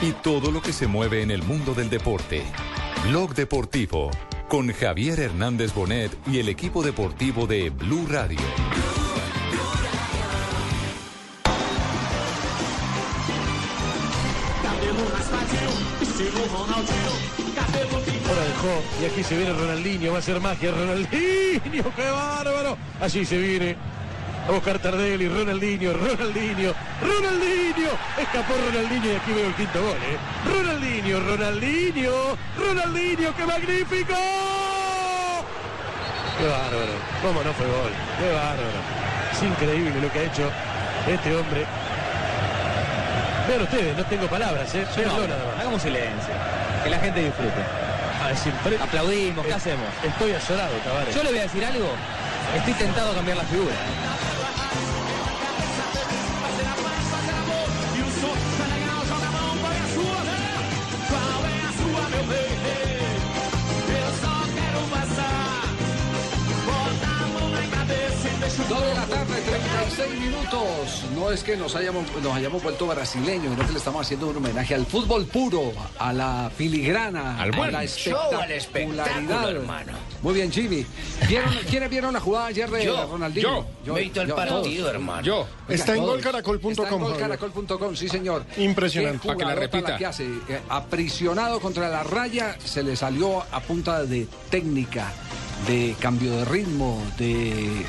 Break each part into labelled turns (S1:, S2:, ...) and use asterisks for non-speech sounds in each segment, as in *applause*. S1: y todo lo que se mueve en el mundo del deporte. Blog Deportivo con Javier Hernández Bonet y el equipo deportivo de Blue Radio.
S2: Ahora dejó y aquí se viene Ronaldinho, va a ser magia Ronaldinho, qué bárbaro. Así se viene. A buscar Tardelli, Ronaldinho, Ronaldinho, Ronaldinho. Escapó Ronaldinho y aquí veo el quinto gol, ¿eh? Ronaldinho, Ronaldinho, Ronaldinho, qué magnífico. Qué bárbaro. ¿Cómo no fue gol? Qué bárbaro. Es increíble lo que ha hecho este hombre. Vean ustedes, no tengo palabras, ¿eh? Véanlo nada más.
S3: Hagamos silencio. Que la gente disfrute.
S2: Ah, es impre-
S3: Aplaudimos, ¿qué hacemos?
S2: Estoy azorado, Tavares.
S3: Yo le voy a decir algo. Estoy tentado a cambiar la figura. ¿eh?
S4: Dos de la tarde, 36 minutos. No es que nos hayamos, nos hayamos vuelto brasileños, sino que le estamos haciendo un homenaje al fútbol puro, a la filigrana, al a la espectacularidad. Muy bien, Jimmy.
S5: *laughs*
S4: ¿Vieron, ¿Quiénes vieron la jugada ayer de Ronaldinho?
S6: yo, me he visto el partido, hermano.
S4: Yo.
S5: Está en golcaracol.com,
S4: Está en
S5: Javier.
S4: golcaracol.com, sí, señor.
S5: Impresionante.
S4: Qué
S5: Para que la
S4: jugadota
S5: repita.
S4: que hace. Eh, Aprisionado contra la raya, se le salió a punta de técnica, de cambio de ritmo, de eh,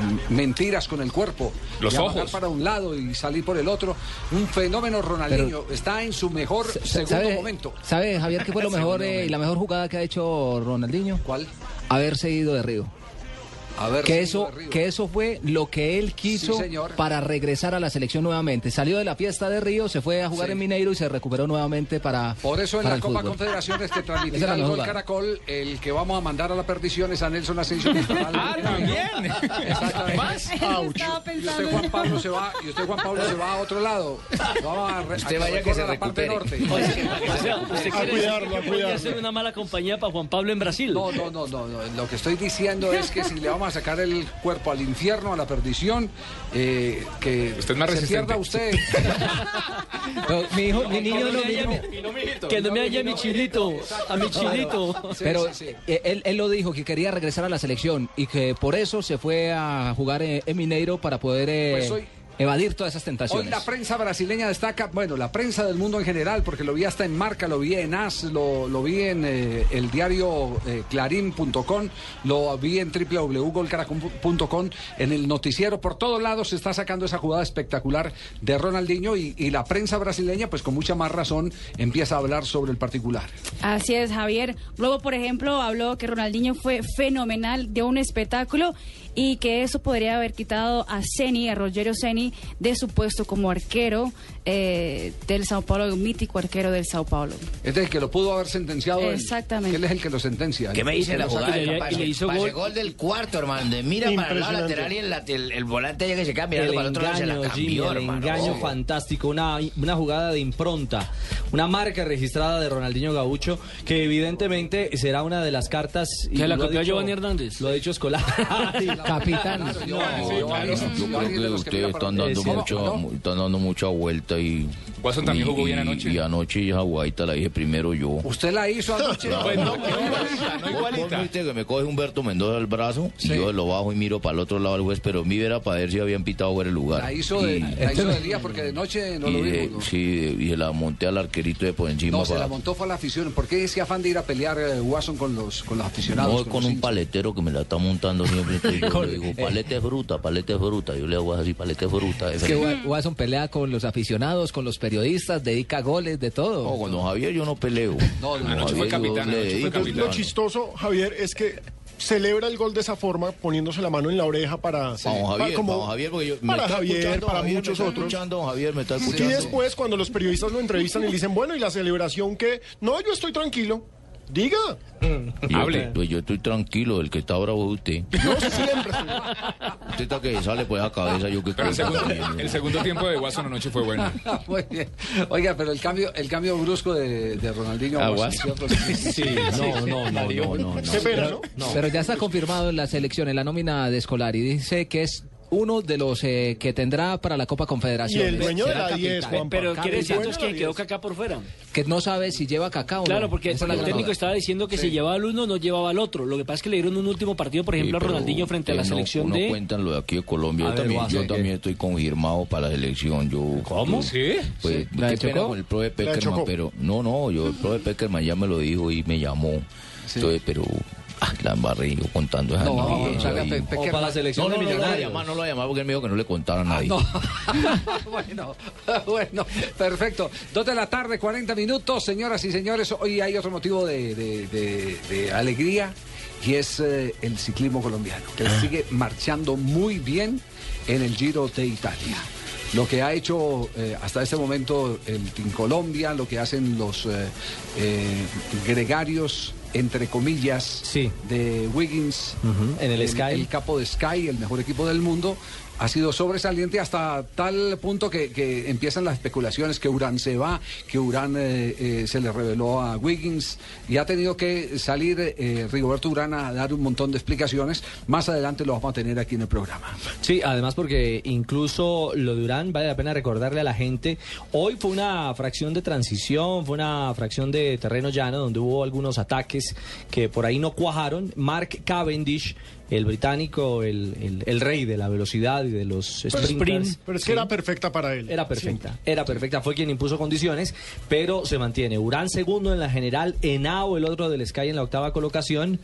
S4: m- mentiras con el cuerpo.
S6: Los
S4: de
S6: ojos.
S4: amagar para un lado y salir por el otro. Un fenómeno Ronaldinho. Está en su mejor segundo
S7: ¿Sabe-
S4: momento.
S3: ¿Sabe, Javier, qué fue lo
S4: *laughs*
S3: mejor
S4: Segundo
S3: eh, y
S4: momento.
S3: la mejor jugada que ha hecho Ronaldinho?
S4: ¿Cuál?
S3: Haberse ido de Río.
S4: A ver.
S3: Que
S4: sigo
S3: eso,
S4: arriba.
S3: que eso fue lo que él quiso
S4: Sí, señor.
S3: para regresar a la selección nuevamente. Salió de la fiesta de Río, se fue a jugar
S4: Sí.
S3: en Mineiro y se recuperó nuevamente para.
S4: Por eso en
S3: para
S4: la
S3: el
S4: Copa
S3: fútbol.
S4: Confederaciones que
S3: Esa era
S4: transmitirá
S3: la
S4: el gol
S3: jugada.
S4: Caracol, el que vamos a mandar a la perdición es a Nelson Asensio. ah, también. ¿Más?
S8: Estaba
S4: Y
S8: pensando
S4: usted, Juan Pablo, se va, y usted, Juan Pablo, se va a otro lado. Vamos a re- a
S6: vaya que
S4: recorra
S6: se
S4: la parte norte.
S6: recupere.
S4: *laughs*
S9: *laughs* O sea, usted
S5: A
S9: quiere
S5: cuidarlo, a
S9: decir que podría
S5: cuidarlo.
S9: ser una mala compañía para Juan Pablo en Brasil.
S4: No, no, no, no, no. Lo que estoy diciendo es que si le vamos a sacar el cuerpo al infierno, a la perdición, eh, que
S6: Usted es más
S4: se pierda usted.
S3: No, mi hijo, mi niño
S9: no
S3: lo
S9: me haya-
S3: mismo.
S9: que no me haya mi chilito, a mi chilito.
S4: Sí,
S3: Pero
S4: sí, sí.
S3: eh, Él, él lo dijo, que quería regresar a la selección y que por eso se fue a jugar eh, en Mineiro para poder eh,
S4: Pues hoy-
S3: evadir todas esas
S4: Hoy
S3: tentaciones.
S4: la prensa brasileña destaca, bueno, la prensa del mundo en general, porque lo vi hasta en Marca, lo vi en AS, lo, lo vi en eh, el diario eh, clarín.com, lo vi en www.golcaracol.com, en el noticiero, por todos lados se está sacando esa jugada espectacular de Ronaldinho y, y la prensa brasileña, pues con mucha más razón, empieza a hablar sobre el particular.
S8: Así es, Javier. Globo, por ejemplo, habló que Ronaldinho fue fenomenal, dio un espectáculo y que eso podría haber quitado a Ceni, a Rogerio Ceni, de su puesto como arquero eh, del Sao Paulo, el mítico arquero del Sao Paulo.
S4: Es el que lo pudo haber sentenciado. él.
S8: Exactamente.
S4: Él es el que lo sentencia.
S6: ¿Qué me dice la
S4: Lo saca
S6: jugada?
S9: y
S6: del
S9: le-
S6: pase,
S9: y le hizo
S6: pase
S9: gol.
S6: gol. del cuarto, hermano. De mira para el lado
S5: Impresionante.
S6: lateral y el, late- el- el volante ya que se cambia. mirando para el otro lado se la cambió,
S3: Jimmy, el
S6: hermano.
S3: engaño
S6: Oh.
S3: fantástico, una, una jugada de impronta, una marca registrada de Ronaldinho Gaucho, que evidentemente será una de las cartas. y
S9: Se la
S3: lo ha
S9: copió a
S3: dicho-
S9: Giovanni Hernández.
S3: Lo ha dicho Escolar. Capitán.
S4: Claro, yo-
S6: No,
S4: yo-
S6: claro,
S4: yo-
S6: yo
S4: yo-
S6: creo
S4: yo- de los que mira para-
S3: dando
S4: ¿Cómo? ¿No?
S10: están dando mucha vuelta y.
S6: Watson también jugó bien anoche.
S10: Y anoche esa guaita la dije primero yo.
S4: Usted la hizo anoche.
S10: Vos- Vos viste que me coge Humberto Mendoza al brazo,
S4: Sí.
S10: y yo lo bajo y miro para el otro lado del juez, pero mi era para ver si habían pitado fuera el lugar.
S4: La hizo, de,
S10: Y-
S4: la
S1: este
S4: hizo de día porque de noche no
S10: y
S4: lo
S10: de-
S4: vimos. ¿no?
S10: sí, de- y se la monté al arquerito de por encima.
S4: No, se
S10: para-
S4: la montó fue a la afición. ¿Por qué ese afán de ir a pelear eh, Watson con los, con los aficionados?
S10: No, con
S4: los
S10: un
S4: hinchas?
S10: paletero que me la está montando siempre. entonces
S4: *laughs*
S10: yo le digo, palete de fruta, palete de fruta. Yo le hago así, palete de fruta.
S3: Es que Wa- Watson pelea con los aficionados, con los periodistas, dedica goles, de todo.
S10: No, con don Javier yo no peleo.
S4: No, no,
S10: Con
S4: anoche
S10: Javier
S6: fue
S10: yo
S6: capitán,
S10: le
S6: anoche fue
S10: dedico-
S5: Lo chistoso, Javier, es que celebra el gol de esa forma, poniéndose la mano en la oreja para.
S10: Vamos,
S5: para-
S10: Javier,
S5: como-
S10: vamos, Javier, porque yo- me
S5: para
S10: está
S5: Javier,
S10: escuchando,
S5: para
S10: Javier, me
S5: muchos
S10: está
S5: otros.
S10: escuchando, Javier, me está
S5: Y
S10: escuchando.
S5: después, cuando los periodistas lo entrevistan y le dicen, bueno, ¿y la celebración qué? No, yo estoy tranquilo. Diga.
S6: Mm.
S10: Yo, estoy- pues yo estoy tranquilo, el que está bravo es usted.
S5: Yo siempre.
S10: Usted está que sale por esa cabeza, yo que
S1: Pero el
S10: creo que-
S1: segundo, el segundo tiempo de Guaso anoche *laughs* fue bueno.
S4: *laughs* Muy bien. Oiga, pero el cambio, el cambio brusco de, de Ronaldinho.
S1: Ah,
S4: Guas,
S1: Guas.
S4: ¿cierto?
S1: *laughs* Sí, no, no, no, no, no, no. Qué pena, ¿no?
S3: Pero ya está confirmado en la selección, en la nómina de Escolar, y dice que es uno de los eh, que tendrá para la Copa Confederación. Será capitán.
S9: Pero quiere decir
S3: Capitán.
S9: entonces que quedó acá por fuera.
S3: que no sabe si lleva cacao.
S9: Claro, porque,
S3: Esa es
S9: porque el
S3: la
S9: técnico
S3: gran
S9: estaba diciendo que
S3: Sí.
S9: si llevaba al uno, no llevaba al otro. Lo que pasa es que le dieron un último partido, por ejemplo, a Ronaldinho frente a la
S10: Ustedes Pues, no-
S9: selección
S10: no
S9: de...
S10: cuentan lo de aquí de Colombia.
S9: A
S10: yo
S9: ver,
S10: también,
S9: Guas,
S10: yo
S9: ¿qué?
S10: también estoy confirmado para la selección. Yo,
S9: ¿Cómo?
S10: yo-
S9: ¿Sí? Sí.
S10: Pues,
S9: ¿La
S10: qué
S9: chocó?
S10: pena con el profe
S9: ¿La
S10: Peckerman,
S9: chocó?
S10: pero no, no, yo el profe Peckerman ya me lo dijo y me llamó. Entonces, pero ah, la embarré yo contando esa
S3: No,
S10: novela
S3: o sea,
S10: ahí.
S3: Pe- O Peckerman. para la selección
S10: No, no,
S3: de
S10: no, no lo voy a
S3: millonarios.
S10: llamar, no lo voy a llamar porque él me dijo que no le contara a nadie.
S9: Ah,
S4: bueno, *laughs* bueno, perfecto. Dos de la tarde, 40 minutos, señoras y señores. Hoy hay otro motivo de, de- de- de alegría y es eh, el ciclismo colombiano, que
S11: Ah.
S4: sigue marchando muy bien en el Giro de Italia. Lo que ha hecho eh, hasta este momento el Team Colombia, lo que hacen los eh, eh, gregarios, entre comillas, de Wiggins
S11: Ujú, en el Sky.
S4: el capo de Sky, el mejor equipo del mundo, ha sido sobresaliente hasta tal punto que, que empiezan las especulaciones que Urán se va, que Urán eh, eh, se le reveló a Wiggins y ha tenido que salir eh, Rigoberto Urán a dar un montón de explicaciones. Más adelante lo vamos a tener aquí en el programa.
S11: Sí, además porque incluso lo de Urán vale la pena recordarle a la gente. Hoy fue una fracción de transición, fue una fracción de terreno llano donde hubo algunos ataques que por ahí no cuajaron. Mark Cavendish, el británico, el, el- el rey de la velocidad y de los
S5: Pero,
S11: sprinters.
S5: pero es que era perfecta para él.
S11: Era perfecta, era perfecta, fue quien impuso condiciones, pero se mantiene. Urán segundo en la general, Henao el otro del Sky en la octava colocación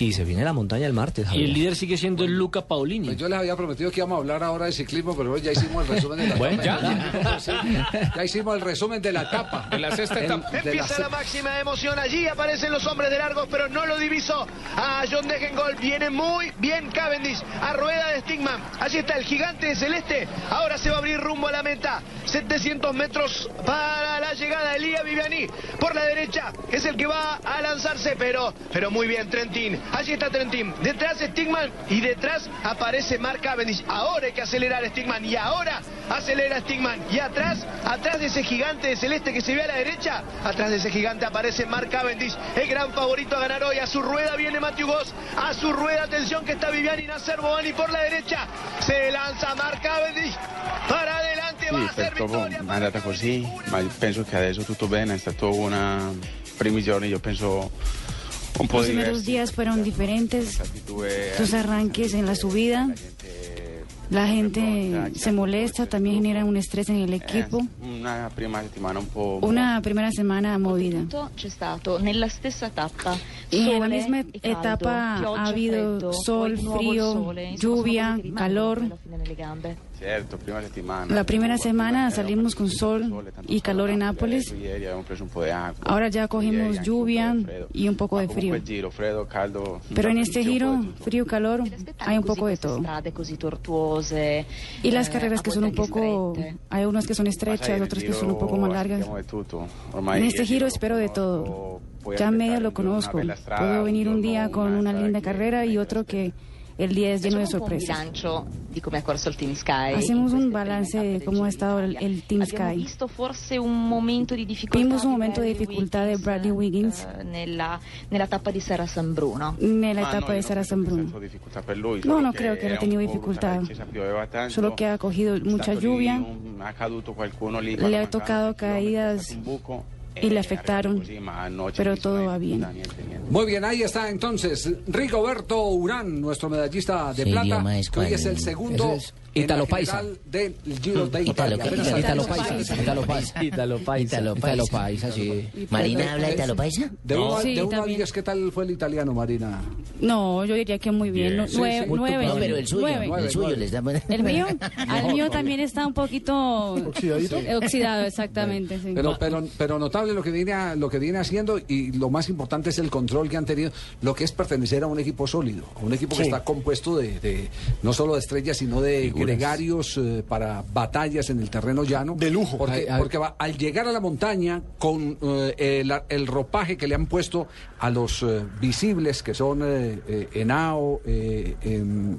S11: y se viene la montaña el martes.
S9: Y
S11: Javier.
S9: el líder sigue siendo el Luca Paulini.
S4: pues Yo les había prometido que íbamos a hablar ahora de ciclismo, pero ya hicimos el resumen de la
S9: Bueno,
S4: etapa. Ya. hicimos el resumen de la etapa. De la sexta etapa.
S12: Empieza la máxima emoción. Allí aparecen los hombres de largos, pero no lo divisó a John Degengol. Viene muy bien Cavendish a rueda de Stigman. Allí está el gigante de celeste. Ahora se va a abrir rumbo a la meta. 700 metros para la llegada de Lía Viviani por la derecha. Es el que va a lanzarse, pero, pero muy bien Trentin. Allí está Trentin. Detrás Stigman y detrás aparece Mark Cavendish. Ahora hay que acelerar Stigman y ahora acelera Stigman. Y atrás, atrás de ese gigante de celeste que se ve a la derecha, atrás de ese gigante aparece Mark Cavendish, el gran favorito a ganar hoy. A su rueda viene Matthew Goss, a su rueda, atención que está Viviani Nasser Bovani por la derecha. Se lanza Mark Cavendish para adelante.
S13: Sì, per dopo è andata così, ma io penso che adesso tutto bene, è stato una primi giorni, io penso un po'
S8: Los primeros
S13: diversi.
S8: días fueron diferentes,
S13: Due-
S8: tus arranques en la subida, la gente se molesta, también genera un estrés en el equipo.
S13: Una prima settimana un po'...
S8: Una primera semana movida.
S14: C'è stato nella stessa tappa
S8: Y en la
S14: sole
S8: misma
S14: e caldo,
S8: etapa
S14: pioggia,
S8: ha habido
S14: freddo,
S8: sol,
S14: poi di nuovo il
S8: frío,
S14: sole, insomma, sono
S8: lluvia,
S14: potuti rimanere poi
S8: calor.
S14: alla fine nelle gambe.
S13: Certo, prima settimana.
S8: La primera semana salimos con sol y calor en Nápoles.
S13: Ieri abbiamo preso pues, un po' di acqua.
S8: Ahora ya cogimos lluvia y un poco de frío.
S13: Comunque il giro, freddo, caldo...
S8: Pero en este giro, frío, calor, hay un poco de todo. Y las carreras que son un poco, hay unas que son estrechas, otras que son un poco más largas.
S13: Abbiamo di tutto.
S8: En
S13: Ormai
S8: este giro espero de todo. Ya medio lo conozco. Puedo venir un día con una linda carrera y otro que el día es lleno de
S14: Facciamo un po' un
S8: sorpresas.
S14: bilancio di come ha corso il Team Sky.
S8: Hacemos un balance de cómo ha estado el, el Team
S14: Abbiamo
S8: Sky.
S14: visto forse un momento di difficoltà
S8: Vimos un momento de dificultad de Bradley Wiggins
S14: eh, nella, nella tappa di Serra San Bruno.
S8: en
S4: Ah,
S8: la etapa de Sara San Bruno.
S13: dificultad pues, per lui,
S8: No,
S13: solo
S8: no
S13: che
S8: creo que
S13: era
S8: haya
S13: un
S8: tenido
S13: po'
S8: dificultad,
S13: brutta la discesa, pioveva tanto,
S8: solo que ha cogido mucha
S13: stato lì,
S8: lluvia,
S13: non ha caduto qualcuno lì,
S8: le
S13: quando
S8: ha tocado caídas
S4: eh,
S8: y le afectaron, pero todo va bien.
S4: Muy bien, ahí está entonces Rigoberto Urán, nuestro medallista de
S15: Ese
S4: plata,
S15: idioma es
S4: que hoy es el
S15: cuando-
S4: segundo
S15: eso es-
S3: Italo Paisa.
S4: del Giro de Italia. Apenas
S3: Italo
S4: apenas
S3: Paisa.
S4: apenas.
S3: Italo Paisa.
S6: *laughs*
S3: Italo Paisa. Italo Paisa, sí.
S4: De- de- De
S3: No.
S4: 1
S8: Sí,
S4: a
S8: también.
S4: 10, ¿qué tal fue el italiano, Marina?
S8: No, yo diría que muy bien.
S4: Bien.
S8: no-
S4: Sí,
S8: nueve,
S4: sí. Muy
S8: nueve,
S4: tocado. No, pero el suyo,
S8: nueve.
S4: el Nueve, suyo nueve. les
S8: ¿El
S4: *laughs*
S8: mío? Al
S4: No,
S8: mío
S4: no.
S8: también está un poquito
S4: ¿Oxidadito?
S8: eh, oxidado, exactamente. sí.
S4: Pero, pero, pero notable lo que viene a- lo que viene haciendo y lo más importante es el control que han tenido, lo que es pertenecer a un equipo sólido, a un equipo que
S16: Sí.
S4: está compuesto de, de- no solo de estrellas, sino de gregarios eh, para batallas en el terreno llano. De lujo. Porque,
S16: Ay, ay.
S4: porque va- al llegar a la montaña, con eh, el, el ropaje que le han puesto a los eh, visibles, que son eh, eh, Henao, eh, em,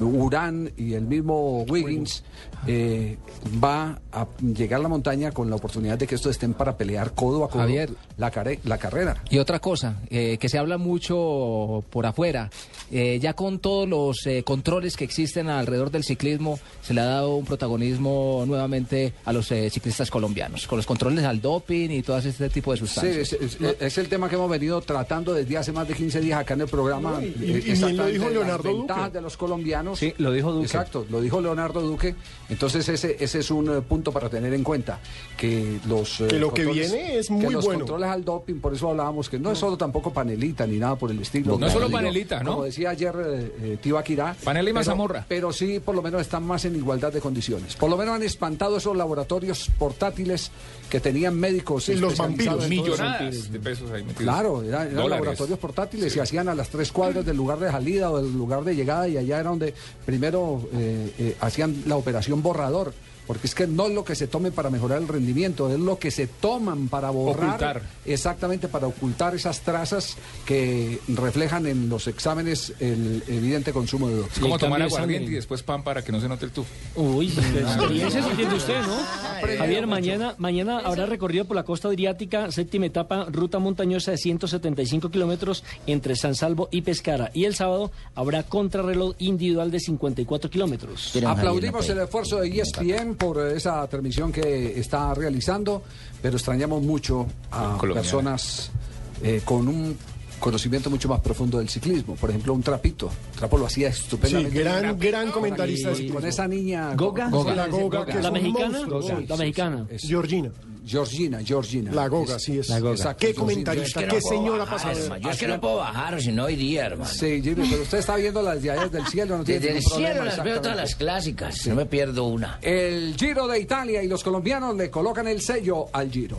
S4: Urán y el mismo Wiggins eh, va a llegar a la montaña con la oportunidad de que estos estén para pelear codo a codo
S3: Javier.
S4: la, care- la carrera.
S3: Y otra cosa, eh, que se habla mucho por afuera, eh, ya con todos los eh, controles que existen alrededor del ciclismo, se le ha dado un protagonismo nuevamente a los eh, ciclistas colombianos, con los controles al doping y todo este tipo de
S4: Sí,
S3: sustancias.
S4: es, es- es el tema que hemos venido tratando desde hace más de 15 días acá en el programa.
S3: No, y- y- y
S4: eh,
S3: bien lo
S4: exactamente,
S3: dijo
S4: las
S3: Leonardo Duque.
S4: ventajas de los colombianos.
S3: Sí, lo dijo Duque.
S4: Exacto, lo dijo Leonardo Duque. Entonces ese, ese es un eh, punto para tener en cuenta, que los... eh,
S5: Que lo que
S4: controles-
S5: viene es
S4: que
S5: muy
S4: los
S5: bueno.
S4: controles al doping, por eso hablábamos que no, es solo tampoco panelita ni nada por el estilo.
S17: No es solo panelita, ¿no?
S4: Como decía ayer eh, eh, Tibaquirá.
S17: Panela y
S4: pero-
S17: mazamorra.
S4: Pero sí, por lo menos están más en igualdad de condiciones. Por lo menos han espantado esos laboratorios portátiles que tenían médicos
S17: Los
S4: especializados en
S17: vampiros.
S4: todo eso.
S17: Millonadas de pesos ahí metidos.
S4: Claro, era- eran
S17: Dólares.
S4: laboratorios portátiles, se hacían a las tres cuadras del lugar de salida o del lugar de llegada y allá era donde primero eh, eh, hacían la operación borrador, porque es que no es lo que se tome para mejorar el rendimiento, es lo que se toman para borrar,
S17: Ocultar.
S4: exactamente para ocultar esas trazas que reflejan en los exámenes el evidente consumo de drogas.
S17: Como tomar aguardiente y después pan para que no se note el tufo.
S9: Uy, Y ese es el de usted,
S17: Aprendido
S9: ¿no? Javier,
S17: mucho.
S9: mañana, mañana habrá recorrido por la costa adriática, séptima etapa, ruta montañosa de 175 kilómetros entre San Salvo y Pescara. Y el sábado habrá contrarreloj individual de 54 kilómetros.
S4: Aplaudimos el esfuerzo de E ESPN por eh, esa transmisión que está realizando, pero extrañamos mucho a
S17: Colombiana.
S4: personas eh, con un conocimiento mucho más profundo del ciclismo. Por ejemplo, un trapito. Trapo lo hacía estupendamente.
S5: Sí, gran-
S4: Trapo.
S5: gran comentarista de
S4: Con,
S5: ciclismo.
S4: con esa niña.
S5: Goga.
S4: con
S5: La Goga, que es
S4: La
S5: un
S4: mexicana.
S5: monstruo.
S4: Goga.
S5: Sí,
S4: La
S5: sí,
S4: mexicana.
S5: sí. Georgina.
S4: Georgina, Georgina.
S5: La Goga, sí es.
S4: Exacto,
S5: Qué
S4: Georgina.
S5: comentarista, qué señora pasada.
S6: Yo es que no puedo bajar, si no iría, hermano.
S4: Sí, Jimmy, pero usted está viendo las diarias del cielo, no tiene
S6: Desde el
S4: ningún problema,
S6: cielo las veo todas
S4: exactamente.
S6: las clásicas. No me pierdo una.
S4: El Giro de Italia y los colombianos le colocan el sello al Giro.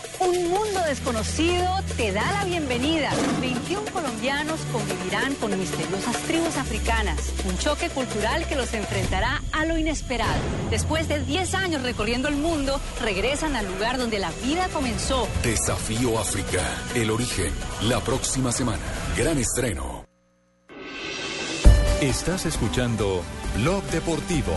S18: Un mundo desconocido te da la bienvenida. 21 colombianos convivirán con misteriosas tribus africanas. Un choque cultural que los enfrentará a lo inesperado. Después de 10 años recorriendo el mundo, regresan al lugar donde la vida comenzó.
S19: Desafío África, el origen, la próxima semana. Gran estreno.
S1: Estás escuchando Blog Deportivo.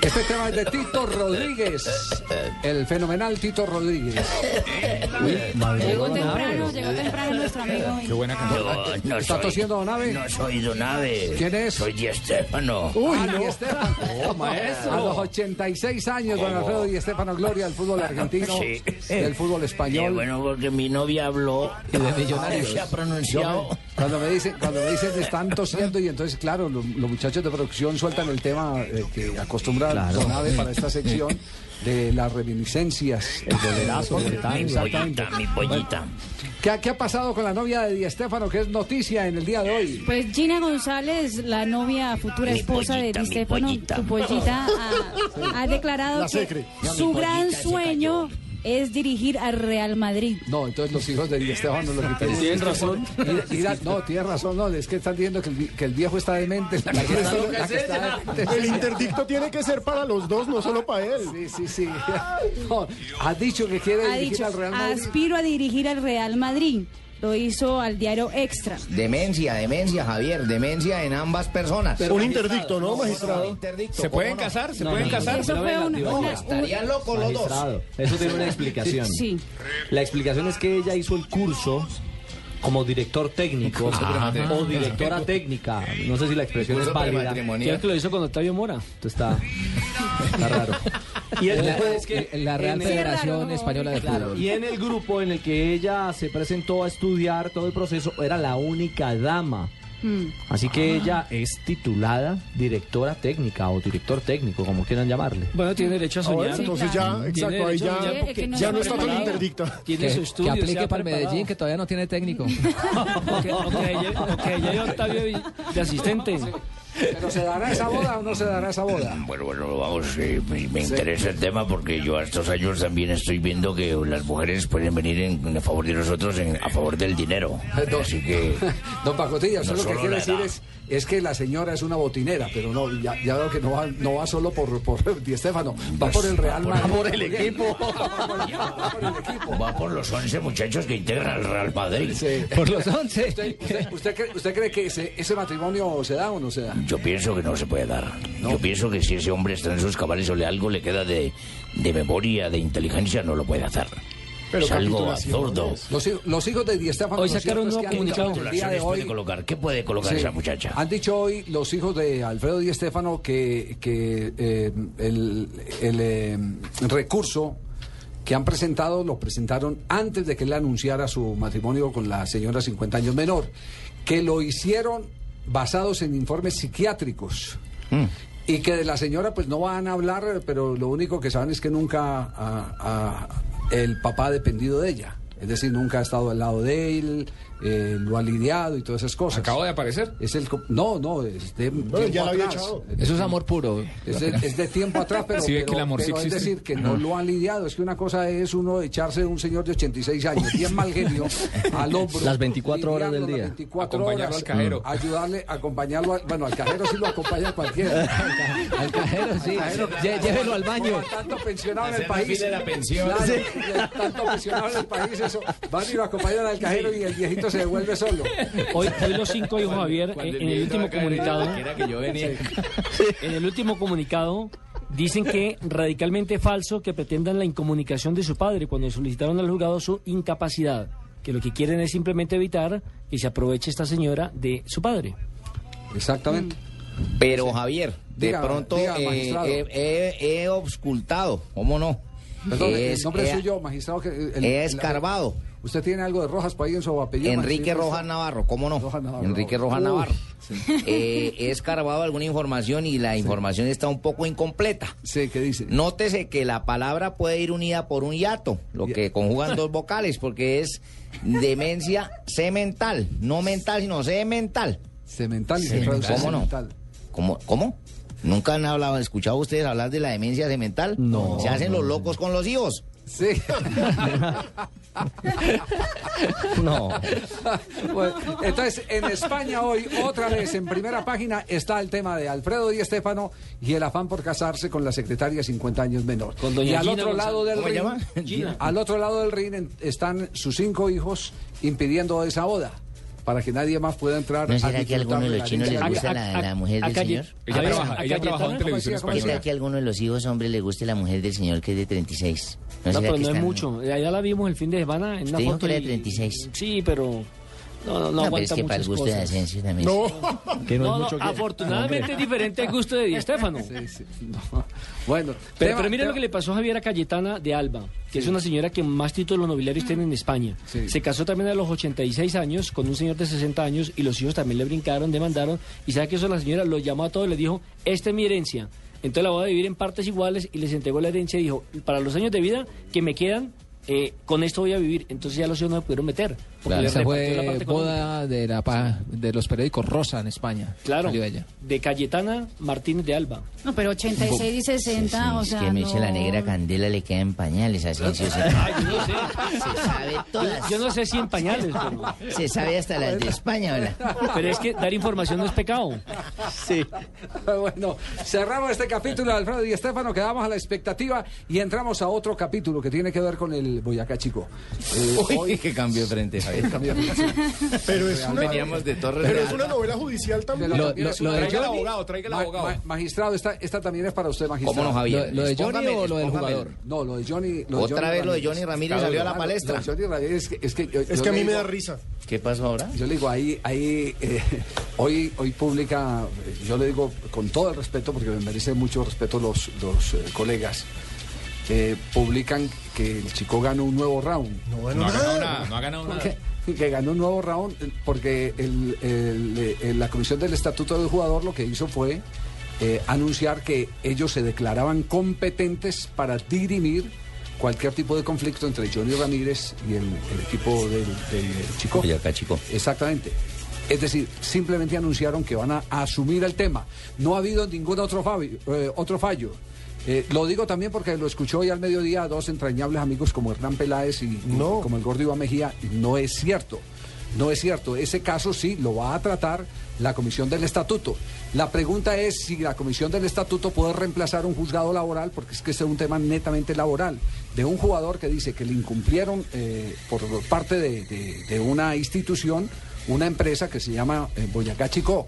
S4: Este tema es de Tito Rodríguez, el fenomenal Tito Rodríguez.
S8: Llegó temprano, llegó temprano nuestro amigo.
S6: Qué buena canción. No,
S4: ¿Está
S6: soy-
S4: tosiendo Donave?
S6: No soy Donave.
S4: ¿Quién es?
S6: Soy Di Estefano.
S4: Uy, Estefano. A los 86 años, don
S6: ¿Cómo?
S4: Alfredo y Estefano Gloria al fútbol argentino,
S6: Sí.
S4: del fútbol español.
S6: Eh, bueno, porque mi novia habló.
S4: Y de Millonarios.
S6: Se ha pronunciado.
S4: Cuando me dicen, cuando me dicen están tosiendo y entonces, claro, lo- los, muchachos de producción sueltan el tema eh, que acostumbra
S10: Claro.
S4: Don Ave para esta sección de las reminiscencias, el dolerazo,
S6: Mi
S4: el tango, exactamente.
S6: pollita, mi pollita.
S4: ¿Qué, ha- ¿Qué ha pasado con la novia de Di Estefano, que es noticia en el día de hoy?
S20: Pues Gina González, la novia, futura
S4: Mi
S20: esposa de
S4: pollita,
S20: Di
S4: mi
S20: Stefano,
S4: pollita.
S20: tu pollita, ha, ha declarado
S4: La
S20: que
S4: secre. Ya, mi
S20: su gran
S4: pollita se
S20: sueño es dirigir al Real Madrid.
S4: No, entonces los hijos de Di Estefano lo que
S9: Tienen razón.
S4: Ir- ir a- no, tienen razón, no, es que están diciendo que el, vi- que el viejo está demente. La que está- la que está demente es
S5: El
S4: ella.
S5: interdicto tiene que ser para los dos, no solo para él.
S4: Sí, sí, sí. *laughs* No, ha dicho que quiere
S20: Ha
S4: dirigir
S20: dicho,
S4: al Real Madrid.
S20: aspiro a dirigir al Real Madrid. Lo hizo al diario Extra.
S6: Demencia, demencia, Javier, demencia en ambas personas.
S20: Pero Un
S5: interdicto, ¿no, magistrado?
S6: interdicto,
S17: ¿Se
S6: ¿cómo
S17: pueden
S6: no?
S17: casar? ¿Se pueden casar?
S9: Eso fue una- una-
S6: Estarían locos los dos.
S11: Magistrado, Eso tiene una explicación.
S20: Sí.
S11: La explicación es que ella hizo el curso como director técnico
S9: Ah, Ajá.
S11: o directora técnica. No sé si la expresión
S9: Curso
S11: es válida.
S9: prematrimonial. Creo que lo hizo con Octavio Mora.
S11: Esto está, está raro. Y el
S10: La-
S11: grupo es que
S10: la Real
S11: en el-
S10: Federación Española de
S11: Claro,
S10: Fútbol.
S11: y en el grupo en el que ella se presentó a estudiar todo el proceso era la única dama.
S21: Mm.
S11: Así que ella es titulada directora técnica o director técnico, como quieran llamarle.
S9: Bueno, tiene derecho a
S11: Ah, bueno,
S9: soñar.
S11: entonces
S9: Tiene
S11: ya,
S9: derecho
S11: exacto,
S9: a
S11: ahí
S9: soñar
S11: ya-
S9: porque
S11: ya
S9: se ha
S11: no está tan
S9: preparado.
S11: interdicta.
S9: Tiene su
S10: que
S9: estudio.
S10: aplique para Medellín, que todavía no tiene técnico.
S9: Ok, ya hay Octavio de asistente.
S4: Pero se dará esa boda o no se dará esa boda.
S6: Bueno, bueno, vamos, eh, me, me interesa el tema porque yo a estos años también estoy viendo que las mujeres pueden venir en, en a favor de nosotros, en, a favor del dinero. Así que...
S4: Don Pacotilla, usted
S6: No
S4: lo que
S6: solo
S4: quiere
S6: la
S4: decir
S6: edad.
S4: es, es que la señora es una botinera, pero no, ya, ya veo que no va, no va solo por, por *laughs* Di Estefano, Pues va por el Real Madrid.
S6: Va por los 11 muchachos que integran al Real Madrid.
S4: Por los 11. ¿Usted, usted- usted cree, usted cree que ese, ese matrimonio se da o no se da?
S6: Yo pienso que no se puede dar. Yo pienso que si ese hombre está en sus cabales o le algo le queda de, de memoria, de inteligencia, no lo puede hacer.
S4: Pero
S6: es algo absurdo.
S4: Los, hi- los hijos de Di Estefano...
S6: Hoy
S4: lo
S6: sacaron
S4: cierto
S6: un
S4: es que han dicho
S6: comunicado.
S4: que el día de
S6: puede
S4: hoy-
S6: colocar? ¿Qué puede colocar
S4: Sí.
S6: esa muchacha?
S4: Han dicho hoy los hijos de Alfredo Di Estefano que, que eh, el, el, eh, recurso que han presentado lo presentaron antes de que él anunciara su matrimonio con la señora 50 años menor, que lo hicieron basados en informes psiquiátricos. Y que de la señora pues no van a hablar, pero lo único que saben es que nunca ah, ah, el papá ha dependido de ella. Es decir, nunca ha estado al lado de él, eh, lo ha lidiado y todas esas cosas.
S17: ¿Acaba de aparecer?
S4: Es el, co- no, no, es de tiempo
S17: ya la había
S4: atrás.
S17: echado.
S10: Eso es amor puro.
S4: Es de, es de tiempo atrás,
S17: *laughs*
S4: pero,
S17: Sí, ve que
S4: pero-
S17: el amor sí
S4: pero es
S17: existe.
S4: decir, que no
S17: Ajá.
S4: lo han lidiado. Es que una cosa es uno echarse de un señor de 86 años, bien mal
S10: *laughs*
S4: genio, al hombro.
S11: *laughs* Las 24 horas del
S4: lidiarlo las
S11: día.
S4: 24
S11: Acompañarlo
S4: horas, Mm.
S11: al cajero.
S4: Ayudarle, acompañarlo. al- bueno, al cajero sí lo acompaña cualquiera. Al cajero
S10: sí. Lle- llévelo al baño.
S4: Tanto pensionado en el
S10: Hacer la
S4: país.
S10: fila de la pensión.
S4: Claro,
S10: Sí.
S4: Tanto pensionado en el país, eso. Van y lo acompañan al cajero y el viejito se devuelve solo.
S9: Hoy, hoy los cinco hijos Javier, eh,
S4: cuando el
S9: en en el
S4: viejito va
S9: último
S4: a caer en
S9: comunicado,
S4: donde quiera que yo venía.
S9: en el último comunicado dicen que radicalmente falso que pretendan la incomunicación de su padre cuando solicitaron al juzgado su incapacidad, que lo que quieren es simplemente evitar que se aproveche esta señora de su padre.
S4: Exactamente.
S3: Pero Javier, de
S9: Diga,
S3: pronto
S9: diga,
S3: eh,
S9: magistrado.
S3: eh, he, he obscultado, ¿cómo no?
S4: Perdón, el nombre
S3: he-
S4: suyo, magistrado. Que, el- el-
S3: he escarbado.
S4: Usted tiene algo de Rojas por ahí en su apellido.
S3: Enrique
S4: magistrado.
S3: Rojas Navarro, ¿cómo no? Enrique Rojas
S4: Uy,
S3: Navarro. Eh, he escarbado alguna información y la información está un poco incompleta.
S4: Sí, ¿qué dice?
S3: Nótese que la palabra puede ir unida por un hiato, lo que conjugan dos vocales, porque es demencia semental, no mental, sino semental.
S4: Semental y se
S3: Semental.
S4: traduce
S3: ¿Cómo no?
S4: semental.
S3: ¿Cómo? ¿Cómo? ¿Nunca han hablado, escuchado ustedes hablar de la demencia semental? No. Se hacen los locos con los hijos. *laughs*
S4: Sí.
S3: no.
S4: Bueno, *laughs* entonces, en España hoy, otra vez, en primera página, está el tema de Alfredo Di Estefano y el afán por casarse con la secretaria 50 años menor.
S3: doña
S4: y al
S3: Gina
S4: otro
S3: González.
S4: lado del
S3: ¿Cómo se
S4: ring,
S3: llama? Gina.
S4: al otro lado del ring en- están sus cinco hijos impidiendo esa boda para que nadie más pueda entrar.
S3: ¿No
S4: a
S3: será que a
S4: disfrutar
S3: alguno
S4: de
S3: de
S4: la
S3: los chinos les
S4: dicha?
S3: gusta la, la mujer del señor? ¿No será que a alguno de los hijos hombres les guste la mujer del señor que es de 36?
S9: No,
S3: será
S9: pero
S3: que
S9: no es
S3: están-
S9: mucho. Ya la vimos el fin de semana en
S3: Usted
S9: una
S3: dijo
S9: foto.
S3: que era de
S9: y-
S3: 36.
S9: Sí, pero No, no, no,
S3: No, pero es
S9: aguanta
S3: que para el
S9: muchas
S3: gusto de
S9: cosas.
S3: Asensio también No. es- que no es
S9: No, no,
S3: mucho que-
S9: afortunadamente
S3: Hombre.
S9: es diferente el gusto de Di Stéfano.
S10: Bueno,
S9: Pero,
S10: tema-
S9: pero mire
S10: tema-
S9: lo que le pasó a Javiera Cayetana de Alba, que es
S10: Sí.
S9: una señora que más títulos nobiliarios tiene en España. Se casó también a los 86 años con un señor de 60 años y los hijos también le brincaron, demandaron. Y sabe que eso la señora lo llamó a todos y le dijo, esta es mi herencia. Entonces la voy a dividir en partes iguales y les entregó la herencia y dijo, para los años de vida que me quedan, eh, con esto voy a vivir. Entonces ya los hijos no se pudieron meter. porque
S10: Claro,
S9: le
S10: esa
S9: repartió la
S10: fue
S9: parte económica.
S10: boda de, la, pa- de los periódicos Rosa en España.
S9: Claro,
S10: Salió ella.
S9: de Cayetana Martínez de Alba.
S20: No, pero 86 y 60, o
S3: Es
S20: sea,
S3: que me dice
S20: no.
S3: la negra candela le queda en pañales a Asensio.
S9: Se sabe
S3: todas.
S9: Yo no sé si en
S6: *laughs*
S9: pañales, pero...
S3: Se sabe hasta las de España, ¿verdad?
S9: Pero es que dar información no es pecado.
S10: Sí.
S4: bueno, cerramos este capítulo de Alfredo y Estefano, quedamos a la expectativa y entramos a otro capítulo que tiene que ver con el Boyacá Chico. Eh,
S3: Uy, que cambió frente, Javier.
S5: Pero es una,
S3: Veníamos de Torres
S5: pero
S3: de
S5: es una novela judicial también.
S4: Lo- lo- lo de
S5: Traiga el
S4: Johnny-
S5: abogado, traiga el
S4: Ma-
S5: abogado.
S4: ma- magistrado, esta, esta también es para usted, magistrado.
S3: ¿Cómo no, Javier?
S4: ¿Lo, lo de Johnny
S3: Expóngame,
S4: o lo del
S3: expóngame.
S4: jugador? No, lo de Johnny.
S3: Otra vez lo de Johnny Ramírez salió a la
S4: Ah, lo-
S3: palestra.
S4: lo de Johnny Ramírez, es que, es que, yo-
S3: Es
S4: yo
S3: que a
S4: le
S3: mí me
S4: digo-
S3: da risa. ¿Qué pasó ahora?
S4: Yo le digo, ahí, ahí eh, hoy, hoy publica, eh, yo le digo con todo el respeto, porque me merece mucho respeto los, los eh, colegas, eh, publican que el chico ganó un nuevo round. No,
S17: No ha ganado nada, no ha ganado nada.
S4: Que, que ganó un nuevo round eh, porque el- el- el- la comisión del estatuto del jugador lo que hizo fue eh, anunciar que ellos se declaraban competentes para dirimir cualquier tipo de conflicto entre Johnny Ramírez y el, el equipo del, del Chico.
S3: Boyacá Chico.
S4: Exactamente. Es decir, simplemente anunciaron que van a asumir el tema. No ha habido ningún otro, fabi- eh, otro fallo. Eh, lo digo también porque lo escuchó hoy al mediodía a dos entrañables amigos como Hernán Peláez y, y como el gordo Iván Mejía. y No es cierto. No es cierto. Ese caso sí lo va a tratar la Comisión del Estatuto. La pregunta es si la Comisión del Estatuto puede reemplazar un juzgado laboral, porque es que este es un tema netamente laboral, de un jugador que dice que le incumplieron eh, por parte de, de- de una institución una empresa que se llama eh, Boyacá Chico.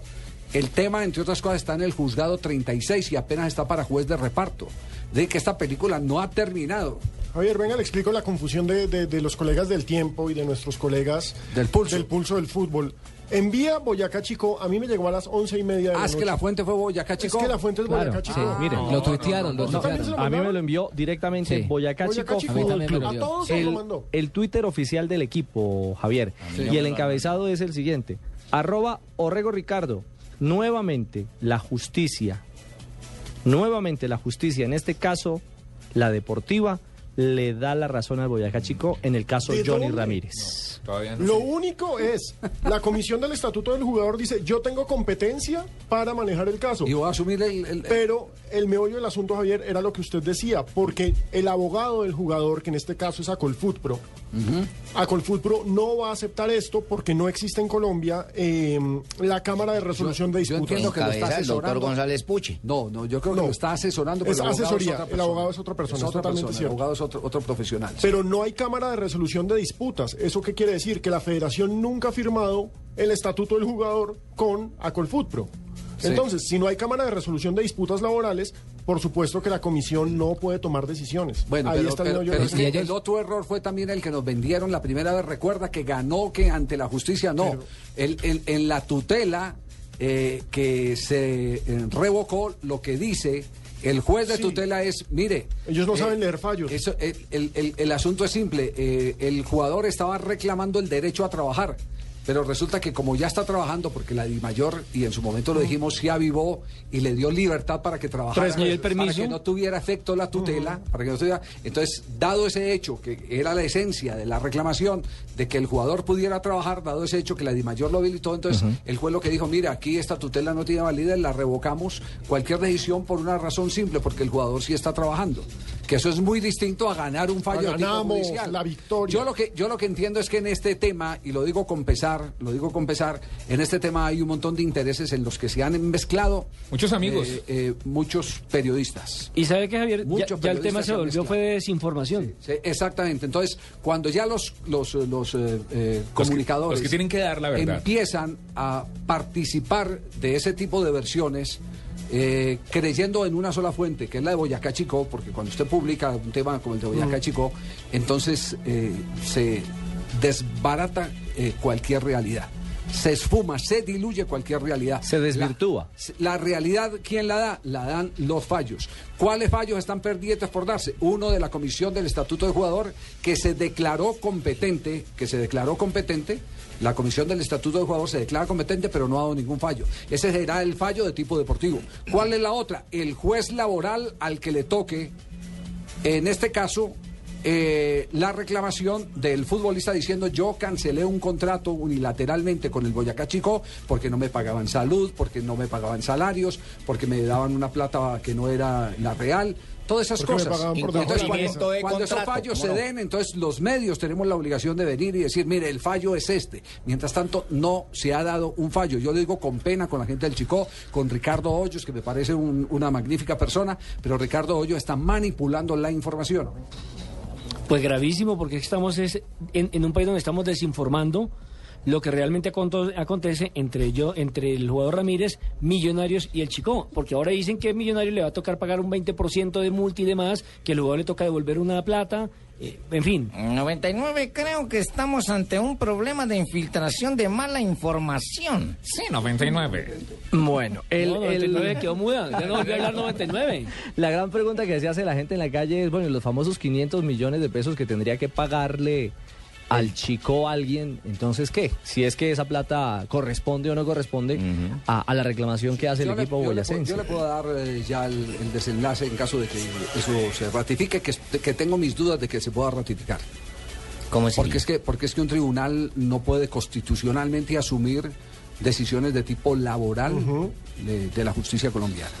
S4: El tema, entre otras cosas, está en el juzgado 36 y apenas está para juez de reparto. De que esta película no ha terminado.
S5: Javier, venga, le explico la confusión de, de- de los colegas del tiempo y de nuestros colegas
S4: del pulso
S5: del, fútbol. Envía Boyacá Chico, a mí me llegó a las once y media de
S4: Ah,
S5: la
S4: es que
S5: noche.
S4: la fuente fue Boyacá Chico.
S5: Es que la fuente es Boyacá
S4: Claro,
S5: Chico.
S4: sí, mire,
S5: Ah,
S4: lo tuitearon, lo
S5: ¿Usted también se lo
S22: a mí me
S5: mandaron?
S22: lo envió directamente Boyacá
S5: Boyacá
S22: Chico
S5: Chico
S22: Fútbol
S5: Fútbol
S22: Club.
S5: Club. A todos se lo
S22: El,
S5: mandó.
S22: el Twitter oficial del equipo, Javier.
S5: Sí. no
S22: Y
S5: me
S22: el
S5: lo
S22: encabezado es el siguiente. Arroba Orrego Ricardo. Nuevamente la justicia. Nuevamente la justicia, en este caso la deportiva, le da la razón al Boyacá Chico en el caso
S5: ¿De
S22: Johnny
S5: dónde?
S22: Ramírez.
S17: Todavía
S5: Lo único es, la comisión del estatuto del jugador dice, yo tengo competencia para manejar el caso.
S4: Y voy a asumir el... el-
S5: Pero el meollo del asunto, Javier, era lo que usted decía, porque el abogado del jugador, que en este caso es Acolfutpro, Acolfutpro no va a aceptar esto porque no existe en Colombia eh, la Cámara de Resolución de
S4: Yo
S5: Disputas.
S4: entiendo que lo está asesorando.
S3: Puche.
S4: No, no, yo creo que lo está asesorando. pero
S5: Es
S4: el abogado
S5: asesoría,
S4: otra
S5: el
S4: persona.
S5: abogado es otra persona,
S4: otra
S5: es totalmente
S4: persona,
S5: cierto.
S4: El abogado es otro, otro profesional.
S5: Pero no hay Cámara de Resolución de Disputas. ¿Eso qué quiere decir? Que la federación nunca ha firmado el estatuto del jugador con Acolfutpro.
S4: Sí.
S5: Entonces, si no hay Cámara de Resolución de Disputas Laborales, por supuesto que la comisión no puede tomar decisiones.
S4: Bueno,
S5: Ahí
S4: pero,
S5: está el
S4: pero-
S5: meollo
S4: pero
S5: del
S4: es que
S5: asunto.
S4: el otro error fue también el que nos vendieron la primera vez. Recuerda que ganó que ante la justicia no. El- el- en la tutela eh, que se eh, revocó, lo que dice el juez de
S5: Sí.
S4: tutela es, mire...
S5: Ellos no
S4: eh,
S5: saben leer fallos.
S4: eso, el, el- el- el asunto es simple. eh, el jugador estaba reclamando el derecho a trabajar. Pero resulta que como ya está trabajando, porque la Di Mayor, y en su momento lo dijimos, se avivó y le dio libertad para que trabajara,
S9: Tres meses.
S4: para que no tuviera efecto la tutela, para que no tuviera... Entonces, dado ese hecho, que era la esencia de la reclamación, de que el jugador pudiera trabajar, dado ese hecho que la Di Mayor lo habilitó, entonces el juez lo que dijo, mira, aquí esta tutela no tiene validez, la revocamos cualquier decisión por una razón simple, porque el jugador sí está trabajando. Que eso es muy distinto a ganar un fallo de tipo
S5: Ganamos,
S4: judicial.
S5: la victoria.
S4: Yo lo que yo lo que entiendo es que en este tema y lo digo con pesar, lo digo con pesar, en este tema hay un montón de intereses en los que se han mezclado
S17: Muchos amigos.
S4: eh, eh, muchos periodistas.
S9: Y sabe que Javier, ya,
S4: Muchos
S9: ya el tema
S4: periodistas
S9: se
S4: han
S9: volvió
S4: mezclado.
S9: fue de desinformación.
S4: Sí, exactamente. Entonces, cuando ya los los, eh, los, eh, eh,
S17: que-
S4: comunicadores
S17: los que tienen que dar la verdad.
S4: empiezan a participar de ese tipo de versiones eh, creyendo en una sola fuente, que es la de Boyacá Chico, porque cuando usted publica
S22: Mm.
S4: un tema como el de Boyacá Chico, entonces eh, se desbarata eh, cualquier realidad. Se esfuma, se diluye cualquier realidad.
S22: Se desvirtúa.
S4: La, la realidad, ¿quién la da? La dan los fallos. ¿Cuáles fallos están perdidos por darse? Uno de la Comisión del Estatuto del Jugador que se declaró competente, que se declaró competente. La Comisión del Estatuto del Jugador se declara competente, pero no ha dado ningún fallo. Ese será el fallo de tipo deportivo. ¿Cuál es la otra? El juez laboral al que le toque en este caso, eh, la reclamación del futbolista diciendo yo cancelé un contrato unilateralmente con el Boyacá Chico porque no me pagaban salud, porque no me pagaban salarios, porque me daban una plata que no era la real. Todas esas
S5: Porque me
S4: cosas.
S5: pagaban por debajo
S4: Entonces,
S5: de la mesa.
S4: cuando, cuando esos
S5: Contrato,
S4: fallos se
S5: ¿cómo no?
S4: den, entonces los medios tenemos la obligación de venir y decir, mire, el fallo es este. Mientras tanto, no se ha dado un fallo. Yo lo digo con pena con la gente del Chicó, con Ricardo Hoyos, que me parece un- una magnífica persona, pero Ricardo Hoyos está manipulando la información.
S9: Pues gravísimo, porque estamos es en, en un país donde estamos desinformando lo que realmente aconto- acontece entre yo, entre el jugador Ramírez, Millonarios y el Chico. Porque ahora dicen que Millonarios le va a tocar pagar un 20% de multa y demás, que el jugador le toca devolver una plata, eh, en fin.
S3: 99 creo que estamos ante un problema de infiltración de mala información.
S17: Sí, 99.
S22: Bueno, el,
S9: No, 99
S22: el-
S9: quedó muda, ya no volvió a hablar 99.
S22: La gran pregunta que se hace la gente en la calle es, bueno, ¿y los famosos 500 millones de pesos que tendría que pagarle al chico alguien, entonces qué? Si es que esa plata corresponde o no corresponde a, a la reclamación que hace el
S4: Yo le-
S22: equipo
S4: yo le, puedo-
S22: boyacense.
S4: yo le puedo dar eh, ya el, el desenlace en caso de que eso se ratifique, que, es- que tengo mis dudas de que se pueda ratificar. porque es que porque es que un tribunal no puede constitucionalmente asumir decisiones de tipo laboral de, de la justicia colombiana.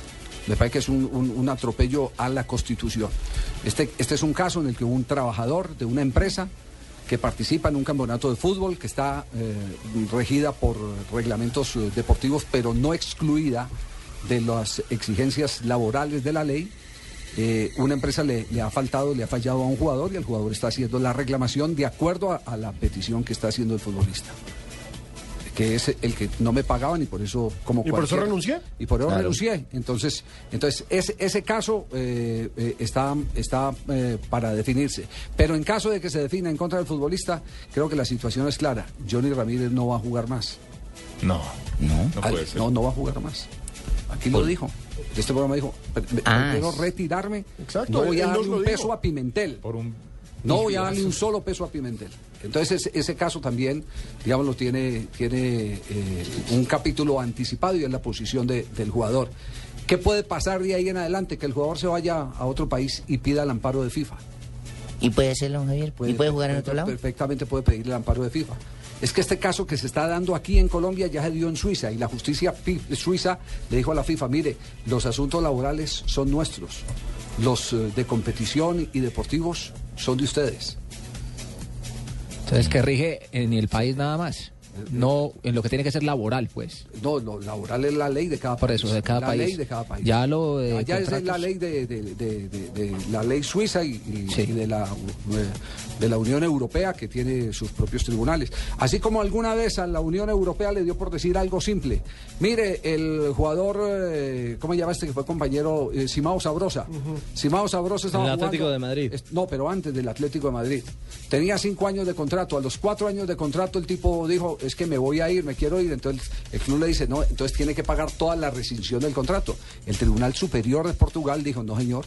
S4: Me parece que es un, un- un atropello a la Constitución. Este, este es un caso en el que un trabajador de una empresa que participa en un campeonato de fútbol que está eh, regida por reglamentos eh, deportivos, pero no excluida de las exigencias laborales de la ley, eh, una empresa le, le ha faltado, le ha fallado a un jugador y el jugador está haciendo la reclamación de acuerdo a, a la petición que está haciendo el futbolista. Que es el que no me pagaban y por eso, como
S5: ¿Y por eso
S4: cualquiera.
S5: renuncié?
S4: Y por eso
S5: Claro.
S4: renuncié. Entonces, entonces ese, ese caso eh, eh, está, está eh, para definirse. Pero en caso de que se defina en contra del futbolista, creo que la situación es clara. Johnny Ramírez no va a jugar más.
S17: No.
S3: No,
S17: no
S4: Al-
S17: puede ser.
S4: no, no va a jugar más. Aquí lo dijo. Este programa dijo, "Pre- pre-
S17: Ah,
S4: prefiero
S17: es-
S4: retirarme,
S5: Exacto,
S4: no voy
S5: él
S4: a
S5: nos
S4: darle
S5: lo
S4: un
S5: dijo.
S4: peso a Pimentel. No voy a darle un solo peso a Pimentel. Entonces ese, ese caso también, digamos, lo tiene, tiene eh, un capítulo anticipado y es la posición de- del jugador. ¿Qué puede pasar de ahí en adelante? Que el jugador se vaya a otro país y pida el amparo de FIFA.
S3: ¿Y puede serlo, Javier? ¿Y puede jugar en otro lado?
S4: Perfectamente puede pedir el amparo de FIFA. Es que este caso que se está dando aquí en Colombia ya se dio en Suiza y la justicia pi- suiza le dijo a la FIFA, mire, los asuntos laborales son nuestros, los eh, de competición y deportivos son de ustedes.
S10: Entonces, que rige en el país nada más. No en lo que tiene que ser laboral, pues.
S4: No, lo laboral es la ley de cada
S10: Por
S4: país.
S10: eso, de cada
S4: la
S10: país.
S4: ley de cada país.
S10: Ya lo de
S4: No, ya esa es la
S10: contratos.
S4: ley de, de- de- de- de la ley suiza y, y- y de, la, eh, de la Unión Europea que tiene sus propios tribunales. Así como alguna vez a la Unión Europea le dio por decir algo simple. Mire, el jugador, eh, ¿cómo se llama este que fue compañero? Eh, Simao Sabrosa. Simao Sabrosa estaba
S22: En el Atlético
S4: jugando-
S22: de Madrid.
S4: es- No, pero antes del Atlético de Madrid. Tenía cinco años de contrato. A los cuatro años de contrato el tipo dijo, es que me voy a ir, me quiero ir. Entonces el club le dice, no, entonces tiene que pagar toda la rescisión del contrato. El Tribunal Superior de Portugal dijo, no señor,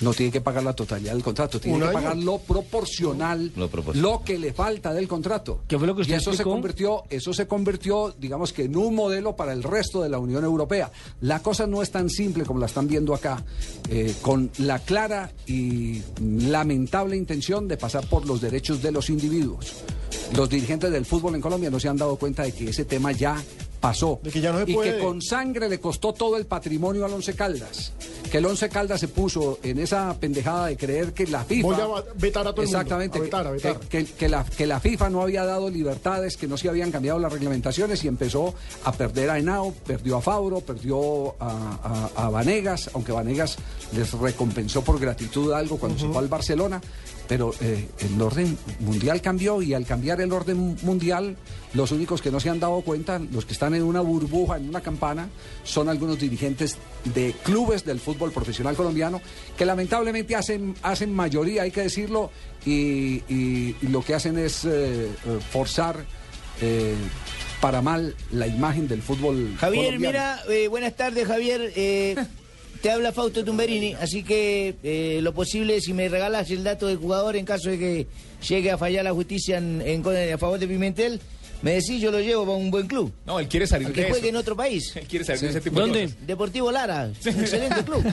S4: no tiene que pagar la totalidad del contrato, tiene
S10: ¿Un
S4: que
S10: año?
S4: pagar lo proporcional, lo, que le falta del contrato.
S9: ¿Qué fue lo que usted
S4: y eso
S9: explicó?
S4: se convirtió, eso se convirtió, digamos que en un modelo para el resto de la Unión Europea. La cosa no es tan simple como la están viendo acá, eh, con la clara y lamentable intención de pasar por los derechos de los individuos. Los dirigentes del fútbol en Colombia no se han dado cuenta de que ese tema ya pasó y
S5: puede.
S4: que con sangre le costó todo el patrimonio al Once Caldas. Que el Once Caldas se puso en esa pendejada de creer que la FIFA.
S5: Voy a va- vetar a todo el mundo,
S4: Exactamente.
S5: a vetar, a vetar.
S4: Que, que- que la, que la FIFA no había dado libertades, que no se habían cambiado las reglamentaciones y empezó a perder a Henao, perdió a Fabro, perdió a, a- a Vanegas, aunque Vanegas les recompensó por gratitud algo cuando se fue al Barcelona. pero eh, el orden mundial cambió y al cambiar el orden mundial, los únicos que no se han dado cuenta, los que están en una burbuja, en una campana, son algunos dirigentes de clubes del fútbol profesional colombiano que lamentablemente hacen, hacen mayoría, hay que decirlo, y, y- y lo que hacen es eh, eh, forzar eh, para mal la imagen del fútbol
S6: Javier,
S4: colombiano.
S6: mira, eh, buenas tardes, Javier.
S3: *laughs*
S6: eh, te habla Fausto Tumberini, así que eh, lo posible, si me regalas el dato del jugador en caso de que llegue a fallar la justicia en, en con- a favor de Pimentel, me decís, yo lo llevo para un buen club.
S23: No, él quiere salir
S6: Al
S23: de
S6: que
S23: eso.
S6: juegue en otro país.
S23: *laughs* Él quiere salir de ese tipo de cosas.
S6: Deportivo Lara, excelente club.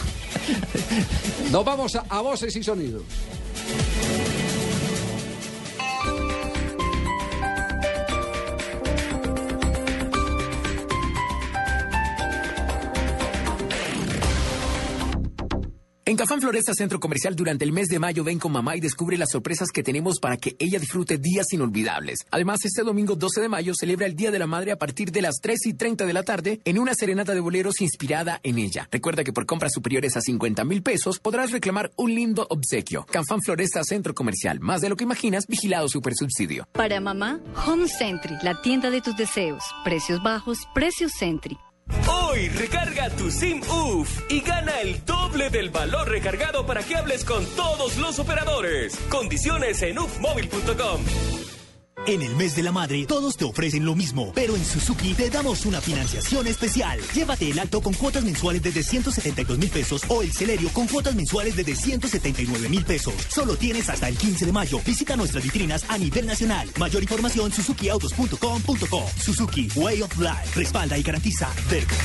S4: *laughs* Nos vamos a, a voces y sonidos.
S24: En Cafán Floresta Centro Comercial durante el mes de mayo ven con mamá y descubre las sorpresas que tenemos para que ella disfrute días inolvidables. Además, este domingo 12 de mayo celebra el Día de la Madre a partir de las 3 y 30 de la tarde en una serenata de boleros inspirada en ella. Recuerda que por compras superiores a 50 mil pesos podrás reclamar un lindo obsequio. Cafán Floresta Centro Comercial, más de lo que imaginas, vigilado supersubsidio.
S25: Para mamá, Home Sentry, la tienda de tus deseos. Precios bajos, precios Sentry.
S26: Hoy recarga tu SIM UF y gana el doble del valor recargado para que hables con todos los operadores. Condiciones en ufmobile.com.
S27: En el mes de la madre, todos te ofrecen lo mismo, pero en Suzuki te damos una financiación especial. Llévate el alto con cuotas mensuales desde 172 mil pesos o el Celerio con cuotas mensuales desde 179 mil pesos. Solo tienes hasta el 15 de mayo. Visita nuestras vitrinas a nivel nacional. Mayor información suzukiautos.com.co. Suzuki Way of Life. Respalda y garantiza. Verga.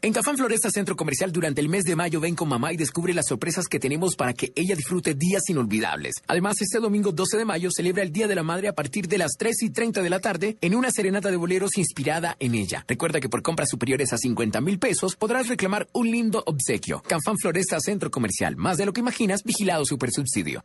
S24: En Cafán Floresta Centro Comercial durante el mes de mayo ven con mamá y descubre las sorpresas que tenemos para que ella disfrute días inolvidables. Además, este domingo 12 de mayo celebra el Día de la Madre a partir de las 3 y 30 de la tarde en una serenata de boleros inspirada en ella. Recuerda que por compras superiores a 50 mil pesos podrás reclamar un lindo obsequio. Cafán Floresta Centro Comercial, más de lo que imaginas, vigilado supersubsidio.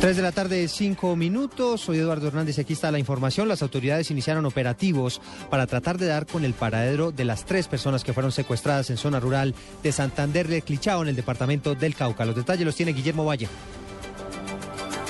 S21: 3 de la tarde, 5 minutos. Soy Eduardo Hernández y aquí está la información. Las autoridades iniciaron operativos para tratar de dar con el paradero de las tres personas que fueron secuestradas en zona rural de Santander de Clichao, en el departamento del Cauca. Los detalles los tiene Guillermo Valle.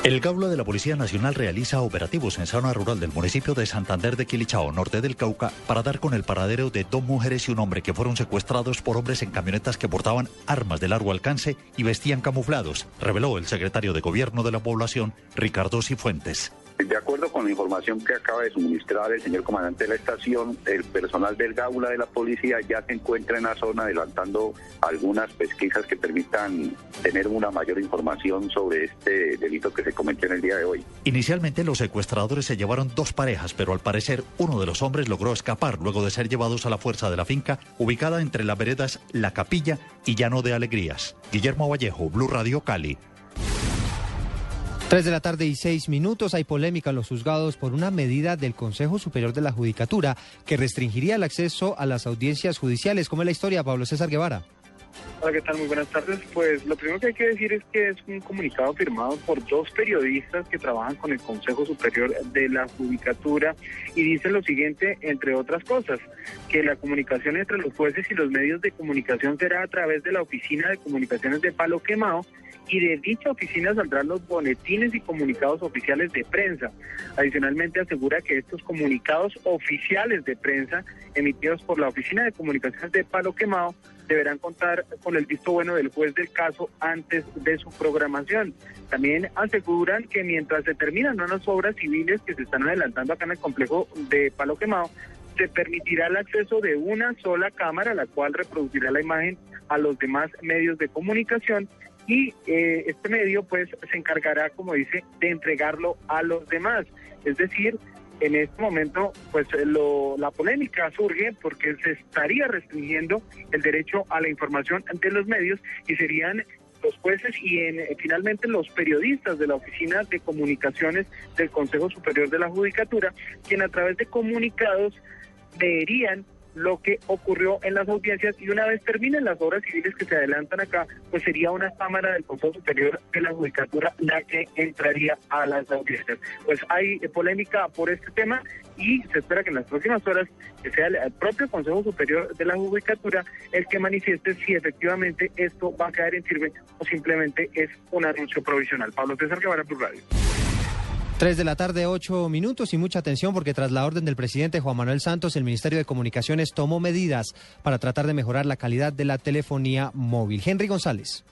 S28: El Gaula de la Policía Nacional realiza operativos en zona rural del municipio de Santander de Quilichao, norte del Cauca, para dar con el paradero de dos mujeres y un hombre que fueron secuestrados por hombres en camionetas que portaban armas de largo alcance y vestían camuflados, reveló el secretario de Gobierno de la población, Ricardo Cifuentes.
S29: De acuerdo con la información que acaba de suministrar el señor comandante de la estación, el personal del Gaula de la policía ya se encuentra en la zona adelantando algunas pesquisas que permitan tener una mayor información sobre este delito que se cometió en el día de hoy.
S28: Inicialmente los secuestradores se llevaron dos parejas, pero al parecer uno de los hombres logró escapar luego de ser llevados a la fuerza de la finca ubicada entre las veredas La Capilla y Llano de Alegrías. Guillermo Vallejo, Blue Radio Cali.
S21: 3 de la tarde y 6 minutos. Hay polémica en los juzgados por una medida del Consejo Superior de la Judicatura que restringiría el acceso a las audiencias judiciales. ¿Cómo es la historia, Pablo César Guevara?
S30: Hola, ¿qué tal? Muy buenas tardes. Pues lo primero que hay que decir es que es un comunicado firmado por dos periodistas que trabajan con el Consejo Superior de la Judicatura y dicen lo siguiente, entre otras cosas, que la comunicación entre los jueces y los medios de comunicación será a través de la Oficina de Comunicaciones de Palo Quemado y de dicha oficina saldrán los boletines y comunicados oficiales de prensa. Adicionalmente asegura que estos comunicados oficiales de prensa emitidos por la Oficina de Comunicaciones de Palo Quemado deberán contar con el visto bueno del juez del caso antes de su programación. También aseguran que mientras se terminan unas obras civiles que se están adelantando acá en el complejo de Palo Quemado, se permitirá el acceso de una sola cámara, la cual reproducirá la imagen a los demás medios de comunicación y eh, este medio pues se encargará, como dice, de entregarlo a los demás. Es decir, en este momento pues lo- la polémica surge porque se estaría restringiendo el derecho a la información ante los medios y serían los jueces y en- eh, finalmente los periodistas de la Oficina de Comunicaciones del Consejo Superior de la Judicatura, quien a través de comunicados verían lo que ocurrió en las audiencias y una vez terminen las obras civiles que se adelantan acá, pues sería una Cámara del Consejo Superior de la Judicatura la que entraría a las audiencias. Pues hay eh, polémica por este tema y se espera que en las próximas horas que sea el el propio Consejo Superior de la Judicatura el que manifieste si efectivamente esto va a caer en firme o simplemente es un anuncio provisional. Pablo César Guevara, Plus Radio.
S25: 3 de la tarde, 8 minutos y mucha atención porque tras la orden del presidente Juan Manuel Santos, el Ministerio de Comunicaciones tomó medidas para tratar de mejorar la calidad de la telefonía móvil. Henry González.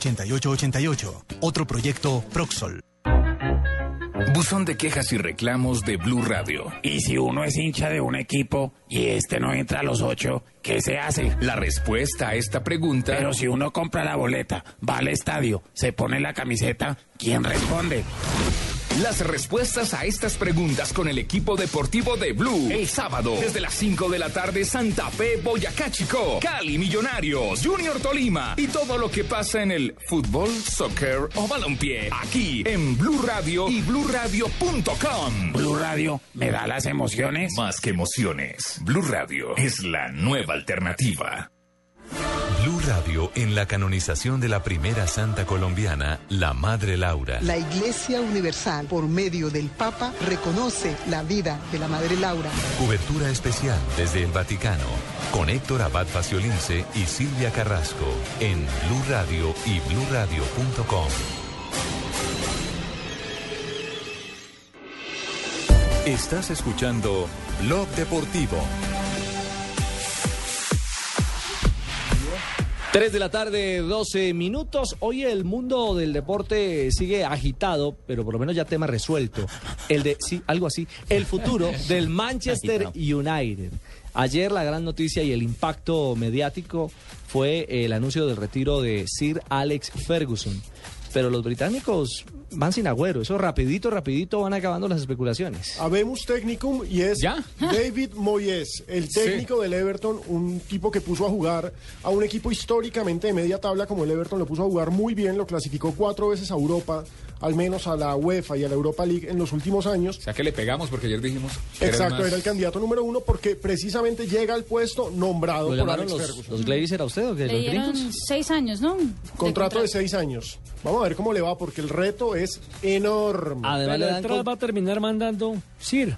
S31: 310-788-8888. Otro proyecto Proxol.
S17: Buzón de quejas y reclamos de Blue Radio.
S24: Y si uno es hincha de un equipo y este no entra a los ocho, ¿qué se hace?
S17: La respuesta a esta pregunta.
S24: Pero si uno compra la boleta, va al estadio, se pone la camiseta, ¿quién responde?
S17: Las respuestas a estas preguntas con el equipo deportivo de Blue. El sábado, desde las 5 de la tarde, Santa Fe, Boyacá Chico, Cali Millonarios, Junior Tolima y todo lo que pasa en el fútbol, soccer o balompié. Aquí en Blue Radio y bluradio.com.
S24: Blue Radio me da las emociones.
S32: Más que emociones, Blue Radio es la nueva alternativa.
S1: Blue Radio en la canonización de la primera santa colombiana, la Madre Laura.
S33: La Iglesia Universal, por medio del Papa, reconoce la vida de la Madre Laura.
S1: Cobertura especial desde el Vaticano con Héctor Abad Faciolince y Silvia Carrasco en Blue Radio y bluradio.com. Estás escuchando Blog Deportivo.
S11: 3 de la tarde, 12 minutos. Hoy el mundo del deporte sigue agitado, pero por lo menos ya tema resuelto. El de, sí, algo así, el futuro del Manchester United. Ayer la gran noticia y el impacto mediático fue el anuncio del retiro de Sir Alex Ferguson. pero los británicos van sin agüero. Eso rapidito, rapidito van acabando las especulaciones.
S5: Habemos Technicum y es David Moyes, el técnico del Everton, un tipo que puso a jugar a un equipo históricamente de media tabla como el Everton, lo puso a jugar muy bien, lo clasificó cuatro veces a Europa, al menos a la UEFA y a la Europa League en los últimos años.
S17: O sea, que le pegamos porque ayer dijimos. que era
S5: Exacto,
S17: más-
S5: era el candidato número uno porque precisamente llega al puesto nombrado
S11: ¿Lo
S5: por
S11: llamaron
S5: Alex
S11: los,
S5: Ferguson.
S11: los Glazer a usted o qué?
S20: Le
S11: ¿Los
S20: dieron
S11: gringos?
S20: seis años, ¿no?
S5: Contrato de seis años. Vamos a ver cómo le va porque el reto es enorme.
S11: Ah,
S9: Además, le va a terminar mandando Sir.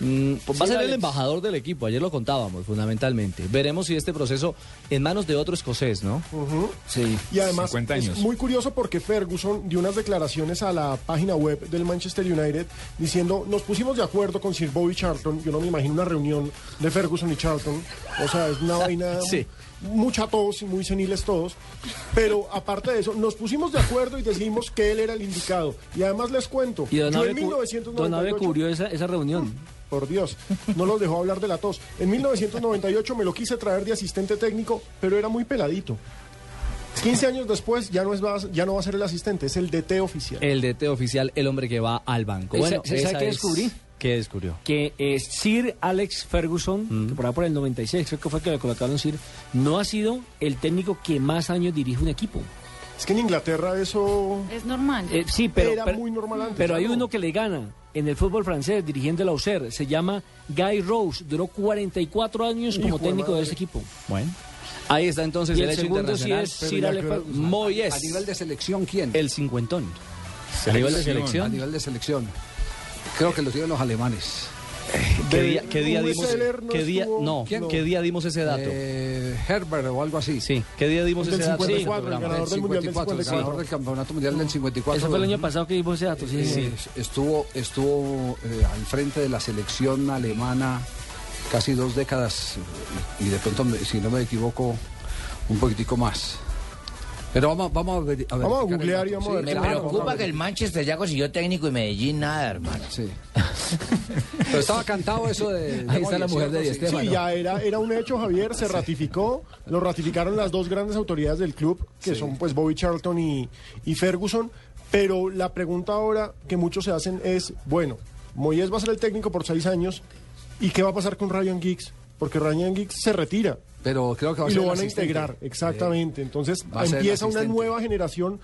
S11: Mm, pues va a
S9: Sí,
S11: ser el
S9: Alex.
S11: embajador del equipo, ayer lo contábamos fundamentalmente. Veremos si este proceso en manos de otro escocés, ¿no?
S5: Ujú.
S11: Sí.
S5: Y además es muy curioso porque Ferguson dio unas declaraciones a la página web del Manchester United diciendo, nos pusimos de acuerdo con Sir Bobby Charlton, yo no me imagino una reunión de Ferguson y Charlton, o sea, es una vaina...
S11: Sí.
S5: Mucha tos y muy seniles todos, pero aparte de eso, nos pusimos de acuerdo y decidimos que él era el indicado. Y además les cuento,
S9: Y Don
S5: yo en
S9: Abe, cu- Don Abe
S5: 1998
S9: cubrió esa, esa reunión.
S5: por Dios, no los dejó hablar de la tos. En 1998 me lo quise traer de asistente técnico, pero era muy peladito. 15 años después ya no, es, va- ya no va a ser el asistente, es el DT oficial.
S11: El DT oficial, el hombre que va al banco.
S9: Esa-
S11: Bueno,
S9: ¿sabe
S11: esa
S9: qué
S11: es-
S9: descubrí?
S11: ¿Qué descubrió?
S9: que eh, Sir Alex Ferguson, que por ahí por el 96, creo que fue que le colocaron Sir, no ha sido el técnico que más años dirige un equipo.
S5: Es que en Inglaterra eso...
S20: Es normal.
S9: Eh, sí, pero,
S5: Era
S9: pero-
S5: muy normal antes,
S9: pero hay
S5: claro.
S9: uno que le gana en el fútbol francés dirigiendo el Auxerre. Se llama Guy Rose. Duró 44 años como
S11: Hijo de
S9: técnico de
S11: madre.
S9: ese equipo.
S11: Bueno. Ahí está entonces
S9: Y
S11: el,
S9: el
S11: hecho
S9: segundo sí
S11: internacional.
S9: es Pero Sir ya Alex que- Ferguson.
S11: Moyes.
S9: A nivel
S4: de selección, ¿quién?
S11: El cincuentón. A nivel de
S4: A
S11: selección.
S4: nivel de selección. Creo que lo tienen los alemanes.
S11: Eh, ¿Qué día, qué día dimos? ¿Qué día? No,
S4: ¿Quién?
S11: ¿qué día dimos ese dato?
S4: Eh, Herbert o algo así.
S11: Sí, ¿qué día dimos
S4: El
S11: ese
S4: del
S11: dato?
S4: 54, el ganador del Mundial del 54, el ganador del campeonato mundial del 54.
S9: Eso fue el año pasado que dimos ese dato. Sí, sí.
S4: Eh, Estuvo, estuvo eh, al frente de la selección alemana casi dos décadas y de pronto, me- si no me equivoco, un poquitico más. Pero vamos, vamos a ver.
S5: Vamos a googlear y vamos a ver.
S6: Me preocupa que el Manchester ya consiguió técnico y Medellín nada, hermano.
S4: Sí. Pero estaba cantado eso de...
S6: Ahí está la mujer de Di Stéfano.
S5: Sí, ya era, era un hecho, Javier, se ratificó, lo ratificaron las dos grandes autoridades del club, que
S4: Sí.
S5: son pues Bobby Charlton y, y Ferguson, pero la pregunta ahora que muchos se hacen es, bueno, Moyes va a ser el técnico por seis años, ¿y qué va a pasar con Ryan Giggs? Porque Ryan Giggs se retira.
S4: Pero creo que va a
S5: y
S4: ser
S5: lo
S4: el
S5: van a
S4: asistente.
S5: integrar, exactamente. Entonces
S4: Va a ser el
S5: empieza una
S4: asistente.
S5: nueva generación.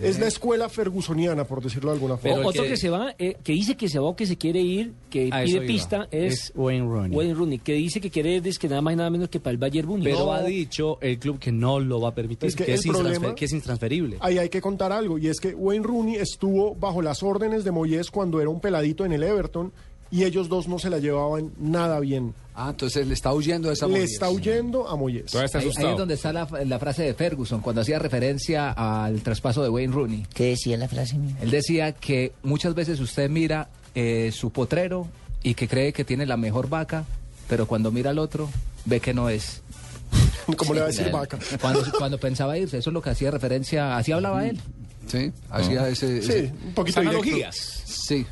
S5: Es
S4: Eh.
S5: la escuela fergusoniana, por decirlo de alguna forma.
S9: O- otro que... se va, eh, que dice que se va o que se quiere ir, que
S11: A eso
S9: pide
S11: iba.
S9: pista, es,
S11: Es Wayne Rooney.
S9: Wayne Rooney, que dice que quiere es que nada más y nada menos que para el Bayern Múnich.
S11: Pero ha dicho el club que no lo va a permitir,
S5: Es que
S11: que,
S5: el
S11: es intransfer-
S5: problema-
S11: que es
S9: Ah,
S11: intransferible.
S5: Ahí hay que contar algo, y es que Wayne Rooney estuvo bajo las órdenes de Moyes cuando era un peladito en el Everton, y ellos dos no se la llevaban nada bien.
S4: Ah, entonces le está huyendo a esa
S5: Le
S4: Moyes.
S5: está huyendo a Moyes.
S3: ahí, ahí es donde está la, la frase de Ferguson, cuando hacía referencia al traspaso de Wayne Rooney.
S6: ¿Qué decía la frase mía?
S3: Él decía que muchas veces usted mira eh, su potrero y que cree que tiene la mejor vaca, pero cuando mira al otro, ve que no es.
S5: *laughs* ¿Cómo le va a decir
S3: Él-
S5: vaca?
S3: Cuando, cuando pensaba irse, eso es lo que hacía referencia, así hablaba él. Ah.
S4: Sí, hacía ese,
S3: Sí,
S4: ese-
S3: un poquito directo.
S4: Analogías. Sí.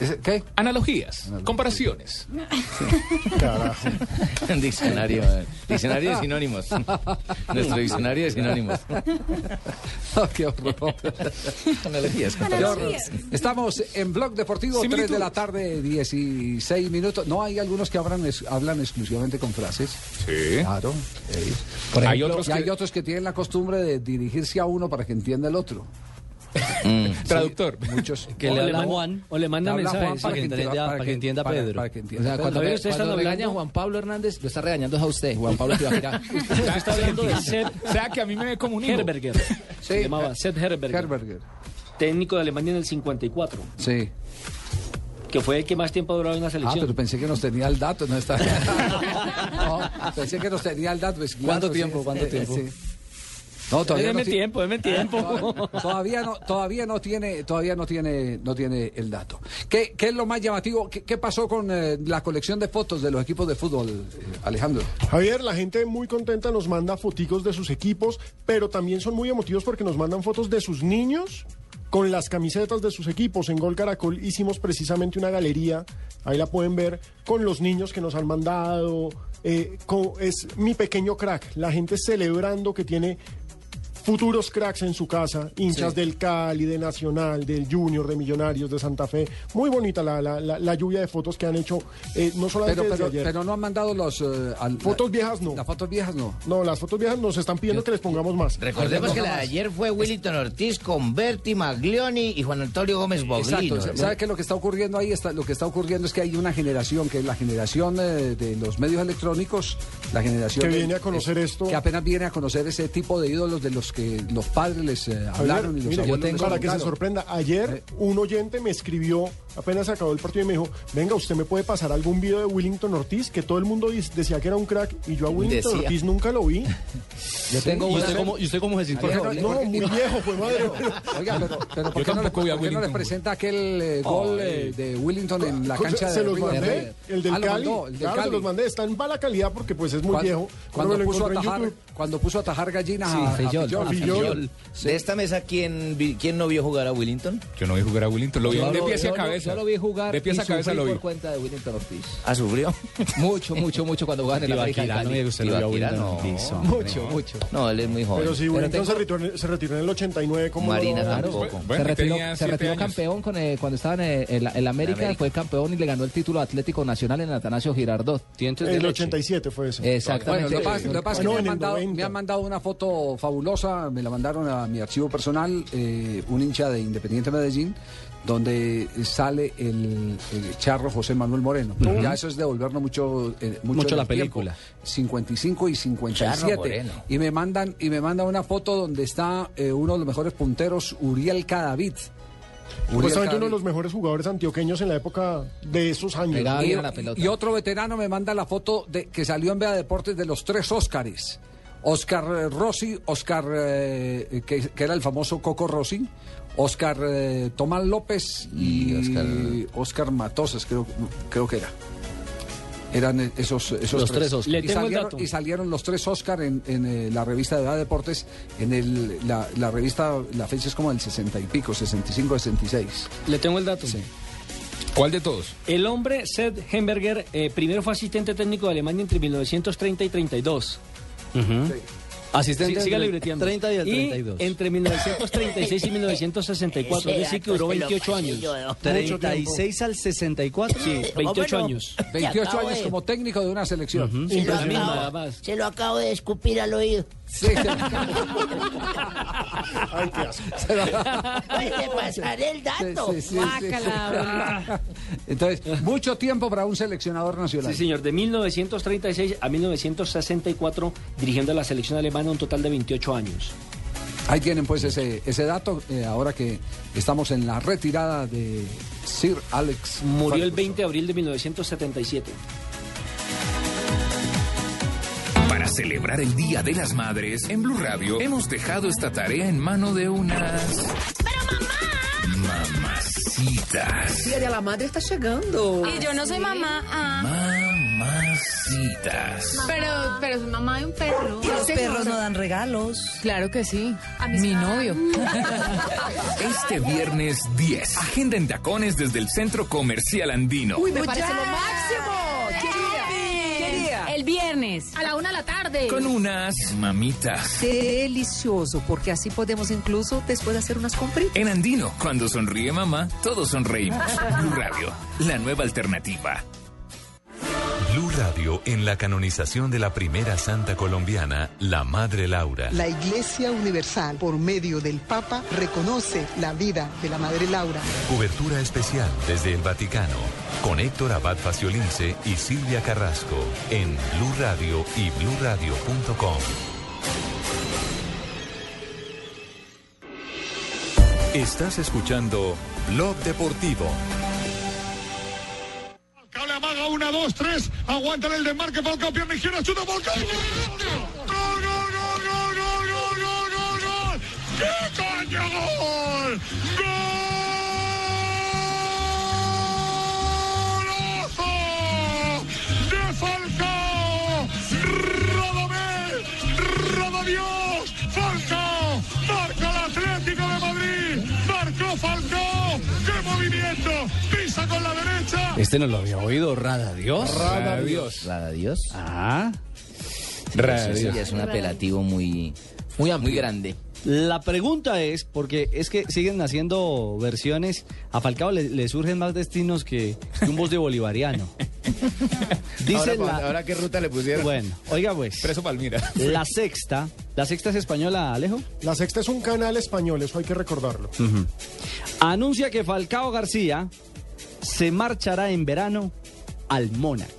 S4: Ese- ¿Qué?
S17: Analogías, comparaciones. *laughs*
S5: Carajo.
S10: diccionario, eh, diccionario de
S4: *laughs*
S10: sinónimos. Nuestro diccionario de sinónimos.
S4: Qué horror.
S10: Analogías,
S4: Qué horror. Estamos en Blog Deportivo, 3 de la tarde, 16 minutos. No hay algunos que hablan, es- hablan exclusivamente con frases.
S17: Sí.
S4: Claro. eh. Por ejemplo, y hay, otros que... tienen la costumbre de dirigirse a uno para que entienda el otro.
S17: Traductor.
S4: Muchos.
S11: *laughs* Que le habla Juan, o le manda
S4: habla
S11: mensajes
S4: Juan
S11: para que entienda- para que entienda
S4: para-
S11: Pedro.
S4: para que
S3: O
S4: entienda
S3: sea,
S4: Pedro.
S3: cuando,
S4: Javier,
S3: ve-
S4: ¿ustedes
S3: cuando
S4: están
S3: regaña a
S4: hablando?
S3: Juan Pablo Hernández, lo está regañando es a usted, Juan Pablo Tibaquirá.
S9: está hablando de Sepp-
S17: O sea, que a mí me comunico.
S9: Herberger. Se llamaba Seth Herberger. Técnico de Alemania en el 54.
S4: Sí.
S9: Que fue el que más tiempo ha durado en la
S4: Ah,
S9: selección.
S4: pero pensé que nos tenía el dato, no está. No, pensé que nos tenía el dato. pues,
S9: ¿Cuánto
S4: claro,
S9: tiempo?
S4: sí,
S9: ¿Cuánto
S4: eh,
S9: tiempo?
S4: sí. No, todavía
S9: Deme
S4: no ti- Ah,
S9: tiempo, deme tiempo.
S4: Todavía no, todavía no tiene, todavía no tiene, no tiene el dato. ¿Qué, qué es lo más llamativo? ¿Qué, qué pasó con eh, la colección de fotos de los equipos de fútbol, eh, Alejandro?
S5: Javier, la gente muy contenta nos manda foticos de sus equipos, pero también son muy emotivos porque nos mandan fotos de sus niños con las camisetas de sus equipos. En Gol Caracol hicimos precisamente una galería, ahí la pueden ver, con los niños que nos han mandado. eh, con- es mi pequeño crack, la gente celebrando que tiene futuros cracks en su casa, hinchas del Cali, de Nacional, del Junior, de Millonarios, de Santa Fe. Muy bonita la, la- la- la lluvia de fotos que han hecho, eh, no solamente
S4: Pero,
S5: desde
S4: pero,
S5: ayer.
S4: pero no han mandado los... eh, al-
S5: Fotos viejas no.
S4: Las fotos viejas no.
S5: No, las fotos viejas nos están pidiendo que les pongamos más.
S6: Recordemos que la de ayer fue Willington Ortiz con Berti Maglioni y Juan Antonio Gómez Boglino.
S4: Exacto. ¿Sabe qué es lo que está ocurriendo ahí? Está, lo que está ocurriendo es que hay una generación, que es la generación eh, de los medios electrónicos, la generación...
S5: Que
S4: de-
S5: viene a conocer
S4: es-
S5: esto.
S4: Que apenas viene a conocer ese tipo de ídolos de los que los padres les eh, hablaron y los
S5: mire,
S4: abuelos les
S5: para que se
S4: contaron.
S5: sorprenda, ayer
S4: Eh.
S5: un oyente me escribió, apenas acabó el partido, y me dijo, venga, usted me puede pasar algún video de Willington Ortiz, que todo el mundo dis- decía que era un crack, y yo a Willington
S11: Decía.
S5: Ortiz nunca lo
S4: *laughs*
S5: vi.
S11: Yo tengo
S5: ¿Y
S11: una-
S5: usted
S11: cómo- y usted cómo se
S5: ¿Por qué no, no, muy viejo, fue madre.
S4: *laughs* Oiga, pero, pero ¿por
S5: Yo
S4: qué no le,
S5: tampoco vi a
S4: por qué no le
S5: Willington.
S4: presenta aquel eh,
S5: Oh,
S4: gol eh, de Willington
S5: *laughs*
S4: en la
S5: Co-
S4: cancha de
S5: se los
S4: River
S5: mandé,
S4: Plate?
S5: el del
S4: Ah, lo
S5: Cali,
S4: mandó, el del
S5: claro, se
S4: Cali.
S5: los mandé, está en mala calidad porque pues es muy
S4: Cuando-
S5: viejo.
S4: Cuando,
S5: Pero lo
S4: puso a
S5: encontré en
S4: atajar,
S5: YouTube.
S4: cuando puso a atajar gallina
S6: Sí,
S4: a, a
S6: Fillol,
S4: Fillol.
S6: a Fillol. De esta mesa, ¿quién, vi- quién no vio jugar a Willington?
S34: Yo no vi jugar a Willington, *laughs* lo vi
S6: Yo
S34: de
S6: lo-
S34: pies
S6: yo
S34: a
S6: lo-
S34: cabeza.
S3: Yo lo vi jugar
S34: De pies
S3: y
S34: a cabeza
S3: sufrí
S34: lo vi.
S3: por cuenta de Willington Ortiz.
S6: ¿Ah, sufrió?
S3: Mucho, mucho, mucho cuando jugaban en la América. de
S11: Tibaquirá,
S3: Cali.
S11: no, usted lo vio a
S3: Tibaquirá,
S11: Willington
S3: no.
S11: Ortiz, hombre,
S3: Mucho,
S11: Oh. no.
S3: mucho.
S6: No, él es muy joven.
S5: Pero si
S3: Pero
S5: Willington
S3: tengo-
S5: se retiró- se retiró en el 89, como
S6: Marina
S3: Claro,
S6: tampoco.
S3: se
S6: Bueno,
S3: retiró,
S6: tenía
S3: se
S6: siete
S3: retiró
S6: años.
S3: campeón con, eh, cuando estaba en, eh, en la, en la América,
S6: América.
S3: fue campeón y le ganó el título a Atlético Nacional en Atanasio Girardot.
S5: El 87 fue ese.
S4: Bueno,
S3: Exactamente.
S4: lo que pasa- lo que pasa es que
S5: Bueno, en
S4: me han,
S5: el
S4: mandado, me han mandado una foto fabulosa, me la mandaron a mi archivo personal, eh, un hincha de Independiente Medellín, donde sale el, el charro José Manuel Moreno.
S3: Ujú.
S4: Ya eso es devolvernos mucho, eh, mucho,
S3: Mucho
S4: del
S3: la
S4: tiempo.
S3: película.
S4: 55 y 57.
S3: Charro Moreno.
S4: Y me mandan y me manda una foto donde está eh, uno de los mejores punteros, Uriel Cadavid. Uriel
S5: Supuestamente Pues uno de
S4: Cadavid.
S5: los mejores jugadores antioqueños en la época de esos años.
S4: Y- y otro veterano me manda la foto de que salió en Vea Deportes de los tres Óscares. Oscar eh, Rossi, Oscar, eh, que, que era el famoso Coco Rossi, Oscar eh, Tomás López y, Oscar... Matosas, creo, creo que era. Eran eh, esos, esos
S3: Los tres Óscar. Le
S4: Y
S3: tengo el
S4: salieron,
S3: dato.
S4: y salieron los tres Oscar en, en, eh, la revista de Edad Deportes, en el, la, la revista, la fecha es como del 60 y pico, 65, 66.
S9: Le tengo el dato.
S34: ¿Cuál de todos?
S9: El hombre Seth Hemberger eh, primero fue asistente técnico de Alemania entre 1930 y 32.
S11: Asistente
S9: Sí, siga
S11: entre el
S9: libreteando.
S11: 30 y el 32.
S9: Y entre 1936 y 1964, Este es
S11: Ese
S9: decir, que
S11: dato
S9: duró
S11: se lo
S9: 28
S11: pasé
S9: años.
S11: yo, ¿no? 36 al 64.
S9: Sí, 28 años.
S4: 28
S9: acabo
S4: años
S9: de-
S4: como técnico de una selección.
S9: Se lo acabo-
S4: Nada más.
S20: Se lo acabo de escupir al oído. *laughs*
S5: Ay, qué asco.
S20: Pues te pasaré el dato. Ah,
S4: Sí, sí, sí, sí.
S3: *laughs*
S4: Entonces, mucho tiempo para un seleccionador nacional.
S9: Sí, señor, de 1936 a 1964, dirigiendo a la selección alemana un total de 28 años.
S4: Ahí tienen pues ese, ese dato, eh, ahora que estamos en la retirada de Sir Alex.
S9: Murió el
S4: Ferguson.
S9: 20 de abril de 1977.
S17: Para celebrar el Día de las Madres, en Blue Radio hemos dejado esta tarea en mano de unas. ¡Pero mamá! Mamacitas.
S22: Dia de la Madre está chegando.
S14: Y yo no soy mamá. Ah.
S17: Mamacitas.
S14: Pero, pero soy mamá de un perro.
S22: Los perros no dan regalos.
S14: Claro que sí. A mi *laughs* novio.
S17: Este viernes 10. Agenda en tacones desde el Centro Comercial Andino.
S22: Uy, me parece lo máximo. Quería. Quería.
S14: El viernes. A la una de la tarde.
S17: Con unas mamitas.
S22: Delicioso, porque así podemos incluso después hacer unas compritas.
S17: En Andino, cuando sonríe mamá, todos sonreímos. Blue Radio, la nueva alternativa.
S1: Blue Radio en la canonización de la primera santa colombiana, la Madre Laura.
S33: La Iglesia Universal, por medio del Papa, reconoce la vida de la Madre Laura.
S1: Cobertura especial desde el Vaticano con Héctor Abad Faciolince y Silvia Carrasco en Blue Radio y bluradio.com. Estás escuchando Blog Deportivo.
S35: Cable amaga, una, dos, tres. Aguantan el desmarque, Falcao, pierna izquierda, chuta, Falcao. ¡Gol, gol, gol, gol, gol, gol, gol, gol, gol! ¡Qué coño gol! ¡Golazo de Falcao! ¡Rodomel! ¡Rododios! ¡Falcao! ¡Marca el Atlético de Madrid! ¡Marcó Falcao! ¡Qué movimiento! ¡Pisa con la derecha!
S11: Este no lo había oído, Rada Dios.
S33: Rada
S11: Dios.
S6: Rada Dios.
S11: Ah.
S10: Radio. Eso ya es un apelativo muy, muy, muy grande.
S11: La pregunta es, porque es que siguen haciendo versiones, a Falcao le, le surgen más destinos que, que un voz de
S10: *laughs*
S11: bolivariano.
S10: ahora,
S11: Dice
S10: pa-
S11: la,
S10: ahora qué ruta le pusieron.
S11: Bueno, oiga pues.
S10: Preso Palmira.
S11: la sexta, ¿la sexta es española, Alejo?
S5: La sexta es un canal español, eso hay que recordarlo.
S11: Anuncia que Falcao García se marchará en verano al Mónaco.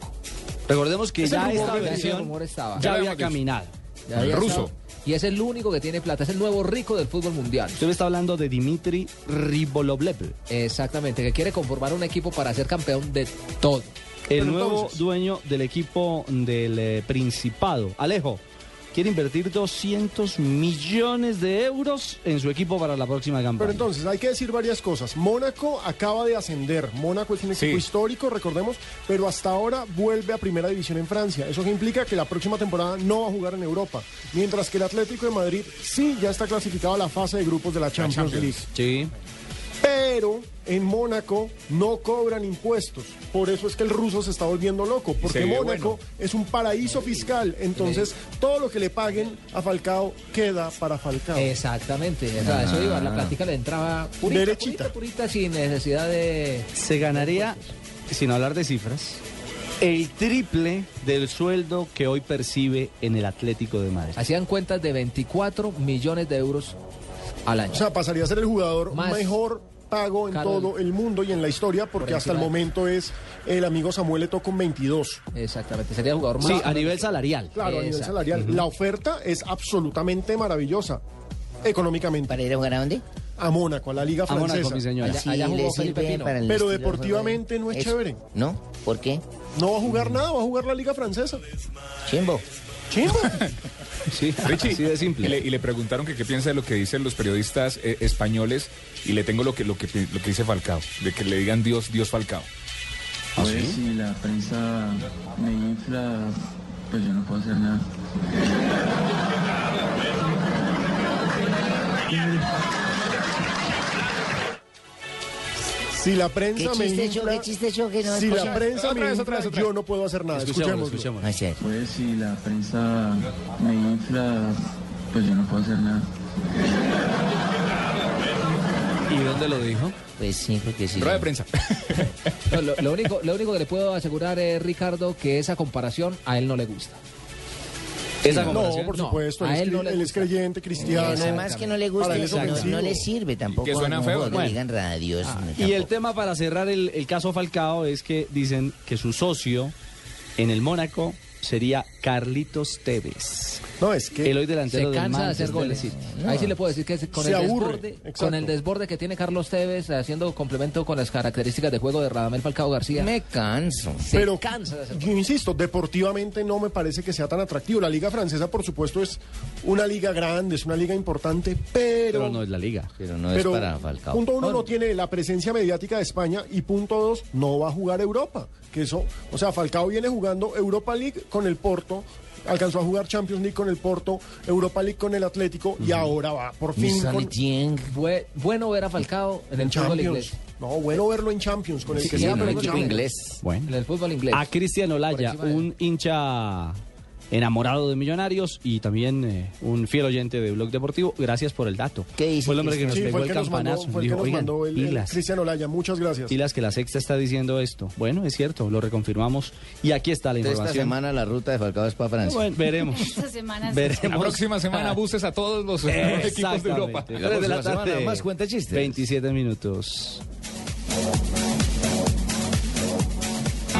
S11: Recordemos que
S3: Ese
S11: ya
S3: rumor
S11: esta
S3: venía, ese
S11: versión
S3: rumor estaba.
S11: ya
S3: Ya
S11: había
S3: habíamos dicho.
S11: caminado.
S3: Ya había estado. Y es el único que tiene plata, es el nuevo rico del fútbol mundial.
S11: Usted me está hablando de Dimitri Ribolovlev.
S3: Exactamente, que quiere conformar un equipo para ser campeón de todo.
S11: El nuevo dueño del equipo del eh, Principado, Alejo, quiere invertir 200 millones de euros en su equipo para la próxima
S5: Pero
S11: campaña.
S5: entonces, hay que decir varias cosas. Mónaco acaba de ascender. Mónaco es un equipo histórico, recordemos, pero hasta ahora vuelve a primera división en Francia. Eso que implica que la próxima temporada no va a jugar en Europa. Mientras que el Atlético de Madrid sí ya está clasificado a la fase de grupos de la Champions,
S11: Champions.
S5: League.
S11: Sí.
S5: Pero en Mónaco no cobran impuestos. Por eso es que el ruso se está volviendo loco. Porque
S17: vive
S5: Mónaco es un paraíso fiscal. Entonces, todo lo que le paguen a Falcao queda para Falcao.
S3: Exactamente, o sea, eso iba,
S11: Ah.
S3: la plática le entraba purita,
S5: Derechita.
S3: purita, purita, sin necesidad de...
S11: Se ganaría, sin hablar de cifras, el triple del sueldo que hoy percibe en el Atlético de Madrid.
S3: Hacían cuentas de 24 millones de euros al año.
S5: O sea, pasaría a ser el jugador
S3: Más
S5: mejor pago en
S3: caro.
S5: todo el mundo y en la historia, porque
S3: Por
S5: hasta el
S3: encima de-
S5: momento es el amigo Samuel Eto'o con 22.
S3: Exactamente, sería el jugador más...
S11: Sí, a nivel salarial.
S5: Claro, a nivel
S3: Exacto.
S5: salarial. La oferta es absolutamente maravillosa, económicamente. ¿Para
S20: ir a jugar a dónde?
S5: A Mónaco, a la Liga
S11: A Mónaco,
S5: Francesa.
S11: mi señora.
S20: Allá-
S5: Sí,
S20: allá
S5: le
S20: jugó
S5: sirve
S20: Felipe Pino.
S5: para el Pero estilo de deportivamente no es
S20: Eso.
S5: chévere.
S20: ¿No? ¿Por qué?
S5: No va a
S3: Mm.
S5: jugar nada, va a jugar la Liga Francesa.
S20: Chimbo.
S5: Chimbo.
S20: *laughs*
S11: Sí,
S17: *laughs* Richie,
S11: así de simple.
S17: Y le, y le preguntaron que qué piensa de lo que dicen los periodistas eh, españoles y le tengo lo que, lo, que, pi- lo que dice Falcao, de que le digan Dios, Dios Falcao.
S36: Pues si la prensa me infla, pues yo no puedo hacer nada.
S5: Si la
S20: ¿Qué
S5: prensa me
S20: chiste
S5: infla-
S20: yo? ¿Qué chiste yo? Que no
S5: si la
S20: escuché?
S5: prensa me infla, yo no puedo
S4: Ah,
S5: hacer nada.
S36: Escuchémoslo,
S5: Escuchémoslo.
S36: Pues si la prensa me infla, pues yo no puedo hacer nada.
S11: ¿Y dónde lo dijo?
S20: Pues sí, porque sí.
S17: Rueda de prensa.
S3: No, lo, lo único, lo único que le puedo asegurar, eh, Ricardo, que esa comparación a él no le gusta.
S20: Esa
S5: No,
S20: comparación.
S5: por
S20: No,
S5: supuesto,
S3: a
S5: él, es
S3: él no
S5: cre-
S3: le
S5: él es creyente, cristiano.
S20: Además que no le
S5: Para
S20: gusta,
S5: él es
S20: no,
S5: ofensivo.
S20: no le sirve tampoco.
S17: Que suenan
S20: no,
S17: feos,
S20: no
S17: bueno.
S20: digan radios.
S5: Ah.
S11: Y el tema para cerrar el, el caso Falcao es que dicen que su socio en el Mónaco sería Carlitos Tevez.
S5: No, es que
S11: el hoy
S3: Se
S11: delantero del
S3: cansa de
S11: Manchester
S3: hacer goles.
S11: City.
S3: Ahí sí le puedo decir que es- con,
S5: Se
S3: el
S5: aburre,
S3: desborde,
S5: exacto.
S3: con el desborde que tiene Carlos Tevez, haciendo complemento con las características de juego de Radamel Falcao García.
S20: Me canso.
S3: se
S5: Pero
S3: cansa de hacer
S5: yo insisto, deportivamente no me parece que sea tan atractivo. La liga francesa, por supuesto, es una liga grande, es una liga importante, pero...
S11: Pero no es la liga.
S10: Pero no
S5: pero,
S10: es para Falcao.
S5: Punto uno,
S10: No,
S5: no tiene la presencia mediática de España y punto dos, no va a jugar Europa. Que eso, o sea, Falcao viene jugando Europa League con el Porto, alcanzó a jugar Champions League con el Porto, Europa League con el Atlético y ahora va por
S20: Mi
S5: fin con,
S20: Tieng.
S3: Fue bueno ver a Falcao en el fútbol
S5: Champions.
S3: inglés.
S5: No, bueno verlo en Champions con el
S3: Sí,
S5: que
S3: sí,
S5: sea,
S3: en un
S5: pero en
S3: equipo
S5: Champions.
S11: Bueno.
S3: En el fútbol inglés.
S11: A Cristian Olaya,
S3: encima de-
S11: un hincha enamorado de Millonarios y también eh, un fiel oyente de Blog Deportivo. Gracias por el dato.
S20: ¿Qué dice
S11: Fue el hombre que nos
S5: Sí,
S11: pegó
S5: fue el
S11: el
S5: que nos mandó,
S11: campanazo.
S5: fue el que
S11: Dijo,
S5: nos
S11: "Oigan,
S5: mandó el, el
S11: pilas,
S5: Cristian Olaya. Muchas gracias.
S11: pilas que la sexta está diciendo esto. Bueno, es cierto, lo reconfirmamos. Y aquí está la
S10: Entonces,
S11: información.
S10: esta semana la ruta de Falcao es para Francia.
S11: Bueno,
S37: *laughs*
S11: veremos.
S37: Esta semana sí.
S17: La
S11: Veremos. Ah,
S17: próxima semana buses a todos los eh, equipos de Europa.
S11: Exactamente. Tres de la
S10: próxima
S11: tarde.
S10: semana, más cuenta chistes.
S11: 27 minutos.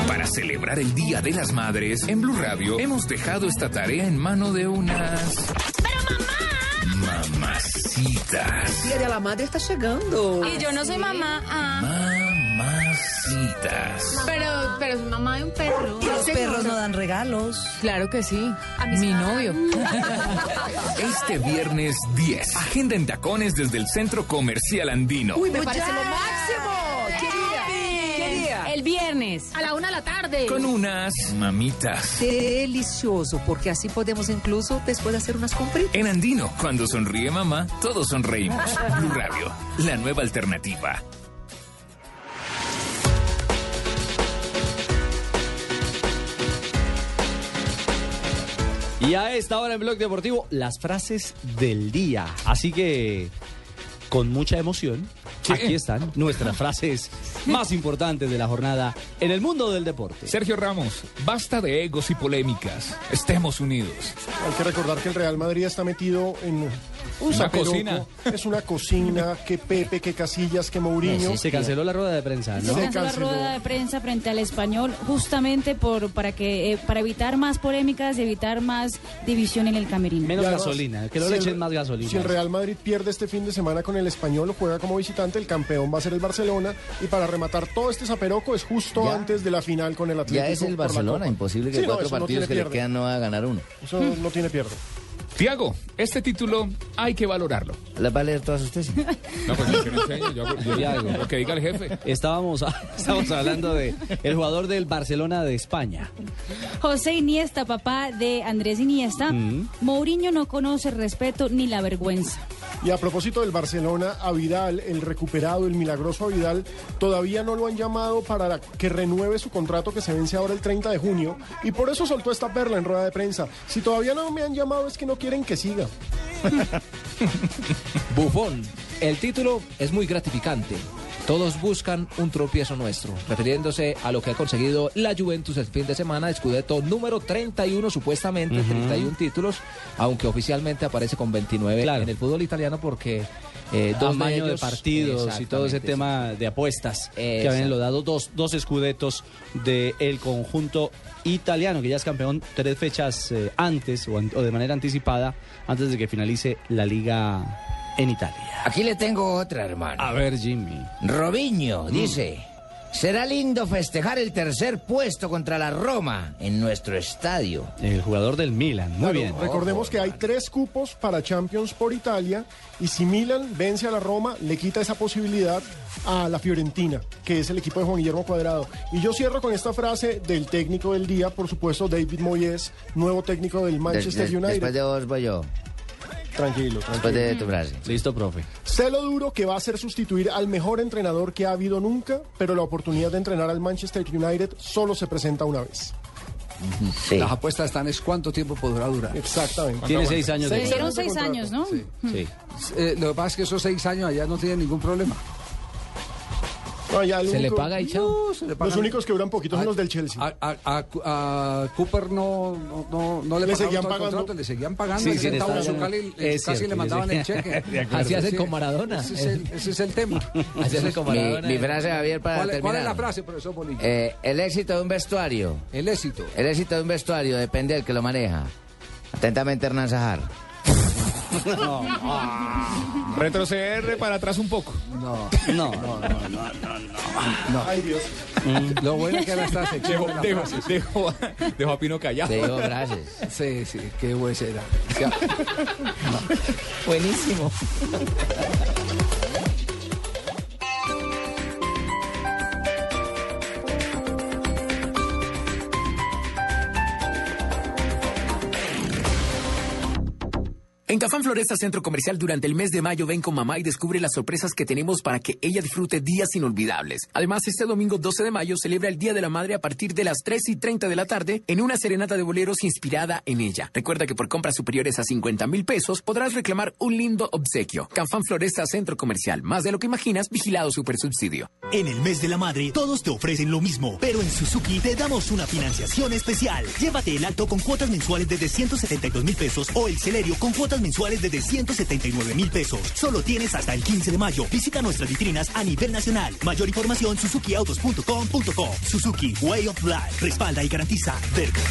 S18: Para celebrar el Día de las Madres, en Blue Radio hemos dejado esta tarea en mano de unas. ¡Pero mamá! Mamacitas.
S22: Día de la Madre está llegando.
S37: Y yo no soy mamá. Ah,
S18: Mamacitas.
S37: pero, pero soy mamá de un perro.
S22: Los perros no dan regalos.
S37: Claro que sí. A mi
S14: *laughs*
S37: novio.
S18: Este viernes 10. Agenda en tacones desde el Centro Comercial Andino.
S22: Uy, me parece lo máximo. ¿Qué día? ¿Qué día?
S37: El viernes. A la una de la tarde.
S18: Con unas mamitas.
S22: Delicioso, porque así podemos incluso después hacer unas compritas.
S18: En Andino, cuando sonríe mamá, todos sonreímos. Blue Radio, la nueva alternativa.
S11: Y a esta hora en Blog Deportivo, las frases del día. Así que, con mucha emoción, aquí están nuestras frases más importantes de la jornada en el mundo del deporte.
S17: Sergio Ramos, basta de egos y polémicas. Estemos unidos.
S5: Hay que recordar que el Real Madrid está metido en
S17: Una
S5: zaperoco.
S17: cocina.
S5: Es una cocina, que Pepe, que Casillas, que Mourinho.
S11: Se canceló la rueda de prensa, ¿no?
S8: Se canceló la rueda de prensa frente al español justamente por para que eh, para evitar más polémicas y evitar más división en el camerino.
S11: Menos
S5: Y además,
S11: gasolina, que no
S5: si
S11: le
S5: el-
S11: echen más gasolina.
S5: Si el Real Madrid pierde este fin de semana con el español o juega como visitante, el campeón va a ser el Barcelona. Y para rematar todo este zaperoco es justo
S10: Ya.
S5: antes de la final con el Atlético.
S10: Ya es el
S5: por la
S10: Barcelona,
S5: Copa.
S10: imposible que
S5: Sí, no,
S10: cuatro
S5: eso no tiene
S10: partidos que le
S5: pierde.
S10: quedan no va a ganar uno.
S5: Eso no tiene pierde.
S17: Tiago, este título hay que valorarlo.
S10: ¿Las va a leer todas ustedes?
S17: No, pues yo que no enseño, yo, hago- yo-
S11: Tiago.
S17: lo que diga el jefe.
S11: Estábamos, *laughs* estábamos hablando de el jugador del Barcelona de España.
S8: José Iniesta, papá de Andrés Iniesta,
S11: Mm.
S8: Mourinho no conoce el respeto ni la vergüenza.
S5: Y a propósito del Barcelona, a Vidal, el recuperado, el milagroso a Vidal, todavía no lo han llamado para la- que renueve su contrato que se vence ahora el 30 de junio. Y por eso soltó esta perla en rueda de prensa. Si todavía no me han llamado es que no quieren que siga.
S3: Bufón, el título es muy gratificante. Todos buscan un tropiezo nuestro, refiriéndose a lo que ha conseguido la Juventus el fin de semana, Scudetto número 31 supuestamente,
S11: Ujú.
S3: 31 títulos, aunque oficialmente aparece con 29 en el fútbol italiano porque eh, dos de,
S11: Tamaño de,
S3: ellos-
S11: partidos y todo ese
S3: Exactamente,
S11: tema de apuestas que
S3: Exacto.
S11: habían logrado dos, dos escudetos del conjunto italiano, que ya es campeón tres fechas eh, antes o, an- o de manera anticipada, antes de que finalice la liga en Italia.
S20: Aquí le tengo otra, hermano.
S11: A ver, Jimmy.
S20: Robinho
S11: Mm.
S20: dice, será lindo festejar el tercer puesto contra la Roma en nuestro estadio.
S11: El jugador del Milan, muy bien.
S20: *laughs*
S5: Recordemos que hay tres cupos para Champions por Italia y si Milan vence a la Roma, le quita esa posibilidad a la Fiorentina, que es el equipo de Juan Guillermo Cuadrado. Y yo cierro con esta frase del técnico del día, por supuesto, David Moyes, nuevo técnico del Manchester
S20: Des- des-
S5: United.
S20: Después de vos voy yo.
S5: Tranquilo,
S20: Después de tu frase.
S11: Listo, profe.
S5: Sé lo duro que va a ser sustituir al mejor entrenador que ha habido nunca, pero la oportunidad de entrenar al Manchester United solo se presenta una vez.
S4: Las apuestas están es cuánto tiempo podrá durar.
S5: Exactamente.
S11: Tiene seis años de
S8: Se hicieron
S11: contrato.
S8: seis años, ¿no?
S11: Sí.
S4: Eh, lo que pasa es que esos seis años allá no tienen ningún problema.
S5: No, Ah, ya el
S4: Se le
S5: único-
S4: paga y chao. No, se le paga.
S5: Los únicos que duran poquito son los del Chelsea.
S4: A, a- a Cu- a Cooper no, no, no, no le,
S5: Le
S4: pagaban
S5: seguían
S4: todo el
S5: pagando.
S4: contrato, le seguían pagando,
S5: Sí,
S4: le
S5: sí, le
S4: sentaban
S5: estaban-
S4: su cali- le-
S5: es
S4: casi
S5: cierto,
S4: le mandaban
S5: sí.
S4: el cheque.
S5: De acuerdo. Así hacen
S4: Sí,
S5: con Maradona.
S4: Ese es el, ese es
S6: *laughs*
S20: *laughs*
S4: el tema.
S20: Así hacen con Mi- Maradona. mi frase, Javier, para
S4: ¿Cuál, es- ¿Cuál es
S20: terminar?
S4: la frase, profesor Bolillo?
S20: Eh, el éxito de un vestuario.
S4: El éxito.
S20: El éxito de un vestuario depende del que lo maneja. Atentamente, Hernán Sajar.
S17: *laughs* Retroceder para atrás un poco.
S4: No,
S11: no,
S4: no, no, no, no. Mm.
S5: Ay, Dios.
S4: Lo bueno es que ahora está sección
S17: Dejo,
S4: de las
S17: dejo,
S4: frases.
S17: dejo, dejo a Pino callado.
S4: Sí, sí, qué buen será.
S20: Buenísimo.
S24: En Cafán Floresta Centro Comercial durante el mes de mayo ven con mamá y descubre las sorpresas que tenemos para que ella disfrute días inolvidables. Además, este domingo 12 de mayo celebra el Día de la Madre a partir de las 3 y 30 de la tarde en una serenata de boleros inspirada en ella. Recuerda que por compras superiores a 50 mil pesos podrás reclamar un lindo obsequio. Cafán Floresta Centro Comercial, más de lo que imaginas, vigilado super subsidio.
S27: En el mes de la madre, todos te ofrecen lo mismo, pero en Suzuki te damos una financiación especial. Llévate el alto con cuotas mensuales desde 172 mil pesos o el Celerio con cuotas mensuales desde 179 mil pesos. Solo tienes hasta el 15 de mayo. Visita nuestras vitrinas a nivel nacional. Mayor información suzukiautos.com.co. Suzuki Way of Life respalda y garantiza. Verga.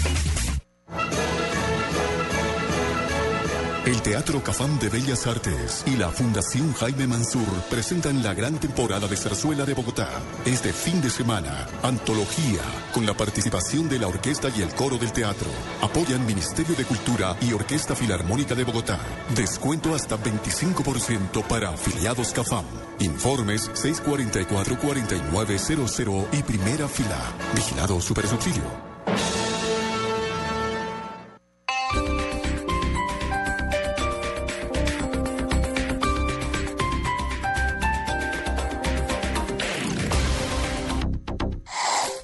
S38: El Teatro Cafam de Bellas Artes y la Fundación Jaime Mansur presentan la gran temporada de zarzuela de Bogotá. Este fin de semana, Antología, con la participación de la orquesta y el coro del teatro. Apoyan Ministerio de Cultura y Orquesta Filarmónica de Bogotá. Descuento hasta 25% para afiliados Cafam. Informes 644-4900 y primera fila. Vigilado Supersubsidio.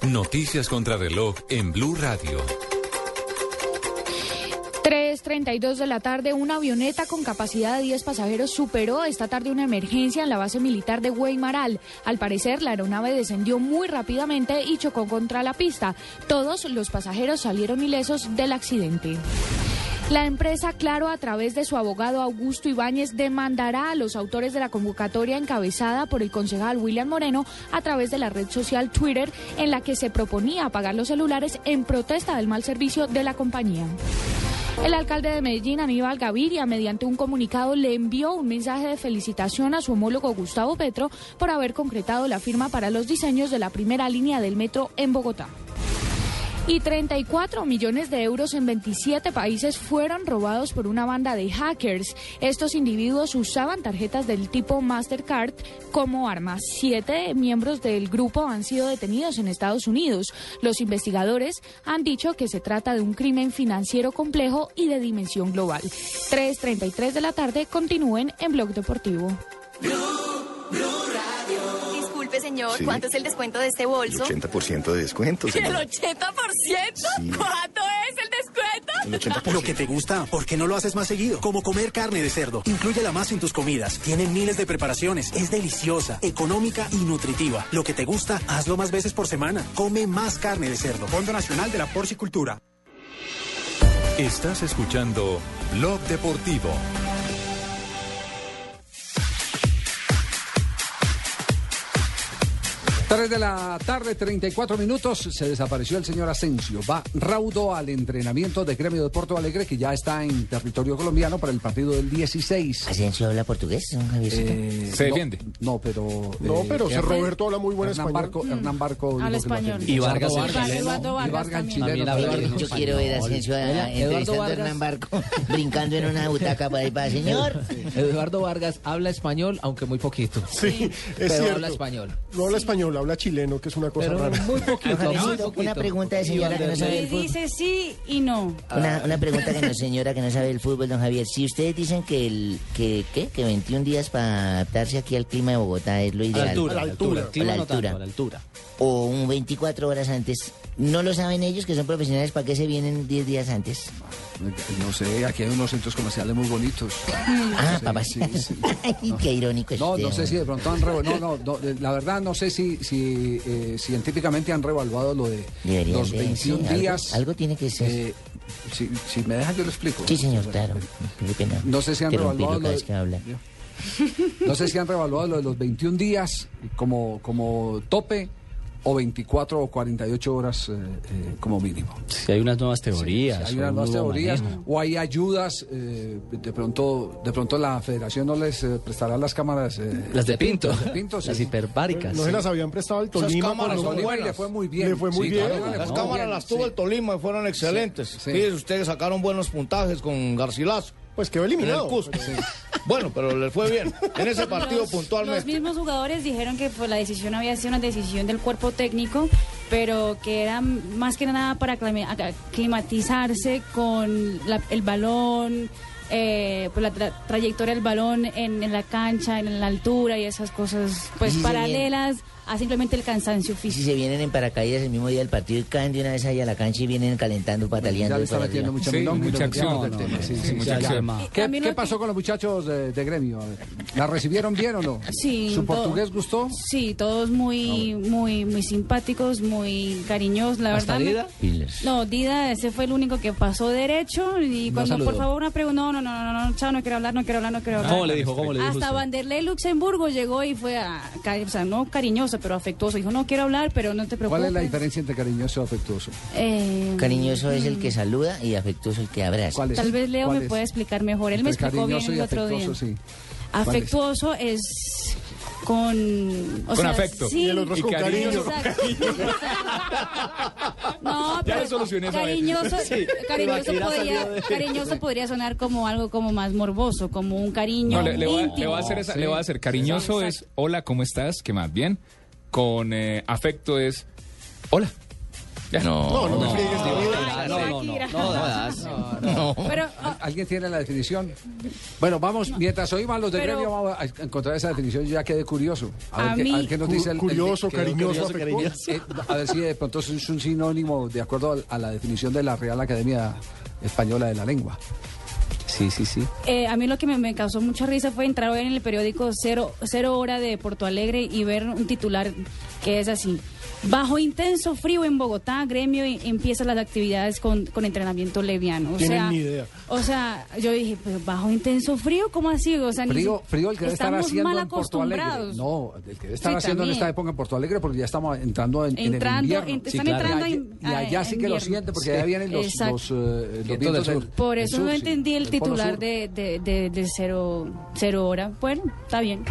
S1: Noticias contra reloj en Blue Radio.
S8: Tres
S14: 2.32 de la tarde, una avioneta con capacidad de 10 pasajeros superó esta tarde una emergencia en la base militar de Guaymaral. Al parecer, la aeronave descendió muy rápidamente y chocó contra la pista. Todos los pasajeros salieron ilesos del accidente. La empresa Claro, a través de su abogado Augusto Ibáñez, demandará a los autores de la convocatoria encabezada por el concejal William Moreno a través de la red social Twitter, en la que se proponía apagar los celulares en protesta del mal servicio de la compañía. El alcalde de Medellín, Aníbal Gaviria, mediante un comunicado le envió un mensaje de felicitación a su homólogo Gustavo Petro por haber concretado la firma para los diseños de la primera línea del metro en Bogotá. Y 34 millones de euros en 27 países fueron robados por una banda de hackers. Estos individuos usaban tarjetas del tipo Mastercard como armas. Siete miembros del grupo han sido detenidos en Estados Unidos. Los investigadores han dicho que se trata de un crimen financiero complejo y de dimensión global. 3.33 de la tarde continúen en Blog Deportivo.
S12: Disculpe, señor,
S23: Sí.
S12: ¿cuánto es el descuento de este bolso?
S23: 80% de descuento.
S12: ¿El
S23: señora.
S12: 80%? ¿Cuánto es el descuento?
S27: Lo que te gusta, ¿por qué no lo haces más seguido? Como comer carne de cerdo. Incluye la masa en tus comidas. Tiene miles de preparaciones. Es deliciosa, económica y nutritiva. Lo que te gusta, hazlo más veces por semana. Come más carne de cerdo. Fondo Nacional de la Porcicultura.
S1: Estás escuchando Blog Deportivo.
S4: Tres de la tarde, 34 minutos. Se desapareció el señor Asensio. Va raudo al entrenamiento de Gremio de Porto Alegre, que ya está en territorio colombiano para el partido del 16.
S20: ¿Asensio habla portugués, don Javiercito?
S4: no, No, pero. eh,
S5: No, pero
S4: ¿quién
S5: Sir
S4: fue?
S5: Roberto habla muy buen
S4: Hernán
S5: español.
S4: Barco, Hernán Barco. dijo
S8: Habla
S4: que lo
S8: español.
S4: atendía.
S8: Y Vargas, el Eduardo chileno.
S20: Vargas,
S8: Eduardo Vargas
S4: Y Vargas, el
S8: también.
S4: chileno.
S8: También
S4: habla
S8: habla
S4: bien
S20: Yo
S4: español.
S20: quiero ver a Asensio a-
S3: Hola, Eduardo
S20: entrevistando a
S3: Vargas.
S20: Hernán Barco, brincando en una butaca
S21: *laughs*
S20: para ir para señor.
S3: *laughs* Eduardo Vargas habla español, aunque muy poquito.
S5: Sí, es
S3: pero
S5: cierto.
S3: habla español.
S5: No habla español, habla chileno, que es una cosa
S3: Pero
S5: rara.
S3: muy poquito,
S20: Don Javiercito, una pregunta de señora que no sabe
S8: Y
S20: el fútbol.
S8: dice sí y no.
S11: Ah.
S20: Una, una pregunta que no,
S11: *laughs*
S20: señora que no sabe el fútbol, don Javier. Si ustedes dicen que el que, ¿qué? que 21 días para adaptarse aquí al clima de Bogotá es lo
S11: A
S20: ideal.
S11: la altura, a la altura.
S20: O la
S11: Clima no tanto,
S20: altura.
S11: a la altura.
S20: O un 24 horas antes. ¿No lo saben ellos que son profesionales? ¿Para qué se vienen 10 días antes?
S4: Eh,
S26: No sé, aquí hay unos centros comerciales muy bonitos.
S20: Ah, papá. *laughs* Ay, qué irónico es
S4: No,
S20: usted,
S4: no sé
S20: hombre.
S4: si de pronto han revaluado. No, no, no, eh, la verdad no sé si, si eh, científicamente han revaluado lo de
S20: Deberían
S4: los
S20: de,
S4: 21
S20: sí, algo-
S4: días.
S20: Algo, tiene que ser.
S4: Eh, si, si me dejan, yo lo explico.
S20: sí, señor, claro. Qué pena.
S4: No sé si han
S20: Interrumpirlo
S4: revaluado
S20: cada
S4: lo de-
S20: vez que habla.
S4: No sé si han revaluado lo de los 21 días como, como tope o 24 o 48 horas eh, eh, como mínimo.
S11: Si hay unas nuevas teorías.
S4: Hay
S11: un
S4: unas nuevas
S11: nuevo
S4: teorías
S11: manejo.
S4: o hay ayudas. eh, de pronto de pronto la federación no les eh, prestará las cámaras. eh,
S11: Las de Pinto.
S4: Las, de Pinto, sí.
S11: Las hiperbáricas.
S5: No se
S11: Sí.
S5: las habían prestado al Tolima. por
S4: cámaras
S5: lo
S4: son
S5: menos.
S4: buenas. Le fue muy bien.
S5: Le fue muy
S4: Sí,
S5: bien. Las
S4: claro, claro.
S5: cámaras-
S4: Muy
S21: cámaras
S4: bien,
S21: las tuvo
S4: sí.
S21: el Tolima y fueron excelentes.
S4: sí.
S21: Fíjese, ustedes sacaron buenos puntajes con Garcilaso.
S5: Pues quedó
S21: En
S5: eliminado.
S21: el Cusco. Bueno, pero les fue bien. En ese
S8: *laughs*
S21: partido
S8: Los- Los
S21: puntualmente.
S8: mismos jugadores dijeron que pues, la decisión había sido una decisión del cuerpo técnico, pero que era más que nada para aclame- ac- aclimatizarse con la- el balón, eh, pues, la tra- trayectoria del balón en, en la cancha, en la altura y esas cosas pues
S20: Sí, sí,
S8: paralelas a simplemente el cansancio
S20: Y si
S8: físico.
S20: se vienen en paracaídas el mismo día del partido y caen de una vez ahí a la cancha y vienen calentando, pataleando.
S4: Ya
S20: y
S4: le está
S20: para
S4: metiendo
S20: arriba.
S4: mucha milonga y
S17: mucha
S4: lo-
S17: acción
S4: no,
S17: del
S4: no,
S17: tema,
S4: no,
S17: sí,
S4: sí,
S17: sí, mucha
S4: ya.
S17: acción.
S4: ¿Qué,
S8: También
S4: qué
S8: Eh, lo que-
S4: pasó con los muchachos de, de gremio? A ver, ¿La recibieron bien o no?
S8: Sí,
S4: ¿Su
S8: todo-
S4: portugués gustó?
S8: Sí, todos muy, muy, muy simpáticos, muy cariñosos, la
S3: ¿Hasta
S8: verdad. me-
S3: Dida?
S8: No, Dida, ese fue el único que pasó derecho y
S3: No
S8: cuando
S3: saludó.
S8: por favor una pregunta, no, no, no, no, no, chao, no quiero hablar, no quiero hablar, no quiero hablar.
S11: ¿Cómo le dijo? ¿Cómo le dijo
S8: Hasta
S11: usted?
S8: Vanderlei Luxemburgo llegó y fue, a, ca- o sea, no cariñoso, pero afectuoso. Dijo, no quiero hablar, pero no te preocupes.
S4: ¿Cuál es la diferencia entre cariñoso y afectuoso?
S8: Eh,
S20: Cariñoso es el que saluda y afectuoso el que abraza.
S4: ¿Cuál es?
S8: Tal vez Leo
S4: ¿Cuál
S8: me
S4: es?
S8: pueda explicar mejor. Él me
S4: Entre
S8: explicó bien
S4: cariñoso
S8: el
S4: y
S8: otro día.
S4: afectuoso, sí. ¿Cuál es?
S8: Afectuoso es con... o
S17: Con
S8: sea,
S17: afecto.
S8: sí,
S17: Y el otro es con *laughs* cariño.
S8: exacto. No,
S17: Ya
S8: pero
S17: le solucioné esa vez.
S8: cariñoso,
S17: Sí,
S8: cariñoso,
S17: Ibaquira
S8: podría,
S17: salió de-
S8: cariñoso podría sonar como algo como más morboso, como un cariño
S17: No, le, le voy a,
S8: íntimo.
S17: le voy a hacer esa-
S4: Sí.
S17: le voy a hacer. Cariñoso es hola, ¿cómo estás? ¿Qué más? Bien. Con eh, afecto es hola. Ya.
S4: No, no me friegues,
S17: no,
S4: Diego.
S17: no, no, no, no, no, jodas.
S8: Pero, ah,
S4: ¿Al- ¿Alguien tiene la definición? Bueno, vamos, mientras oímos los de
S8: Pero-
S4: gremio, vamos a encontrar esa definición. Yo ya quedé curioso. A ver,
S8: A
S4: qué,
S8: mí-
S4: a ver qué nos dice el. el-
S5: Curioso,
S4: quedó
S5: cariñoso,
S4: afectuoso. Eh, a ver si de pronto es un sinónimo de acuerdo al- a la definición de la Real Academia Española de la Lengua.
S11: Sí, sí, sí.
S8: Eh, a mí lo que me, me causó mucha risa fue entrar hoy en el periódico Cero, Cero Hora de Porto Alegre y ver un titular que es así. Bajo intenso frío en Bogotá, gremio y- empieza las actividades con, con entrenamiento leviano. O
S6: Tienen
S8: sea,
S6: ni idea.
S8: o sea, yo dije, pero bajo intenso frío, ¿cómo así? O sea, ni
S4: Frío,
S8: si-
S4: frío el que debe estar
S8: estamos
S4: haciendo
S8: mal
S4: en Porto Alegre.
S8: acostumbrados.
S4: No, el que debe estar
S8: Sí,
S4: haciendo en
S8: también.
S4: esta época en Porto Alegre porque ya estamos entrando en, en
S8: Entrando,
S4: el invierno.
S8: en- están entrando
S4: Y allá-
S8: en-
S4: Y allá
S8: a-
S4: sí que lo
S8: invierno.
S4: sienten porque
S8: Sí.
S4: allá vienen los,
S8: Exacto.
S4: los, eh, los
S8: Vientos
S4: vientos del-
S8: Por
S4: del
S8: eso
S4: sur,
S8: no
S4: sí,
S8: entendí el
S4: del polo
S8: titular
S4: sur.
S8: de, de, de- de cero, cero hora. Bueno, está bien.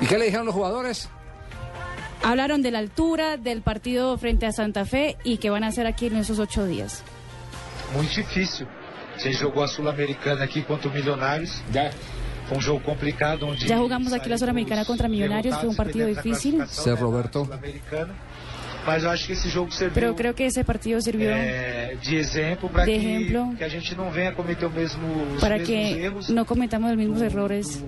S4: ¿Y qué le dijeron los jugadores?
S8: Hablaron de la altura del partido frente a Santa Fe y que van a hacer aquí en esos ocho días.
S37: Muito difícil. A gente jogou a Sul-Americana aqui contra o Milionários. Foi um jogo complicado onde.
S8: Ya jugamos aquí la Sudamericana contra Millonarios, fue un partido difícil,
S4: Ser Roberto.
S37: né, Mas eu acho que esse jogo serviu
S8: pero creo que ese partido sirvió
S37: eh, de exemplo para
S8: De
S37: que,
S8: ejemplo.
S37: que a gente não venha cometer o mesmo, os
S8: para
S37: mesmos
S8: que
S37: erros
S8: no cometamos los mismos errores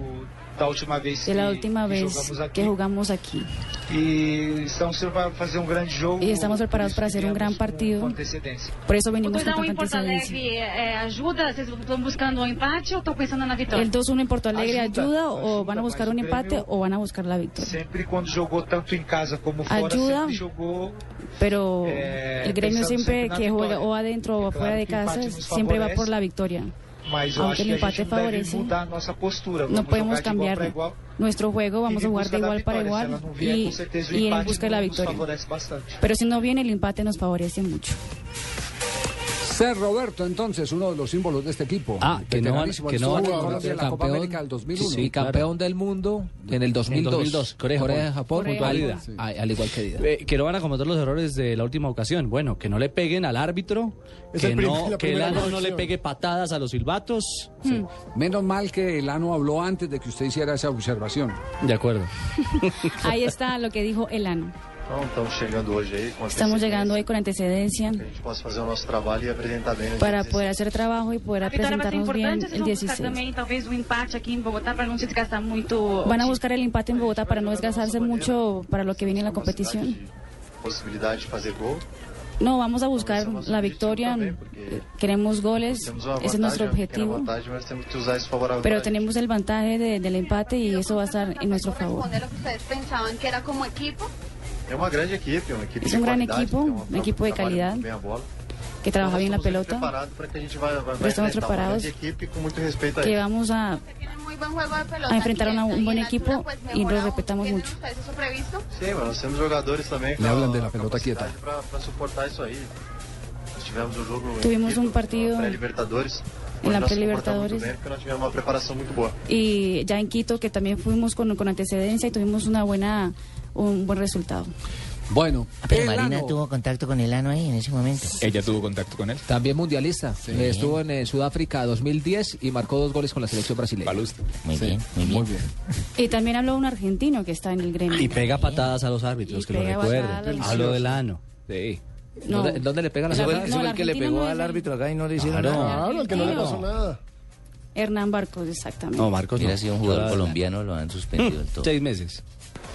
S37: da última vez
S8: de la
S37: que-
S8: última
S37: que
S8: vez
S37: jogamos aqui.
S8: que jogamos aquí.
S37: E estamos para fazer um grande jogo.
S8: Y E estamos preparados para hacer un gran partido.
S37: Antecedência.
S8: Por eso venimos con
S14: Cuidado em
S8: tanta
S14: Porto
S8: antecedencia.
S14: Alegre é, ajuda? Vocês estão buscando o empate ou estão pensando na vitória?
S8: ¿El 2-1 en Porto Alegre
S37: Ayuda,
S8: Ah, ayuda o van a
S37: mas
S8: buscar
S37: o
S8: un empate
S37: premio-
S8: o van a buscar la victoria?
S37: Sempre quando jogou tanto em casa como fora,
S8: Ayuda,
S37: sempre jogou
S8: pero
S37: Eh,
S8: el gremio
S37: pensando siempre
S8: siempre
S37: en la
S8: que juega
S37: victoria.
S8: o adentro o afuera de
S37: que el
S8: casa
S37: empate nos
S8: siempre va
S37: favorece,
S8: por la victoria.
S37: Mas eu acho
S8: Aunque el
S37: que a gente
S8: empate
S37: não deve
S8: favorece,
S37: mudar a nossa postura.
S8: no
S37: Vamos
S8: podemos
S37: jogar de igual
S8: cambiar
S37: para igual.
S8: nuestro juego, vamos a jugar de igual para igual y, y en busca de la victoria. Pero si no viene el empate nos favorece mucho.
S4: Ser Roberto, entonces, uno de los símbolos de este equipo.
S3: Ah, que no van,
S4: Veteranísimo,
S3: que no
S4: estuvo
S3: van
S4: en
S3: a
S4: Colombia en la Copa América del 2001.
S3: Sí, campeón del mundo en el 2002.
S11: 2002, Corea,
S3: Corea, Japón,
S11: Japón. Corea,
S3: al,
S11: Japón, sí.
S3: al- al igual que Dida.
S11: Eh, que no van a cometer los errores de la última ocasión. Bueno, que no le peguen al árbitro,
S4: Es
S11: que,
S4: el prim-
S11: no,
S4: la
S11: que el
S4: primera
S11: árbitro no le
S4: corrección.
S11: pegue patadas a los silbatos.
S8: Hmm.
S4: Menos mal que Elano habló antes de que usted hiciera esa observación.
S11: De acuerdo.
S4: *laughs*
S8: Ahí está lo que dijo *laughs* Elano.
S39: Então, estamos chegando hoje aí com
S8: Estamos
S39: antecedência,
S8: llegando hoy con antecedencia
S39: que a gente possa fazer o nosso trabalho e apresentar bem né? no
S8: para
S39: dia
S8: poder hacer trabajo y poder
S14: A vitória vai ser
S8: presentarnos bien
S14: importante, vocês
S8: el
S14: vão buscar
S8: 16.
S14: também talvez um empate aqui em Bogotá para não se desgastar muito.
S8: Van a buscar el empate en Bogotá para no desgastarse mucho para lo que viene en la competición.
S39: Possibilidade de fazer gol.
S8: No, vamos a buscar la victoria. Queremos goles,
S39: Temos uma vantagem,
S8: ese es nuestro
S39: uma pequena
S8: é objetivo.
S39: vantagem, mas temos que usar isso favoravelmente.
S8: Pero tenemos el vantaje de- del empate y eso va a estar en nuestro favor.
S14: ¿Responde lo que ustedes pensaban que era como equipo?
S39: É uma grande equipe, uma equipe
S8: Es
S39: de
S8: un gran
S39: qualidade,
S8: é um equipo,
S39: que tem uma-
S8: un equipo de
S39: trabalha
S8: calidad
S39: muito bem a bola.
S8: que trabaja bien la pelota,
S39: Preparado para que a gente vai, vai, vai
S8: Pero estamos
S39: enfrentar uma grande
S8: preparados.
S39: equipe com muito respeito a
S8: que
S39: eles.
S8: vamos a,
S14: Muy buen juego de pelota.
S8: a enfrentar a una- un buen equipo
S14: pues,
S8: y lo respetamos mucho.
S14: ¿Ustedes eso previsto?
S39: Sim, mas nós temos jogadores também com
S4: Le hablan
S39: a
S4: de la pelota quieta.
S39: capacidade para para suportar isso aí. Nós tivemos um jogo em
S8: Tuvimos
S39: equipe
S8: um
S39: na
S8: partido
S39: pré-libertadores.
S8: en
S39: onde
S8: la
S39: nós suportamos muito
S8: pré-Libertadores.
S39: bem, porque nós tivemos uma preparação muito boa.
S8: Y ya en Quito, que también fuimos con, con antecedencia y tuvimos una buena, un buen resultado.
S4: Bueno,
S20: Pero
S8: el
S20: Marina
S8: ano.
S20: tuvo contacto con el ano ahí en ese momento.
S40: Ella tuvo contacto con él.
S3: También mundialista. Eh, Estuvo en eh, Sudáfrica 2010 y marcó dos goles con la selección brasileña.
S20: Muy bien, muy bien.
S8: Y también habló un argentino que está en el gremio.
S11: Y pega patadas a los árbitros, que lo
S8: pega patadas a
S11: recuerden.
S8: los
S11: A lo del
S8: árbitros.
S11: ano.
S3: Sí.
S8: No.
S3: ¿Dónde, dónde le pegan las
S8: Ese fue-
S3: patadas?
S8: ese fue el que le pegó
S39: al árbitro acá y no le hicieron
S11: Claro.
S39: nada.
S6: Claro, el que no le pasó nada.
S8: Hernán Barcos, exactamente.
S11: No, Marcos
S20: Hubiera
S11: no.
S20: sido un jugador
S11: Claro.
S20: colombiano, lo han suspendido el todo.
S11: Seis meses.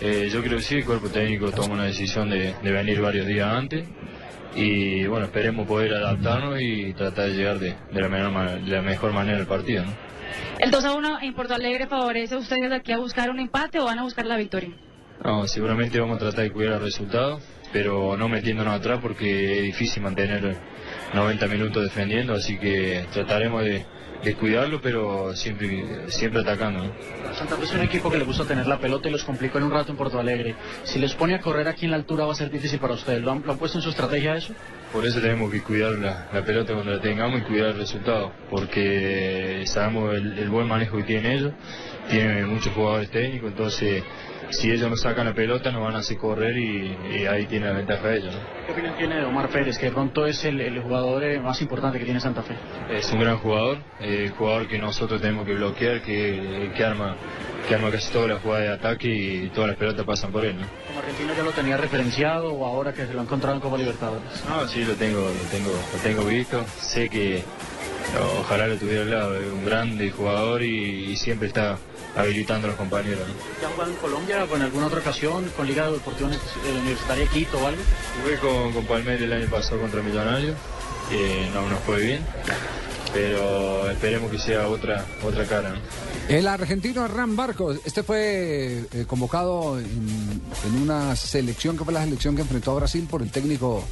S41: Eh, yo creo que sí, el cuerpo técnico toma una decisión de, de venir varios días antes y bueno, esperemos poder adaptarnos y tratar de llegar de, de la, menor ma- de la mejor manera al partido. ¿no?
S14: El 2 a 1 en Porto Alegre favorece a ustedes aquí a buscar un empate o van a buscar la victoria.
S41: No, seguramente vamos a tratar de cuidar el resultado, pero no metiéndonos atrás porque es difícil mantener 90 minutos defendiendo, así que trataremos de, de cuidarlo, pero siempre, siempre atacando. ¿no?
S23: Santa Fe es un equipo que le gusta tener la pelota y los complicó en un rato en Porto Alegre. Si les pone a correr aquí en la altura va a ser difícil para ustedes. ¿Lo han, lo han puesto en su estrategia eso?
S41: Por eso tenemos que cuidar la, la pelota cuando la tengamos y cuidar el resultado, porque sabemos el, el buen manejo que tienen ellos, tienen muchos jugadores técnicos, entonces si ellos no sacan la pelota nos van a hacer correr y, y ahí tienen la ventaja ellos. ¿no?
S23: ¿Qué opinión tiene de Omar Pérez, que de pronto es el, el jugador eh, más importante que tiene Santa Fe?
S41: Es un gran jugador, eh, jugador que nosotros tenemos que bloquear, que, que arma que arma casi todas las jugadas de ataque y todas las pelotas pasan por él. ¿no?
S23: ¿Como argentino ya lo tenía referenciado o ahora que se lo ha encontrado en Copa Libertadores?
S41: No, sí, lo tengo, lo tengo, lo tengo visto. Sé que ojalá lo tuviera al lado. Es un grande jugador y, y siempre está habilitando a los compañeros. ¿no?
S23: ¿Ya ha jugado en Colombia o en alguna otra ocasión con Liga Deportiva Uni- eh, Universitaria de Quito o algo?
S41: Jugué con, con Palmer el año pasado contra Millonario, eh, no nos fue bien.
S25: pero esperemos que sea otra, otra cara. ¿no?
S4: El argentino Hernán Barcos, este fue eh, convocado en, en una selección que fue la selección que enfrentó a Brasil por el técnico.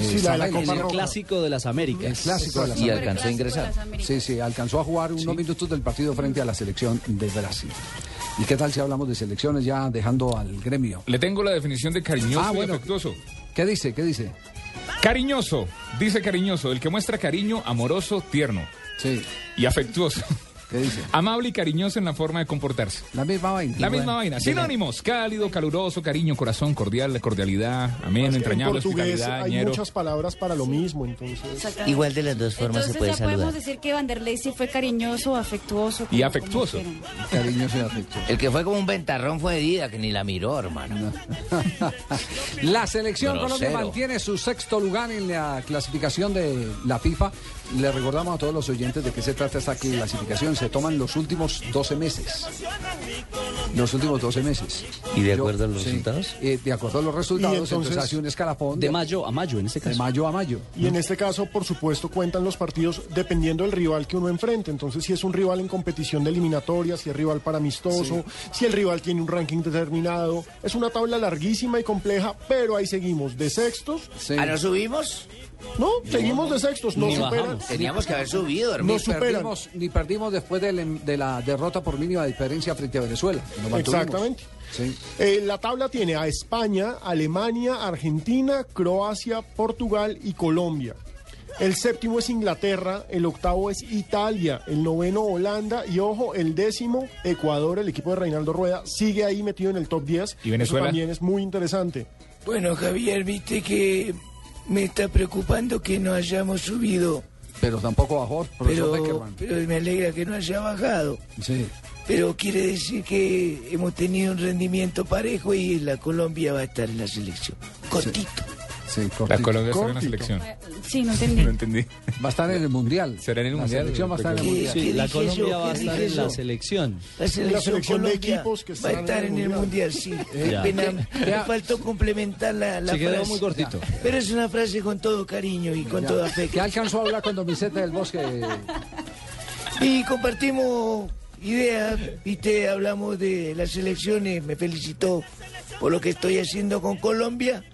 S4: eh, Sabelli.
S11: el clásico de las Américas.
S4: El clásico de las
S11: Y
S4: Américas.
S11: alcanzó a ingresar.
S4: Sí, sí, alcanzó a jugar unos minutos del partido frente a la selección de Brasil. ¿Y qué tal si hablamos de selecciones ya dejando al gremio?
S17: Le tengo la definición de cariñoso
S4: Ah,
S17: y
S4: bueno.
S17: afectuoso.
S4: ¿Qué dice? ¿Qué dice?
S17: Cariñoso, dice cariñoso, el que muestra cariño, amoroso, tierno.
S4: Sí.
S17: Y afectuoso.
S4: ¿Qué dice?
S17: Amable y cariñoso en la forma de comportarse.
S4: La misma vaina.
S17: La
S4: Igual.
S17: misma vaina.
S4: De la-
S17: Sinónimos. Cálido, caluroso, cariño, corazón, cordial, cordialidad, amén,
S5: en
S17: entrañable,
S5: portugués
S17: hospitalidad,
S5: hay
S17: ñero.
S5: muchas palabras para lo mismo, entonces.
S8: Exactamente.
S20: Igual de las dos formas
S8: Entonces
S20: se puede
S8: ya podemos
S20: saludar.
S8: decir que Vanderlei sí fue cariñoso, afectuoso. como- como quieran.
S4: Cariñoso y afectuoso.
S20: El que fue como un ventarrón fue Dida, que ni la miró, hermano.
S4: *laughs* La selección Colombia
S20: Grosero.
S4: mantiene su sexto lugar en la clasificación de la FIFA. Le recordamos a todos los oyentes de qué se trata esta clasificación. Se toman los últimos 12 meses. Los últimos 12 meses.
S36: ¿Y de acuerdo a los resultados?
S4: Eh, de acuerdo a los resultados,
S5: Y
S4: entonces,
S5: entonces,
S4: hace un escalafón.
S5: de
S4: mayo a mayo, en este caso. De mayo a mayo.
S5: Y en este caso, por supuesto, cuentan los partidos dependiendo del rival que uno enfrente. Entonces, si es un rival en competición de eliminatoria, si es rival para amistoso, si el rival tiene un ranking determinado. Es una tabla larguísima y compleja, pero ahí seguimos de sextos.
S20: ¿Ah, no subimos?
S5: No, seguimos de sextos, no superan.
S20: Teníamos que haber subido, hermano.
S4: Ni perdimos, ni perdimos después del em- de la derrota por mínima diferencia frente a Venezuela. Nos mantuvimos.
S5: Exactamente.
S4: Sí.
S5: Eh, la tabla tiene a España, Alemania, Argentina, Croacia, Portugal y Colombia. El séptimo es Inglaterra, el octavo es Italia, el noveno Holanda y ojo, el décimo Ecuador, el equipo de Reinaldo Rueda, sigue ahí metido en el top 10.
S17: ¿Y Venezuela?
S5: Eso también es muy interesante.
S36: Bueno, Javier, viste
S12: Eh,
S36: que me está preocupando que no hayamos subido.
S4: Pero tampoco bajó,
S36: Pero,
S4: profesor Beckerman.
S36: pero me alegra que no haya bajado.
S4: Sí.
S36: Pero quiere decir que hemos tenido un rendimiento parejo y la Colombia va a estar en la selección. Cortito.
S4: Sí,
S17: La Colombia será una selección.
S8: Eh, Sí, no entendí.
S17: No entendí.
S4: Va a estar en el Mundial.
S17: Será en el
S4: La
S17: Mundial.
S4: selección va a estar en el
S36: ¿Qué-
S4: Mundial.
S36: qué
S11: Sí, la
S36: dije
S11: Colombia
S36: yo?
S11: va a
S36: ¿Qué
S11: estar
S36: dije
S11: en la
S36: yo?
S11: selección.
S36: La selección,
S5: La selección de
S36: Colombia
S5: equipos que
S36: va a
S5: están
S36: estar en el mundial, sí. Qué
S11: Ya.
S36: pena,
S4: Eh, Ya.
S36: me faltó complementar la, la
S11: Se quedó
S36: frase.
S11: muy cortito.
S36: Pero es una frase con todo cariño y con
S4: Ya.
S36: todo
S4: ¿Qué
S36: afecto.
S4: alcanzó a hablar con Domiceta del Bosque?
S36: Y compartimos ideas, viste, hablamos de las elecciones, me felicitó por lo que estoy haciendo con Colombia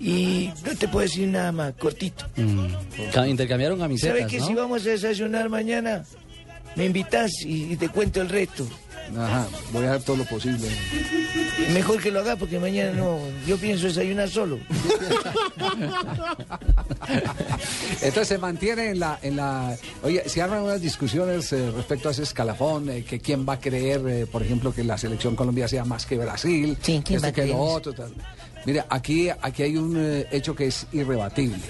S36: y no te puedo decir nada más, cortito.
S11: Mm. Ca- Intercambiaron
S36: ¿Sabes
S11: camisetas,
S36: que
S11: ¿no?
S36: si vamos a desayunar mañana, me invitas y, y te cuento el resto?
S4: Ajá, voy a hacer todo lo posible.
S36: Mejor que lo hagas porque mañana no, yo pienso desayunar solo.
S4: Entonces se mantiene en la, en la. Oye, se arman unas discusiones eh, respecto a ese escalafón, eh, que quién va a creer, eh, por ejemplo, que la selección Colombia sea más que Brasil,
S20: Sí, ¿quién
S4: esto
S3: Este
S20: va a
S4: que lo
S20: creer eso?
S4: otro, tal. Mira, aquí, aquí hay un eh, hecho que es irrebatible.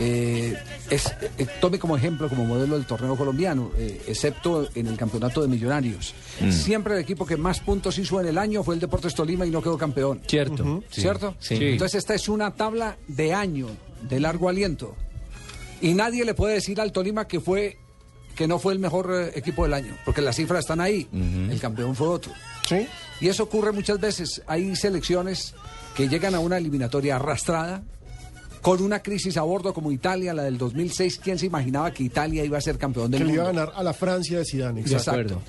S4: Eh, es, eh, tome como ejemplo, como modelo el torneo colombiano, eh, excepto en el campeonato de Millonarios. Siempre el equipo que más puntos hizo en el año fue el Deportes Tolima y no quedó campeón.
S11: Cierto. Sí.
S4: ¿Cierto?
S11: Sí.
S4: Entonces esta es una tabla de año, de largo aliento. Y nadie le puede decir al Tolima que fue que no fue el mejor eh, equipo del año, porque las cifras están ahí. El campeón fue otro.
S5: Sí.
S4: Y eso ocurre muchas veces. Hay selecciones que llegan a una eliminatoria arrastrada con una crisis a bordo como Italia, la del 2006. ¿Quién se imaginaba que Italia iba a ser campeón del
S5: Que le
S4: mundo?
S5: iba a ganar a la Francia de Zidane.
S4: De acuerdo.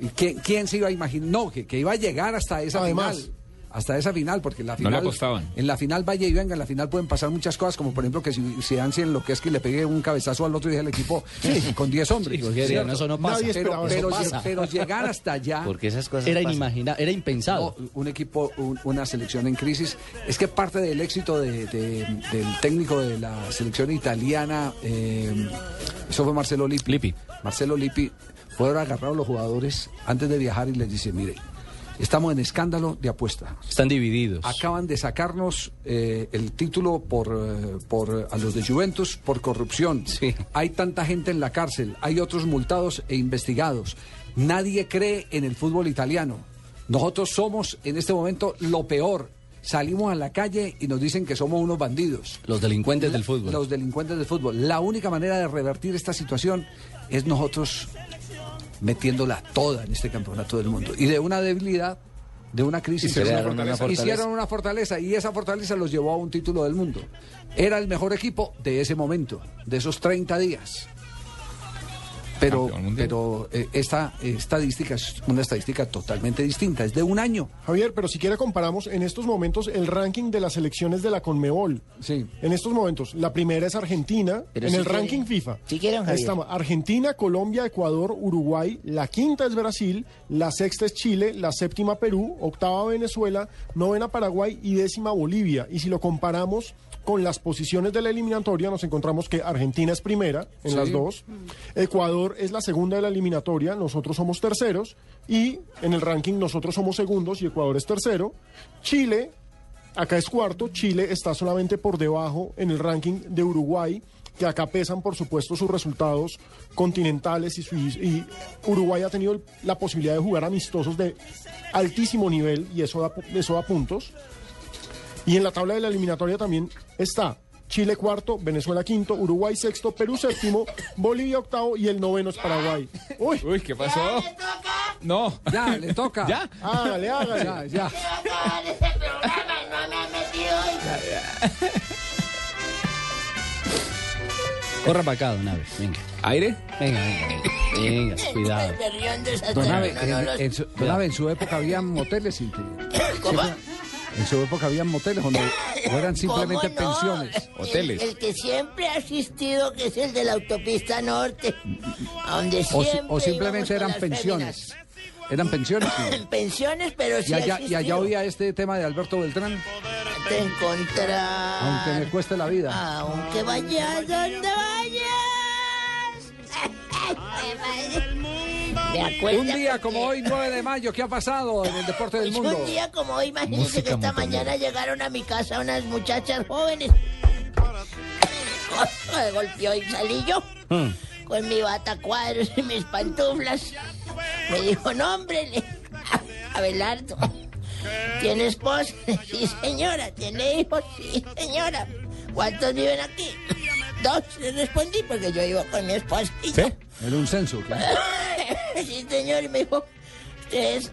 S4: ¿Y ¿Quién, quién se iba a imaginar? No, que, que iba a llegar hasta esa
S5: Además.
S4: final. Hasta esa final, porque en la
S17: No le
S4: final.
S17: apostaban.
S4: En la final vaya y venga, en la final pueden pasar muchas cosas, como por ejemplo que si se dan lo que es que le pegue un cabezazo al otro y deje el equipo con 10 hombres.
S11: Sí, porque
S4: ¿cierto?
S11: eso no pasa.
S5: Nadie
S4: pero,
S5: esperaba eso
S4: pero-
S5: pasa.
S4: pero llegar hasta allá.
S36: Porque
S20: esas
S11: Era inimaginable, era impensado.
S4: no, un equipo, un- una selección en crisis. Es que parte del éxito de- de- del técnico de la selección italiana, eh, eso fue Marcelo Lippi. Marcelo Lippi, fueron agarrados los jugadores antes de viajar y les dice, mire, estamos en escándalo de apuesta.
S11: Están divididos.
S4: Acaban de sacarnos eh, el título por, eh, por eh, a los de Juventus por corrupción. Hay tanta gente en la cárcel, hay otros multados e investigados. Nadie cree en el fútbol italiano. Nosotros somos en este momento lo peor. Salimos a la calle y nos dicen que somos unos bandidos.
S11: Los delincuentes del
S4: La-
S11: *laughs* fútbol.
S4: Los delincuentes del fútbol. La única manera de revertir esta situación es nosotros metiéndola toda en este campeonato del mundo. Y de una debilidad, de una crisis,
S17: Hicieron
S4: hicieron
S17: una
S4: una
S17: fortaleza.
S4: fortaleza. Hicieron una fortaleza, y esa fortaleza los llevó a un título del mundo. Era el mejor equipo de ese momento, de esos 30 días. Pero, pero eh, esta eh, estadística es una estadística totalmente distinta, es de un año.
S5: Javier, pero siquiera comparamos en estos momentos el ranking de las selecciones de la Conmebol.
S4: Sí.
S5: En estos momentos, la primera es Argentina,
S20: Pero
S5: en
S20: si
S5: el
S20: quieren-
S5: ranking FIFA.
S20: si quieren, Javier.
S5: Estamos Argentina, Colombia, Ecuador, Uruguay, la quinta es Brasil, la sexta es Chile, la séptima Perú, octava Venezuela, novena Paraguay y décima Bolivia. Y si lo comparamos con las posiciones de la eliminatoria, nos encontramos que Argentina es primera en
S4: Sí.
S5: las dos, Ecuador es la segunda de la eliminatoria, nosotros somos terceros y en el ranking nosotros somos segundos y Ecuador es tercero. Chile acá es cuarto, Chile está solamente por debajo en el ranking de Uruguay, que acá pesan por supuesto sus resultados continentales y, su- y Uruguay ha tenido el- la posibilidad de jugar amistosos de altísimo nivel y eso da, pu- eso da puntos. Y en la tabla de la eliminatoria también está Chile cuarto, Venezuela quinto, Uruguay sexto, Perú séptimo, Bolivia octavo y el noveno es Paraguay. Uy,
S17: Uy, ¿qué pasó? No.
S4: Ya, le toca.
S17: *laughs* ¿Ya?
S5: Hágale, Ah,
S11: *laughs*
S5: hágale.
S4: Ya, ya.
S20: este
S10: Corra para acá, don Abe, venga.
S17: ¿Aire?
S10: Venga, venga, venga. Venga, cuidado.
S4: Don Abe,
S10: No,
S4: en,
S10: no, no,
S4: en su, don Abe, en su época había moteles sin En su época había moteles donde o eran simplemente
S20: ¿Cómo no?
S4: pensiones.
S20: El- El, que siempre ha asistido, que es el de la autopista norte, a donde
S4: O, si-
S20: siempre
S4: o
S20: íbamos
S4: simplemente
S20: con
S4: eran
S20: las
S4: pensiones. Eran pensiones. sí.
S20: féminas. Pensiones, pero sí
S4: Y allá, y
S20: asistido.
S4: allá oía este tema de Alberto Beltrán,
S20: Te encontrar,
S4: aunque me cueste la vida.
S20: Ah. aunque vayas *laughs* donde vayas. Me acuerdo
S4: Un día como hoy, 9 de mayo, ¿qué ha pasado en el deporte del
S20: Es *laughs*
S4: mundo?
S20: Un día como hoy, imagínense
S4: Música
S20: que esta
S4: montañera.
S20: mañana llegaron a mi casa unas muchachas jóvenes. Me golpeó y salí yo con mi bata cuadros y mis pantuflas. Me dijo, nombre, le- *laughs* Abelardo. ¿Tiene esposa? *laughs* Sí, señora. ¿Tiene hijos? Sí, señora. ¿Cuántos viven aquí? *laughs* Dos, le respondí, porque yo vivo con mi esposa. y yo.
S4: Era un censo. claro.
S20: Sí, señor, y me dijo, ¿ustedes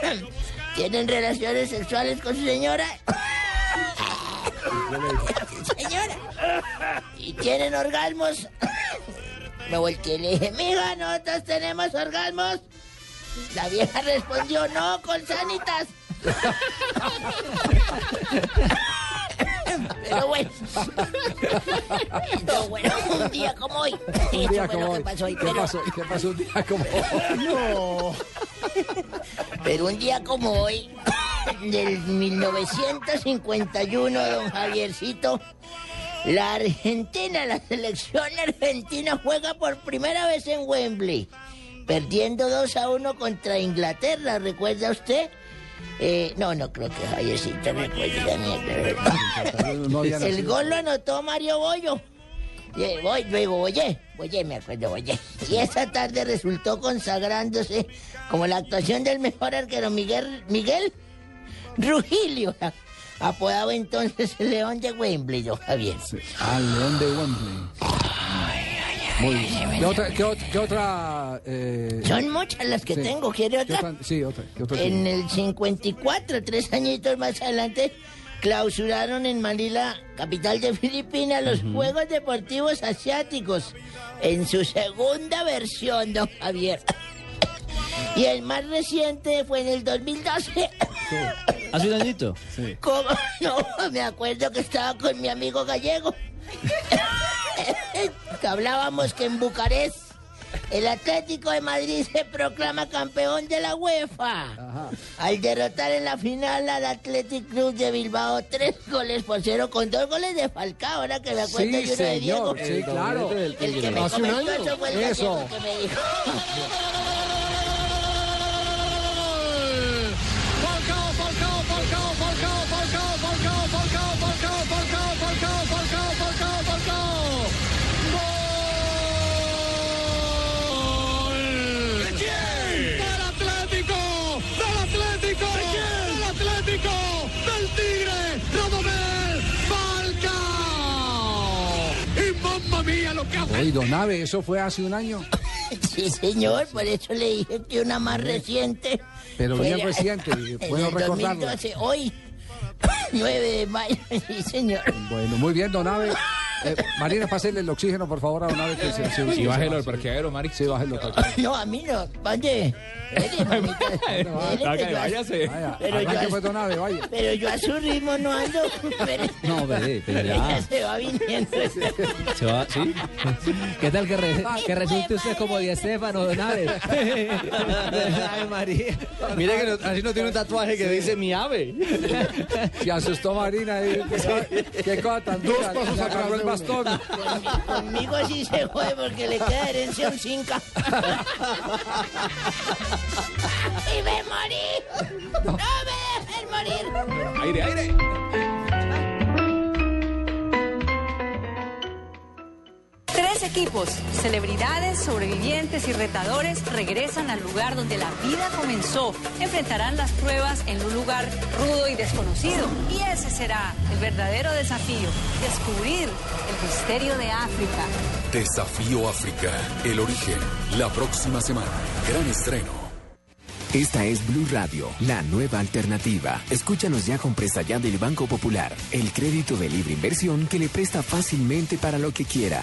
S20: *coughs* tienen relaciones sexuales con su señora? señora. ¿Y tienen orgasmos? *coughs* Me volteé y le dije, mija, nosotros tenemos orgasmos. La vieja respondió, no, con sanitas. *coughs* Pero bueno. Pero bueno, un día como hoy.
S4: Un día
S20: Eso fue
S4: como
S20: lo que
S4: hoy.
S20: pasó hoy.
S4: ¿Qué
S20: pero-
S4: pasó? ¿Qué pasó un día como hoy?
S20: no. Pero un día como hoy, del 1951, don Javiercito, la Argentina, la selección argentina juega por primera vez en Wembley, perdiendo 2 a 1 contra Inglaterra, ¿recuerda usted? Eh, no, no creo que Javiercito recuerde la mierda.
S4: No
S20: *laughs*
S4: había
S20: El
S4: nacido.
S20: gol lo anotó Mario Boyo. Eh, Boy, luego Boyé, Boyé, me acuerdo, Boyé. Y esa tarde resultó consagrándose como la actuación del mejor arquero Miguel, Miguel Rugilio, a- apodado entonces el León de Wembley, don Javier.
S4: Ah, León de Wembley. Muy bien. ¿Qué otra? Qué otra, qué otra eh,
S20: Son muchas las que
S4: sí.
S20: tengo, ¿quiere
S4: ¿Qué
S20: otra?
S4: Sí, otra. ¿Qué otra
S20: En
S4: tiene?
S20: el 54, tres añitos más adelante, clausuraron en Manila, capital de Filipinas, los Juegos Deportivos Asiáticos en su segunda versión, don Javier. *laughs* Y el más reciente fue en el 2012.
S10: ¿Hace un añito? Sí.
S20: ¿Cómo? *laughs* No, me acuerdo que estaba con mi amigo gallego. *laughs* Que hablábamos que en Bucarest el Atlético de Madrid se proclama campeón de la UEFA. Al derrotar en la final al Athletic Club de Bilbao tres goles por cero con dos goles de Falcao, ahora que me acuerdo
S4: Sí,
S20: yo de Diego.
S4: señor. Sí, claro.
S20: El que me
S4: Hace un
S20: comentó
S4: año.
S20: eso fue el gallego
S4: Eso.
S20: que me
S4: *laughs*
S20: dijo.
S27: ¡Del Atlético! ¡Del Atlético! ¡Del Atlético! ¡Del Tigre! ¡Rodomel! ¡Falcao! ¡Y mamma mía lo que hace!
S4: Oye, Don Abe, ¿eso fue hace un año?
S20: Sí, señor, por eso le dije que una más reciente.
S4: Pero
S20: fue
S4: bien
S20: la-
S4: reciente, y
S20: en
S4: puedo
S20: el *coughs*
S4: recordarlo.
S20: 2012, hoy, 9 de mayo, *laughs* sí, señor.
S4: Bueno, muy bien, Don Abe. Eh, Marina, pásele el oxígeno, por favor, a una vez que se- se-
S17: Y
S4: se-
S17: bájelo al
S4: se-
S17: parqueadero, Mari.
S4: Sí, bájelo.
S20: *laughs* No, a mí no. Oye, espere, mamita, espere,
S17: Hágale,
S20: pero-
S17: váyase.
S4: Vaya,
S20: Pero yo,
S4: arranque,
S20: a-
S4: pues, don Abe, vaya.
S20: pero yo a su ritmo no ando. *laughs* Pero,
S11: No, bebé,
S20: *laughs*
S11: pero
S20: ella
S11: ya.
S20: se va viniendo. este
S11: Se va, ¿sí?
S3: ¿Qué tal que, re- que resulte usted como Di Estefano, don Abe? *laughs*
S12: Ay, María. Mira que no- así no tiene
S3: *laughs*
S12: un tatuaje que dice mi ave.
S4: Se asustó Marina. eh, Qué cosa tan
S5: Dos
S4: dura,
S5: pasos
S4: le
S5: atrás
S4: agarró el
S5: de uno.
S4: bastón.
S20: Conmigo así se jode porque le queda herencia un cinca. *laughs* ¡Y me morí! ¡No me dejes morir!
S17: Aire, aire.
S18: Tres equipos, celebridades, sobrevivientes y retadores regresan al lugar donde la vida comenzó. Enfrentarán las pruebas en un lugar rudo y desconocido. Y ese será el verdadero desafío, descubrir el misterio de África.
S19: Desafío África, el origen, la próxima semana. Gran estreno.
S24: Esta es Blue Radio, la nueva alternativa. Escúchanos ya con presta ya del Banco Popular, el crédito de libre inversión que le presta fácilmente para lo que quiera.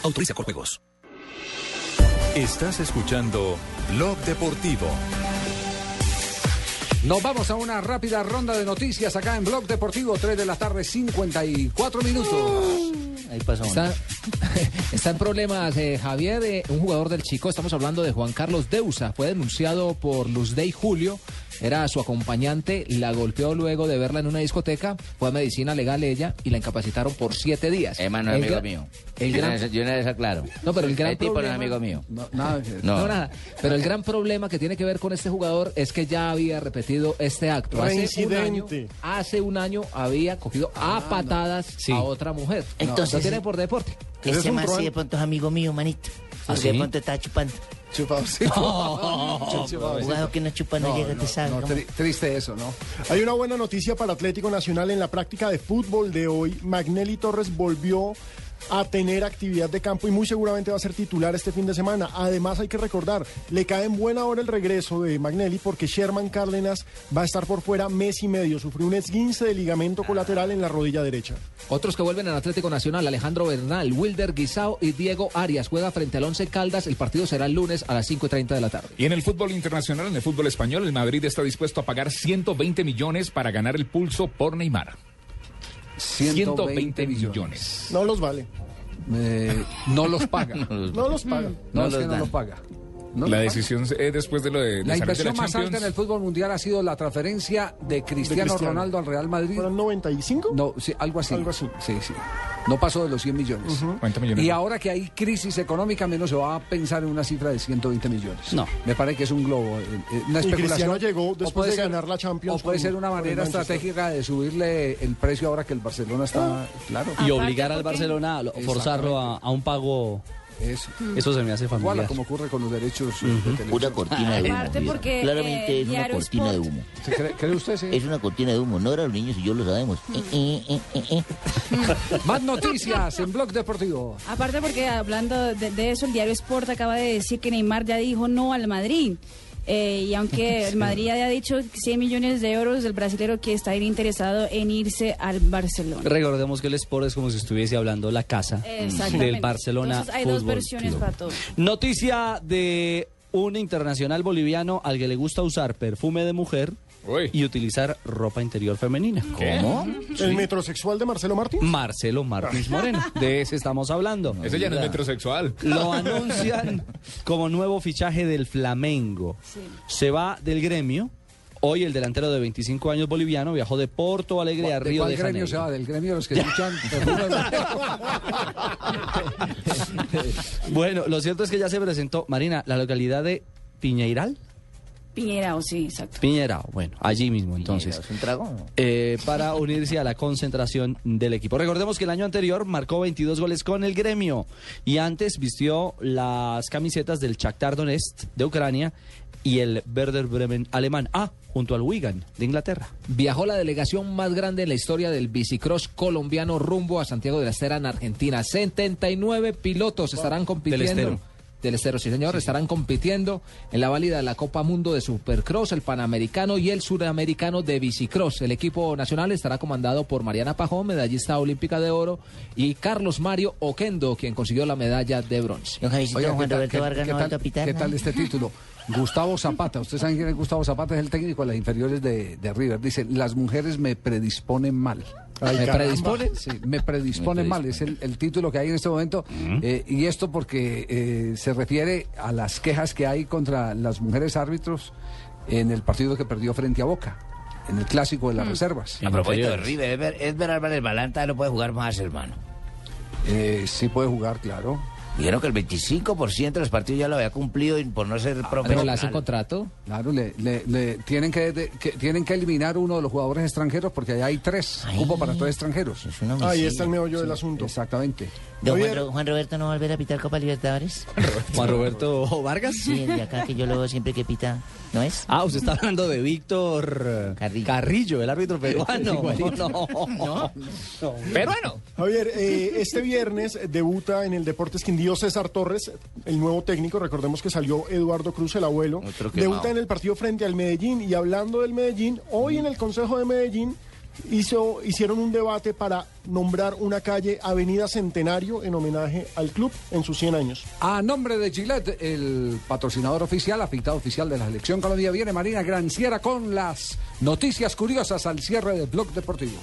S37: Autoriza Corpegos.
S1: Estás escuchando Blog Deportivo.
S4: Nos vamos a una rápida ronda de noticias acá en Blog Deportivo, 3 de la tarde, 54 minutos.
S11: Ahí pasó.
S3: Está, *laughs* está en problemas eh, Javier, eh, un jugador del Chico. Estamos hablando de Juan Carlos Deusa. Fue denunciado por Luz Day Julio. Era su acompañante, la golpeó luego de verla en una discoteca, fue a medicina legal ella y la incapacitaron por siete días.
S6: Hermano,
S3: El
S6: amigo
S3: gra-
S6: mío.
S3: El
S6: Yo
S3: gran-
S6: no les- Yo no les aclaro.
S3: No, pero el gran
S6: El tipo no es
S3: problema-
S6: amigo mío.
S4: No,
S3: *laughs*
S4: nada.
S6: No.
S3: No, nada. Pero el gran problema que tiene que ver con este jugador es que ya había repetido este acto. Hace un año,
S5: Reincidente.
S3: hace un año había cogido
S4: Ah,
S3: a patadas a otra mujer. No,
S6: Entonces-
S3: lo tiene por deporte.
S6: Ese man sí de pronto es amigo mío, manito.
S4: ¿Ah,
S6: Porque de
S3: sí?
S6: pronto está chupando.
S4: Chupado,
S6: *laughs*
S4: sí.
S6: No,
S4: Chupado, sí.
S6: jugado que no chupa no,
S4: No,
S6: llega,
S4: no,
S6: te sabe.
S4: no,
S6: cómo.
S4: tri- triste eso, ¿no?
S5: Hay una buena noticia para Atlético Nacional en la práctica de fútbol de hoy. Magnelli Torres volvió a tener actividad de campo y muy seguramente va a ser titular este fin de semana. Además hay que recordar, le cae en buena hora el regreso de Magnelli porque Sherman Cárdenas va a estar por fuera mes y medio. Sufrió un esguince de ligamento colateral en la rodilla derecha.
S3: Otros que vuelven al Atlético Nacional, Alejandro Bernal, Wilder Guisao y Diego Arias. Juega frente al Once Caldas. El partido será el lunes a las 5.30 de la tarde.
S17: Y en el fútbol internacional, en el fútbol español, el Madrid está dispuesto a pagar 120 millones para ganar el pulso por Neymar. 120 millones.
S5: No los vale.
S4: Eh, no los paga. *laughs* no los,
S5: No los paga.
S4: No, es que no
S17: dan.
S4: los paga. No
S17: la
S4: los
S17: decisión eh, después de lo de, de
S4: La
S17: salir de
S4: inversión más alta en
S17: Champions.
S4: el fútbol mundial ha sido la transferencia de Cristiano,
S5: Cristiano.
S4: Ronaldo al Real Madrid.
S5: ¿Fueron 95?
S4: No, sí, algo así.
S5: Algo así.
S4: Sí, sí. No pasó de los 100 millones.
S5: Ujú.
S17: 40 millones.
S4: Y ahora que hay crisis económica, menos se va a pensar en una cifra de 120 millones.
S11: No.
S4: Me parece que es un globo, eh, eh, una
S5: Y
S4: especulación.
S5: Cristiano llegó
S4: O
S5: después
S4: puede
S5: de ganar la Champions
S4: O puede
S5: con-
S4: ser una
S5: con el
S4: manera
S5: Manchester.
S4: estratégica de subirle el precio ahora que el Barcelona
S5: Ah.
S4: está... Claro.
S11: Y obligar al Barcelona, a lo- forzarlo a, a un pago.
S4: Eso.
S11: Eso se me hace familiar.
S4: Igual a como ocurre con los derechos eh, de televisión.
S6: Una cortina de humo.
S8: Aparte
S6: mira.
S8: porque, eh,
S6: Claramente es una
S8: Diario
S6: cortina
S8: Sport-
S6: de humo.
S4: ¿Se cree, cree usted, sí?
S6: Es una cortina de humo. No ahora los niños y yo lo sabemos.
S10: Mm.
S6: Eh, eh, eh, eh, eh.
S4: *laughs* Más noticias en Blog Deportivo.
S8: Aparte porque hablando de, de eso, el diario Sport acaba de decir que Neymar ya dijo no al Madrid. Eh, y aunque el Madrid haya dicho 100 millones de euros, el brasilero que está ahí interesado en irse al Barcelona.
S11: Recordemos que el Sport es como si estuviese hablando la casa
S8: Exactamente.
S11: del Barcelona.
S8: Entonces hay dos
S11: Fútbol
S8: versiones
S11: Club.
S8: para todo.
S11: Noticia de un internacional boliviano al que le gusta usar perfume de mujer y utilizar ropa interior femenina. ¿Cómo?
S5: ¿El metrosexual de Marcelo Martín?
S11: Marcelo Martins Moreno. De ese estamos hablando.
S17: Ese ya no es metrosexual.
S11: Lo anuncian como nuevo fichaje del Flamengo. Se va del gremio. Hoy el delantero de 25 años boliviano viajó de Porto Alegre a
S4: ¿De
S11: Río
S4: cuál
S11: de
S4: gremio
S11: Janeiro.
S4: se va? ¿Del gremio de los
S11: *laughs*
S4: que escuchan? perfume de-
S11: Bueno, lo cierto es que ya se presentó, Marina, la localidad de Piñeiral.
S8: Piñerao, sí, exacto.
S11: Piñerao, bueno, allí mismo entonces. Eh, para unirse a la concentración del equipo. Recordemos que el año anterior marcó 22 goles con el gremio y antes vistió las camisetas del Shakhtar Donetsk de Ucrania y el Werder Bremen alemán. Ah, junto al Wigan de Inglaterra.
S3: Viajó la delegación más grande en la historia del bicicross colombiano rumbo a Santiago de la Estera en Argentina. 79 pilotos estarán compitiendo.
S11: Estero.
S3: Del Estero, sí señor, estarán compitiendo en la válida de la Copa Mundo de Supercross, el Panamericano y el Suramericano de Bicicross. El equipo nacional estará comandado por Mariana Pajón, medallista olímpica de oro, y Carlos Mario Oquendo, quien consiguió la medalla de bronce.
S4: Oiga, ¿qué tal- qué- qué tal- ¿Qué tal este
S6: *laughs*
S4: título? Gustavo Zapata, ustedes saben quién es Gustavo Zapata, es el técnico de las inferiores de, de River. Dice, las mujeres me predisponen mal.
S3: Ay,
S4: ¿Me
S3: caramba.
S6: *laughs*
S4: predisponen? Sí, me predisponen mal, es el, el título que hay en este momento. Eh, y esto porque eh, se refiere a las quejas que hay contra las mujeres árbitros en el partido que perdió frente a Boca, en el clásico de las reservas.
S6: Mm. A propósito de River, Edmer, Edmer Álvarez Balanta no puede jugar más, hermano.
S4: Eh, sí puede jugar, claro.
S6: Dijeron que el 25% de los partidos ya lo había cumplido y por no ser
S4: ¿pero
S6: profesional.
S4: le hacen
S3: contrato?
S4: Claro, le, le- le- tienen, que, de- que- tienen que eliminar uno de los jugadores extranjeros porque allá hay tres, cupo para tres extranjeros.
S5: Ahí está el meollo del asunto.
S4: Exactamente.
S10: Don Juan, Ro- Juan Roberto no va a volver a pitar Copa Libertadores.
S11: Juan Roberto Vargas.
S10: Sí, el de acá que yo lo veo siempre que pita, ¿no es?
S11: Ah, usted está hablando de Víctor Carrillo, el árbitro
S10: *laughs*
S11: peruano.
S10: Igualito.
S11: No, *laughs* no, no.
S10: Peruano.
S5: Javier, eh, este viernes debuta en el Deportes Quindío César Torres, el nuevo técnico. Recordemos que salió Eduardo Cruz, el abuelo.
S38: quemado.
S5: Debuta en el partido frente al Medellín. Y hablando del Medellín, hoy en el Consejo de Medellín hizo, hicieron un debate para nombrar una calle Avenida Centenario en homenaje al club en sus 100 años.
S4: A nombre de Gillette, el patrocinador oficial, afectado oficial de la selección Colombia, viene Marina Granciera con las noticias curiosas al cierre del blog deportivo.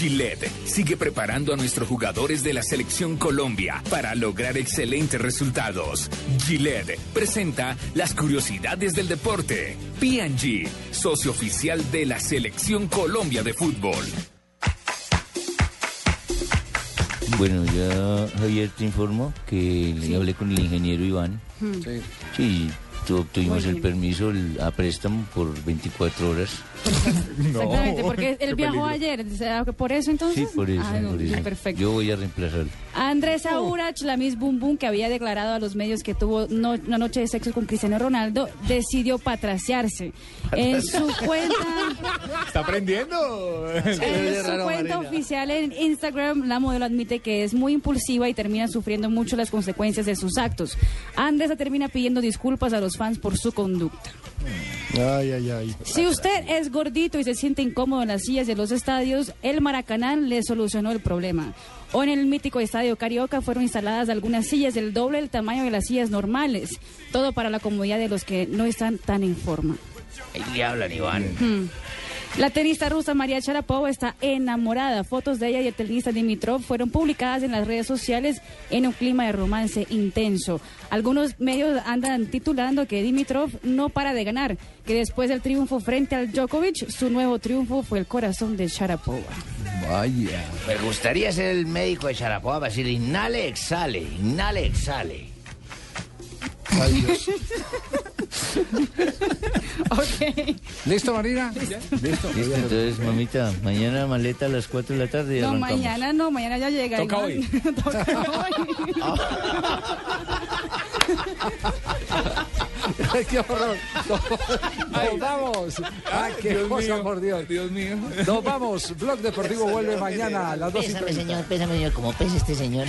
S17: Gillette sigue preparando a nuestros jugadores de la selección Colombia para lograr excelentes resultados. Gillette presenta las curiosidades del deporte. P&G, socio oficial de la selección Colombia de fútbol.
S10: Bueno, ya Javier te informo que le hablé con el ingeniero Iván.
S5: Hmm.
S4: *laughs* Mm.
S10: Sí.
S4: Sí.
S10: tu- obtuvimos
S8: Muy
S10: el
S8: bien.
S10: permiso el- a préstamo por 24 horas.
S8: *laughs*
S10: *laughs*
S8: Exactamente, *laughs* porque él viajó ayer. ¿será que ¿Por eso
S10: Oh, Sí,
S8: entonces?
S10: por eso,
S8: Ah, no,
S10: por eso.
S8: Perfecto.
S10: Yo voy a reemplazarlo.
S8: Andrés Aurach, la Miss Boom Boom, que había declarado a los medios que tuvo no- una noche de sexo con Cristiano Ronaldo, decidió patraciarse. En su
S10: *laughs*
S8: cuenta,
S42: Está aprendiendo.
S8: en su cuenta oficial en Instagram, la modelo admite que es muy impulsiva y termina sufriendo mucho las consecuencias de sus actos. Andrés termina pidiendo disculpas a los fans por su conducta.
S5: Ay, ay, ay.
S8: Si usted es gordito y se siente incómodo en las sillas de los estadios, el Maracaná le solucionó el problema. O en el mítico estadio Carioca fueron instaladas algunas sillas del doble del tamaño de las sillas normales. Todo para la comodidad de los que no están tan en forma.
S6: Ahí le hablan, Iván.
S8: Hmm. La tenista rusa María Sharapova está enamorada. Fotos de ella y el tenista Dimitrov fueron publicadas en las redes sociales en un clima de romance intenso. Algunos medios andan titulando que Dimitrov no para de ganar, que después del triunfo frente al Djokovic, su nuevo triunfo fue el corazón de Sharapova. *laughs*
S4: Vaya.
S6: Me gustaría ser el médico de Sharapova para decirle, inhale, exhale, inhale, exhale.
S4: ¿Listo, Marina? Listo.
S10: Listo, entonces, mamita, mañana maleta a las 4 de la tarde y
S8: No,
S10: arrancamos.
S8: mañana no, mañana ya llega.
S10: Toca
S8: Iván. *laughs*
S10: hoy.
S8: Toca hoy.
S4: ¡Qué horror! Nos, nos vamos. Ah, qué cosa, por Dios. Dios mío. Nos vamos. *laughs* Blog Deportivo vuelve mañana a las 2 y
S10: Pésame,
S4: 30.
S10: señor, pésame, señor, como pesa este señor.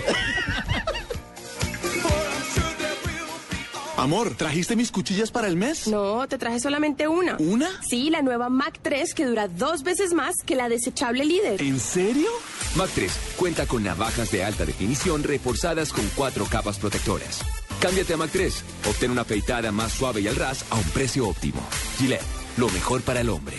S20: Amor, ¿trajiste mis cuchillas para el mes?
S26: No, te traje solamente una.
S20: ¿Una?
S26: Sí, la nueva Mac 3 que dura dos veces más que la desechable líder.
S20: ¿En serio?
S24: Mac 3 cuenta con navajas de alta definición reforzadas con cuatro capas protectoras. Cámbiate a Mac 3, obtén una peitada más suave y al ras a un precio óptimo. Gillette, lo mejor para el hombre.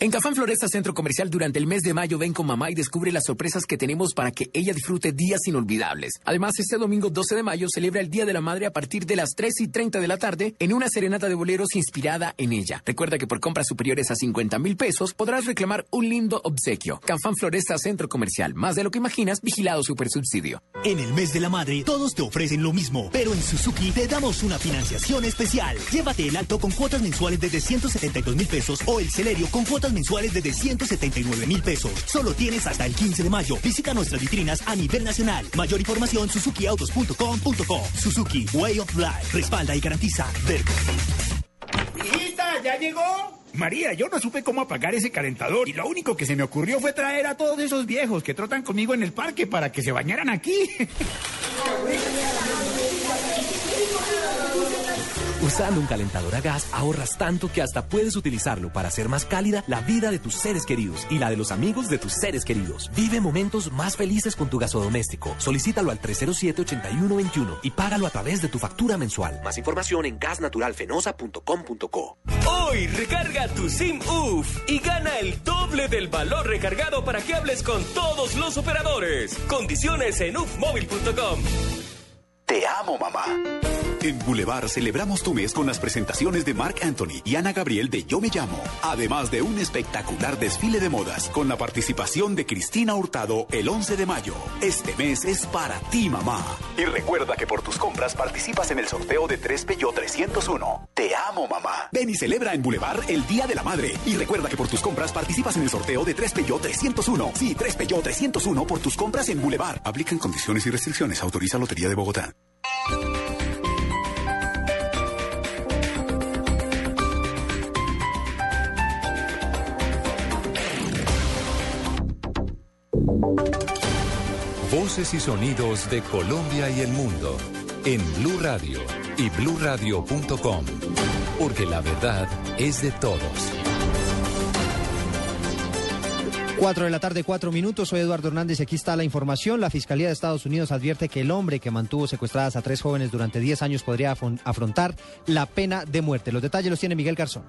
S24: En Cafán Floresta Centro Comercial durante el mes de mayo ven con mamá y descubre las sorpresas que tenemos para que ella disfrute días inolvidables. Además, este domingo 12 de mayo celebra el Día de la Madre a partir de las 3 y 30 de la tarde en una serenata de boleros inspirada en ella. Recuerda que por compras superiores a 50 mil pesos podrás reclamar un lindo obsequio. Cafán Floresta Centro Comercial, más de lo que imaginas, vigilado supersubsidio.
S27: En el mes de la madre, todos te ofrecen lo mismo, pero en Suzuki te damos una financiación especial. Llévate el alto con cuotas mensuales desde 172 mil pesos o el Celerio con cuotas mensuales desde 179 mil pesos. Solo tienes hasta el 15 de mayo. Visita nuestras vitrinas a nivel nacional. Mayor información suzukiautos.com.co. Suzuki Way of Life. Respalda y garantiza. Verbo.
S35: ¡Hijita, ya llegó! María, yo no supe cómo apagar ese calentador y lo único que se me ocurrió fue traer a todos esos viejos que trotan conmigo en el parque para que se bañaran aquí. *laughs*
S37: Usando un calentador a gas ahorras tanto que hasta puedes utilizarlo para hacer más cálida la vida de tus seres queridos y la de los amigos de tus seres queridos. Vive momentos más felices con tu gasodoméstico. Solicítalo al 307-8121 y págalo a través de tu factura mensual. Más información en gasnaturalfenosa.com.co.
S25: Hoy recarga tu SIM UF y gana el doble del valor recargado para que hables con todos los operadores. Condiciones en ufmóvil.com.
S19: Te amo, mamá. En Boulevard celebramos tu mes con las presentaciones de Mark Anthony y Ana Gabriel de Yo Me Llamo, además de un espectacular desfile de modas con la participación de Cristina Hurtado el 11 de mayo. Este mes es para ti, mamá. Y recuerda que por tus compras participas en el sorteo de 3 Peugeot 301. Te amo, mamá. Ven y celebra en Boulevard el Día de la Madre. Y recuerda que por tus compras participas en el sorteo de 3 Peugeot 301. Sí, 3 Peugeot 301 por tus compras en Boulevard. Aplican condiciones y restricciones. Autoriza Lotería de Bogotá.
S1: Voces y sonidos de Colombia y el mundo en Blue Radio y BlueRadio.com, porque la verdad es de todos.
S25: 4 de la tarde, 4 minutos. Soy Eduardo Hernández y aquí está la información. La Fiscalía de Estados Unidos advierte que el hombre que mantuvo secuestradas a tres jóvenes durante 10 años podría afon- afrontar la pena de muerte. Los detalles los tiene Miguel Garzón.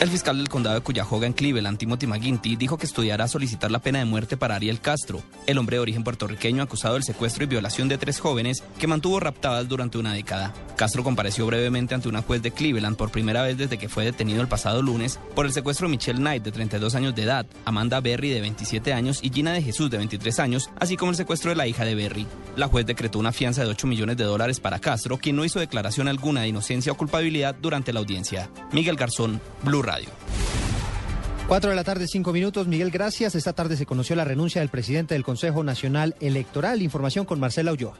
S11: El fiscal del condado de Cuyahoga en Cleveland, Timothy McGuinty, dijo que estudiará solicitar la pena de muerte para Ariel Castro, el hombre de origen puertorriqueño acusado del secuestro y violación de tres jóvenes que mantuvo raptadas durante una década. Castro compareció brevemente ante una juez de Cleveland por primera vez desde que fue detenido el pasado lunes por el secuestro de Michelle Knight, de 32 años de edad, Amanda Berry, de 27 años, y Gina de Jesús, de 23 años, así como el secuestro de la hija de Berry. La juez decretó una fianza de 8 millones de dólares para Castro, quien no hizo declaración alguna de inocencia o culpabilidad durante la audiencia. Miguel Garzón, Blue Radio.
S25: 4 de la tarde, 5 minutos. Miguel, gracias. Esta tarde se conoció la renuncia del presidente del Consejo Nacional Electoral. Información con Marcela Ulloa.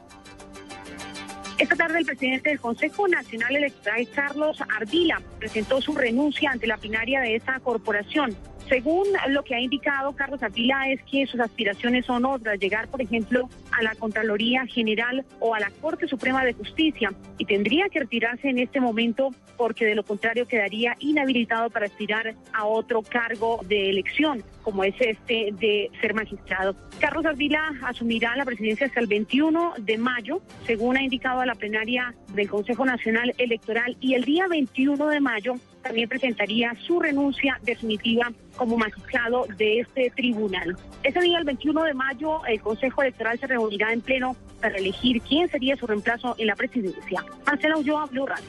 S26: Esta tarde el presidente del Consejo Nacional Electoral, Carlos Ardila, presentó su renuncia ante la plenaria de esta corporación. Según lo que ha indicado Carlos Ardila es que sus aspiraciones son otras, llegar por ejemplo a la Contraloría General o a la Corte Suprema de Justicia y tendría que retirarse en este momento porque de lo contrario quedaría inhabilitado para aspirar a otro cargo de elección como es este de ser magistrado. Carlos Ardila asumirá la presidencia hasta el 21 de mayo, según ha indicado a la plenaria del Consejo Nacional Electoral, y el día 21 de mayo también presentaría su renuncia definitiva como magistrado de este tribunal. Ese día, el 21 de mayo, el Consejo Electoral se reunirá en pleno para elegir quién sería su reemplazo en la presidencia. Marcela Ulloa, Blue Radio.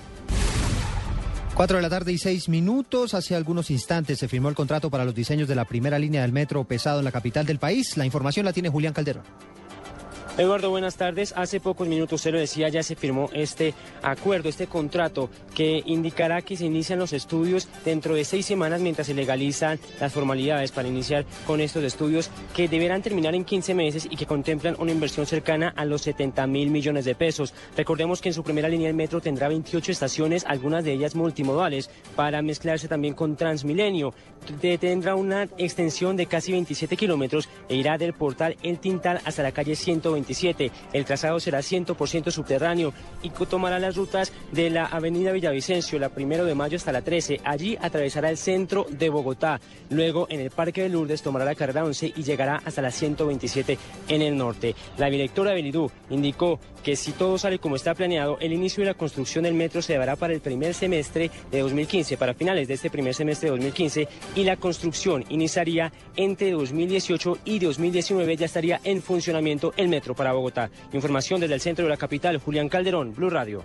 S25: 4 de la tarde y 6 minutos. Hace algunos instantes se firmó el contrato para los diseños de la primera línea del metro pesado en la capital del país. La información la tiene Julián Calderón.
S21: Eduardo, buenas tardes. Hace pocos minutos, se lo decía, ya se firmó este acuerdo, este contrato que indicará que se inician los estudios dentro de seis semanas mientras se legalizan las formalidades para iniciar con estos estudios que deberán terminar en 15 meses y que contemplan una inversión cercana a los 70 mil millones de pesos. Recordemos que en su primera línea del metro tendrá 28 estaciones, algunas de ellas multimodales, para mezclarse también con Transmilenio. Te- Tendrá una extensión de casi 27 kilómetros e irá del portal El Tintal hasta la calle 120 2027. El trazado será 100% subterráneo y co- tomará las rutas de la Avenida Villavicencio, la primero de mayo hasta la 13. Allí atravesará el centro de Bogotá. Luego, en el Parque de Lourdes, tomará la carrera 11 y llegará hasta la 127 en el norte. La directora de Belidú indicó que si todo sale como está planeado, el inicio de la construcción del metro se dará para el primer semestre de 2015, para finales de este primer semestre de 2015, y la construcción iniciaría entre 2018 y 2019. Ya estaría en funcionamiento el metro para Bogotá. Información desde el centro de la capital, Julián Calderón, Blue Radio.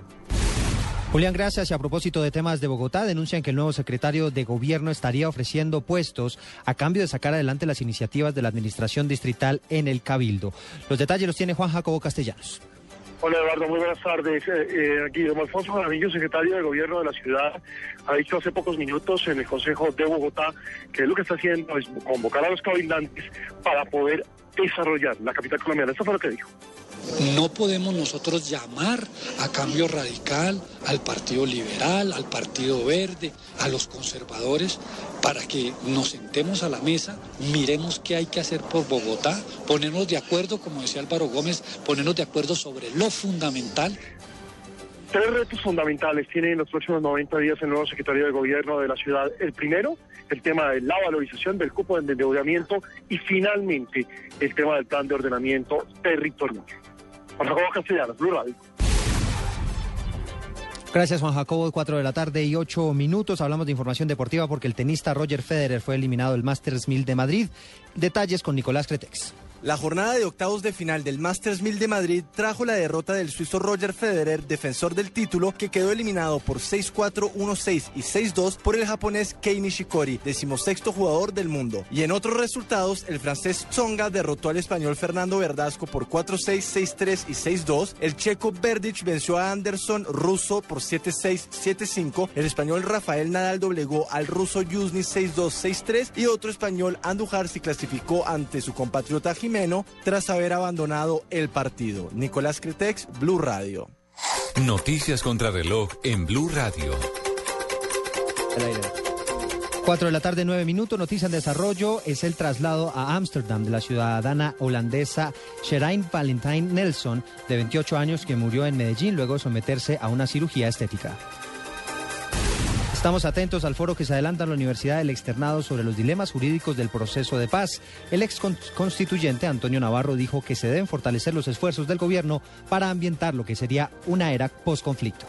S25: Julián, gracias. Y a propósito de temas de Bogotá, denuncian que el nuevo secretario de Gobierno estaría ofreciendo puestos a cambio de sacar adelante las iniciativas de la Administración Distrital en el Cabildo. Los detalles los tiene Juan Jacobo Castellanos.
S43: Hola Eduardo, muy buenas tardes. Eh, eh, aquí Don Alfonso Jaramillo, secretario de Gobierno de la ciudad, ha dicho hace pocos minutos en el Consejo de Bogotá que lo que está haciendo es convocar a los cabildantes para poder desarrollar la capital colombiana. Eso fue lo que dijo.
S44: No podemos nosotros llamar a cambio radical, al Partido Liberal, al Partido Verde, a los conservadores, para que nos sentemos a la mesa, miremos qué hay que hacer por Bogotá, ponernos de acuerdo, como decía Álvaro Gómez, ponernos de acuerdo sobre lo fundamental
S43: Tres retos fundamentales tiene en los próximos 90 días el nuevo secretario de Gobierno de la ciudad. El primero, el tema de la valorización del cupo de endeudamiento y finalmente el tema del plan de ordenamiento territorial. Juan Jacobo Castellanos, Blue Radio.
S25: Gracias, Juan Jacobo. 4 de la tarde y 8 minutos. Hablamos de información deportiva porque el tenista Roger Federer fue eliminado del Masters 1000 de Madrid. Detalles con Nicolás Cretex.
S45: La jornada de octavos de final del Masters 1000 de Madrid trajo la derrota del suizo Roger Federer, defensor del título, que quedó eliminado por 6-4, 1-6 y 6-2 por el japonés Kei Nishikori, decimosexto jugador del mundo. Y en otros resultados, el francés Tsonga derrotó al español Fernando Verdasco por 4-6, 6-3 y 6-2. El checo Berdych venció a Anderson Russo por 7-6, 7-5. El español Rafael Nadal doblegó al ruso Yuzny 6-2, 6-3. Y otro español, Andujar, se clasificó ante su compatriota Jimeno tras haber abandonado el partido. Nicolás Cretex, Blue Radio.
S1: Noticias contra reloj en Blue Radio.
S25: 4 de la tarde, 9 minutos. Noticia en desarrollo es el traslado a Ámsterdam de la ciudadana holandesa Sheraine Valentine Nelson, de 28 años, que murió en Medellín luego de someterse a una cirugía estética. Estamos atentos al foro que se adelanta en la Universidad del Externado sobre los dilemas jurídicos del proceso de paz. El ex con- constituyente Antonio Navarro dijo que se deben fortalecer los esfuerzos del gobierno para ambientar lo que sería una era post-conflicto.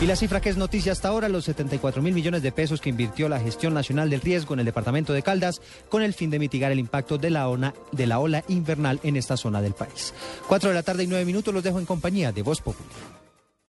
S25: Y la cifra que es noticia hasta ahora, los 74 mil millones de pesos que invirtió la Gestión Nacional del Riesgo en el departamento de Caldas con el fin de mitigar el impacto de la, ona- de la ola invernal en esta zona del país. 4 de la tarde y 9 minutos los dejo en compañía de Voz Popular.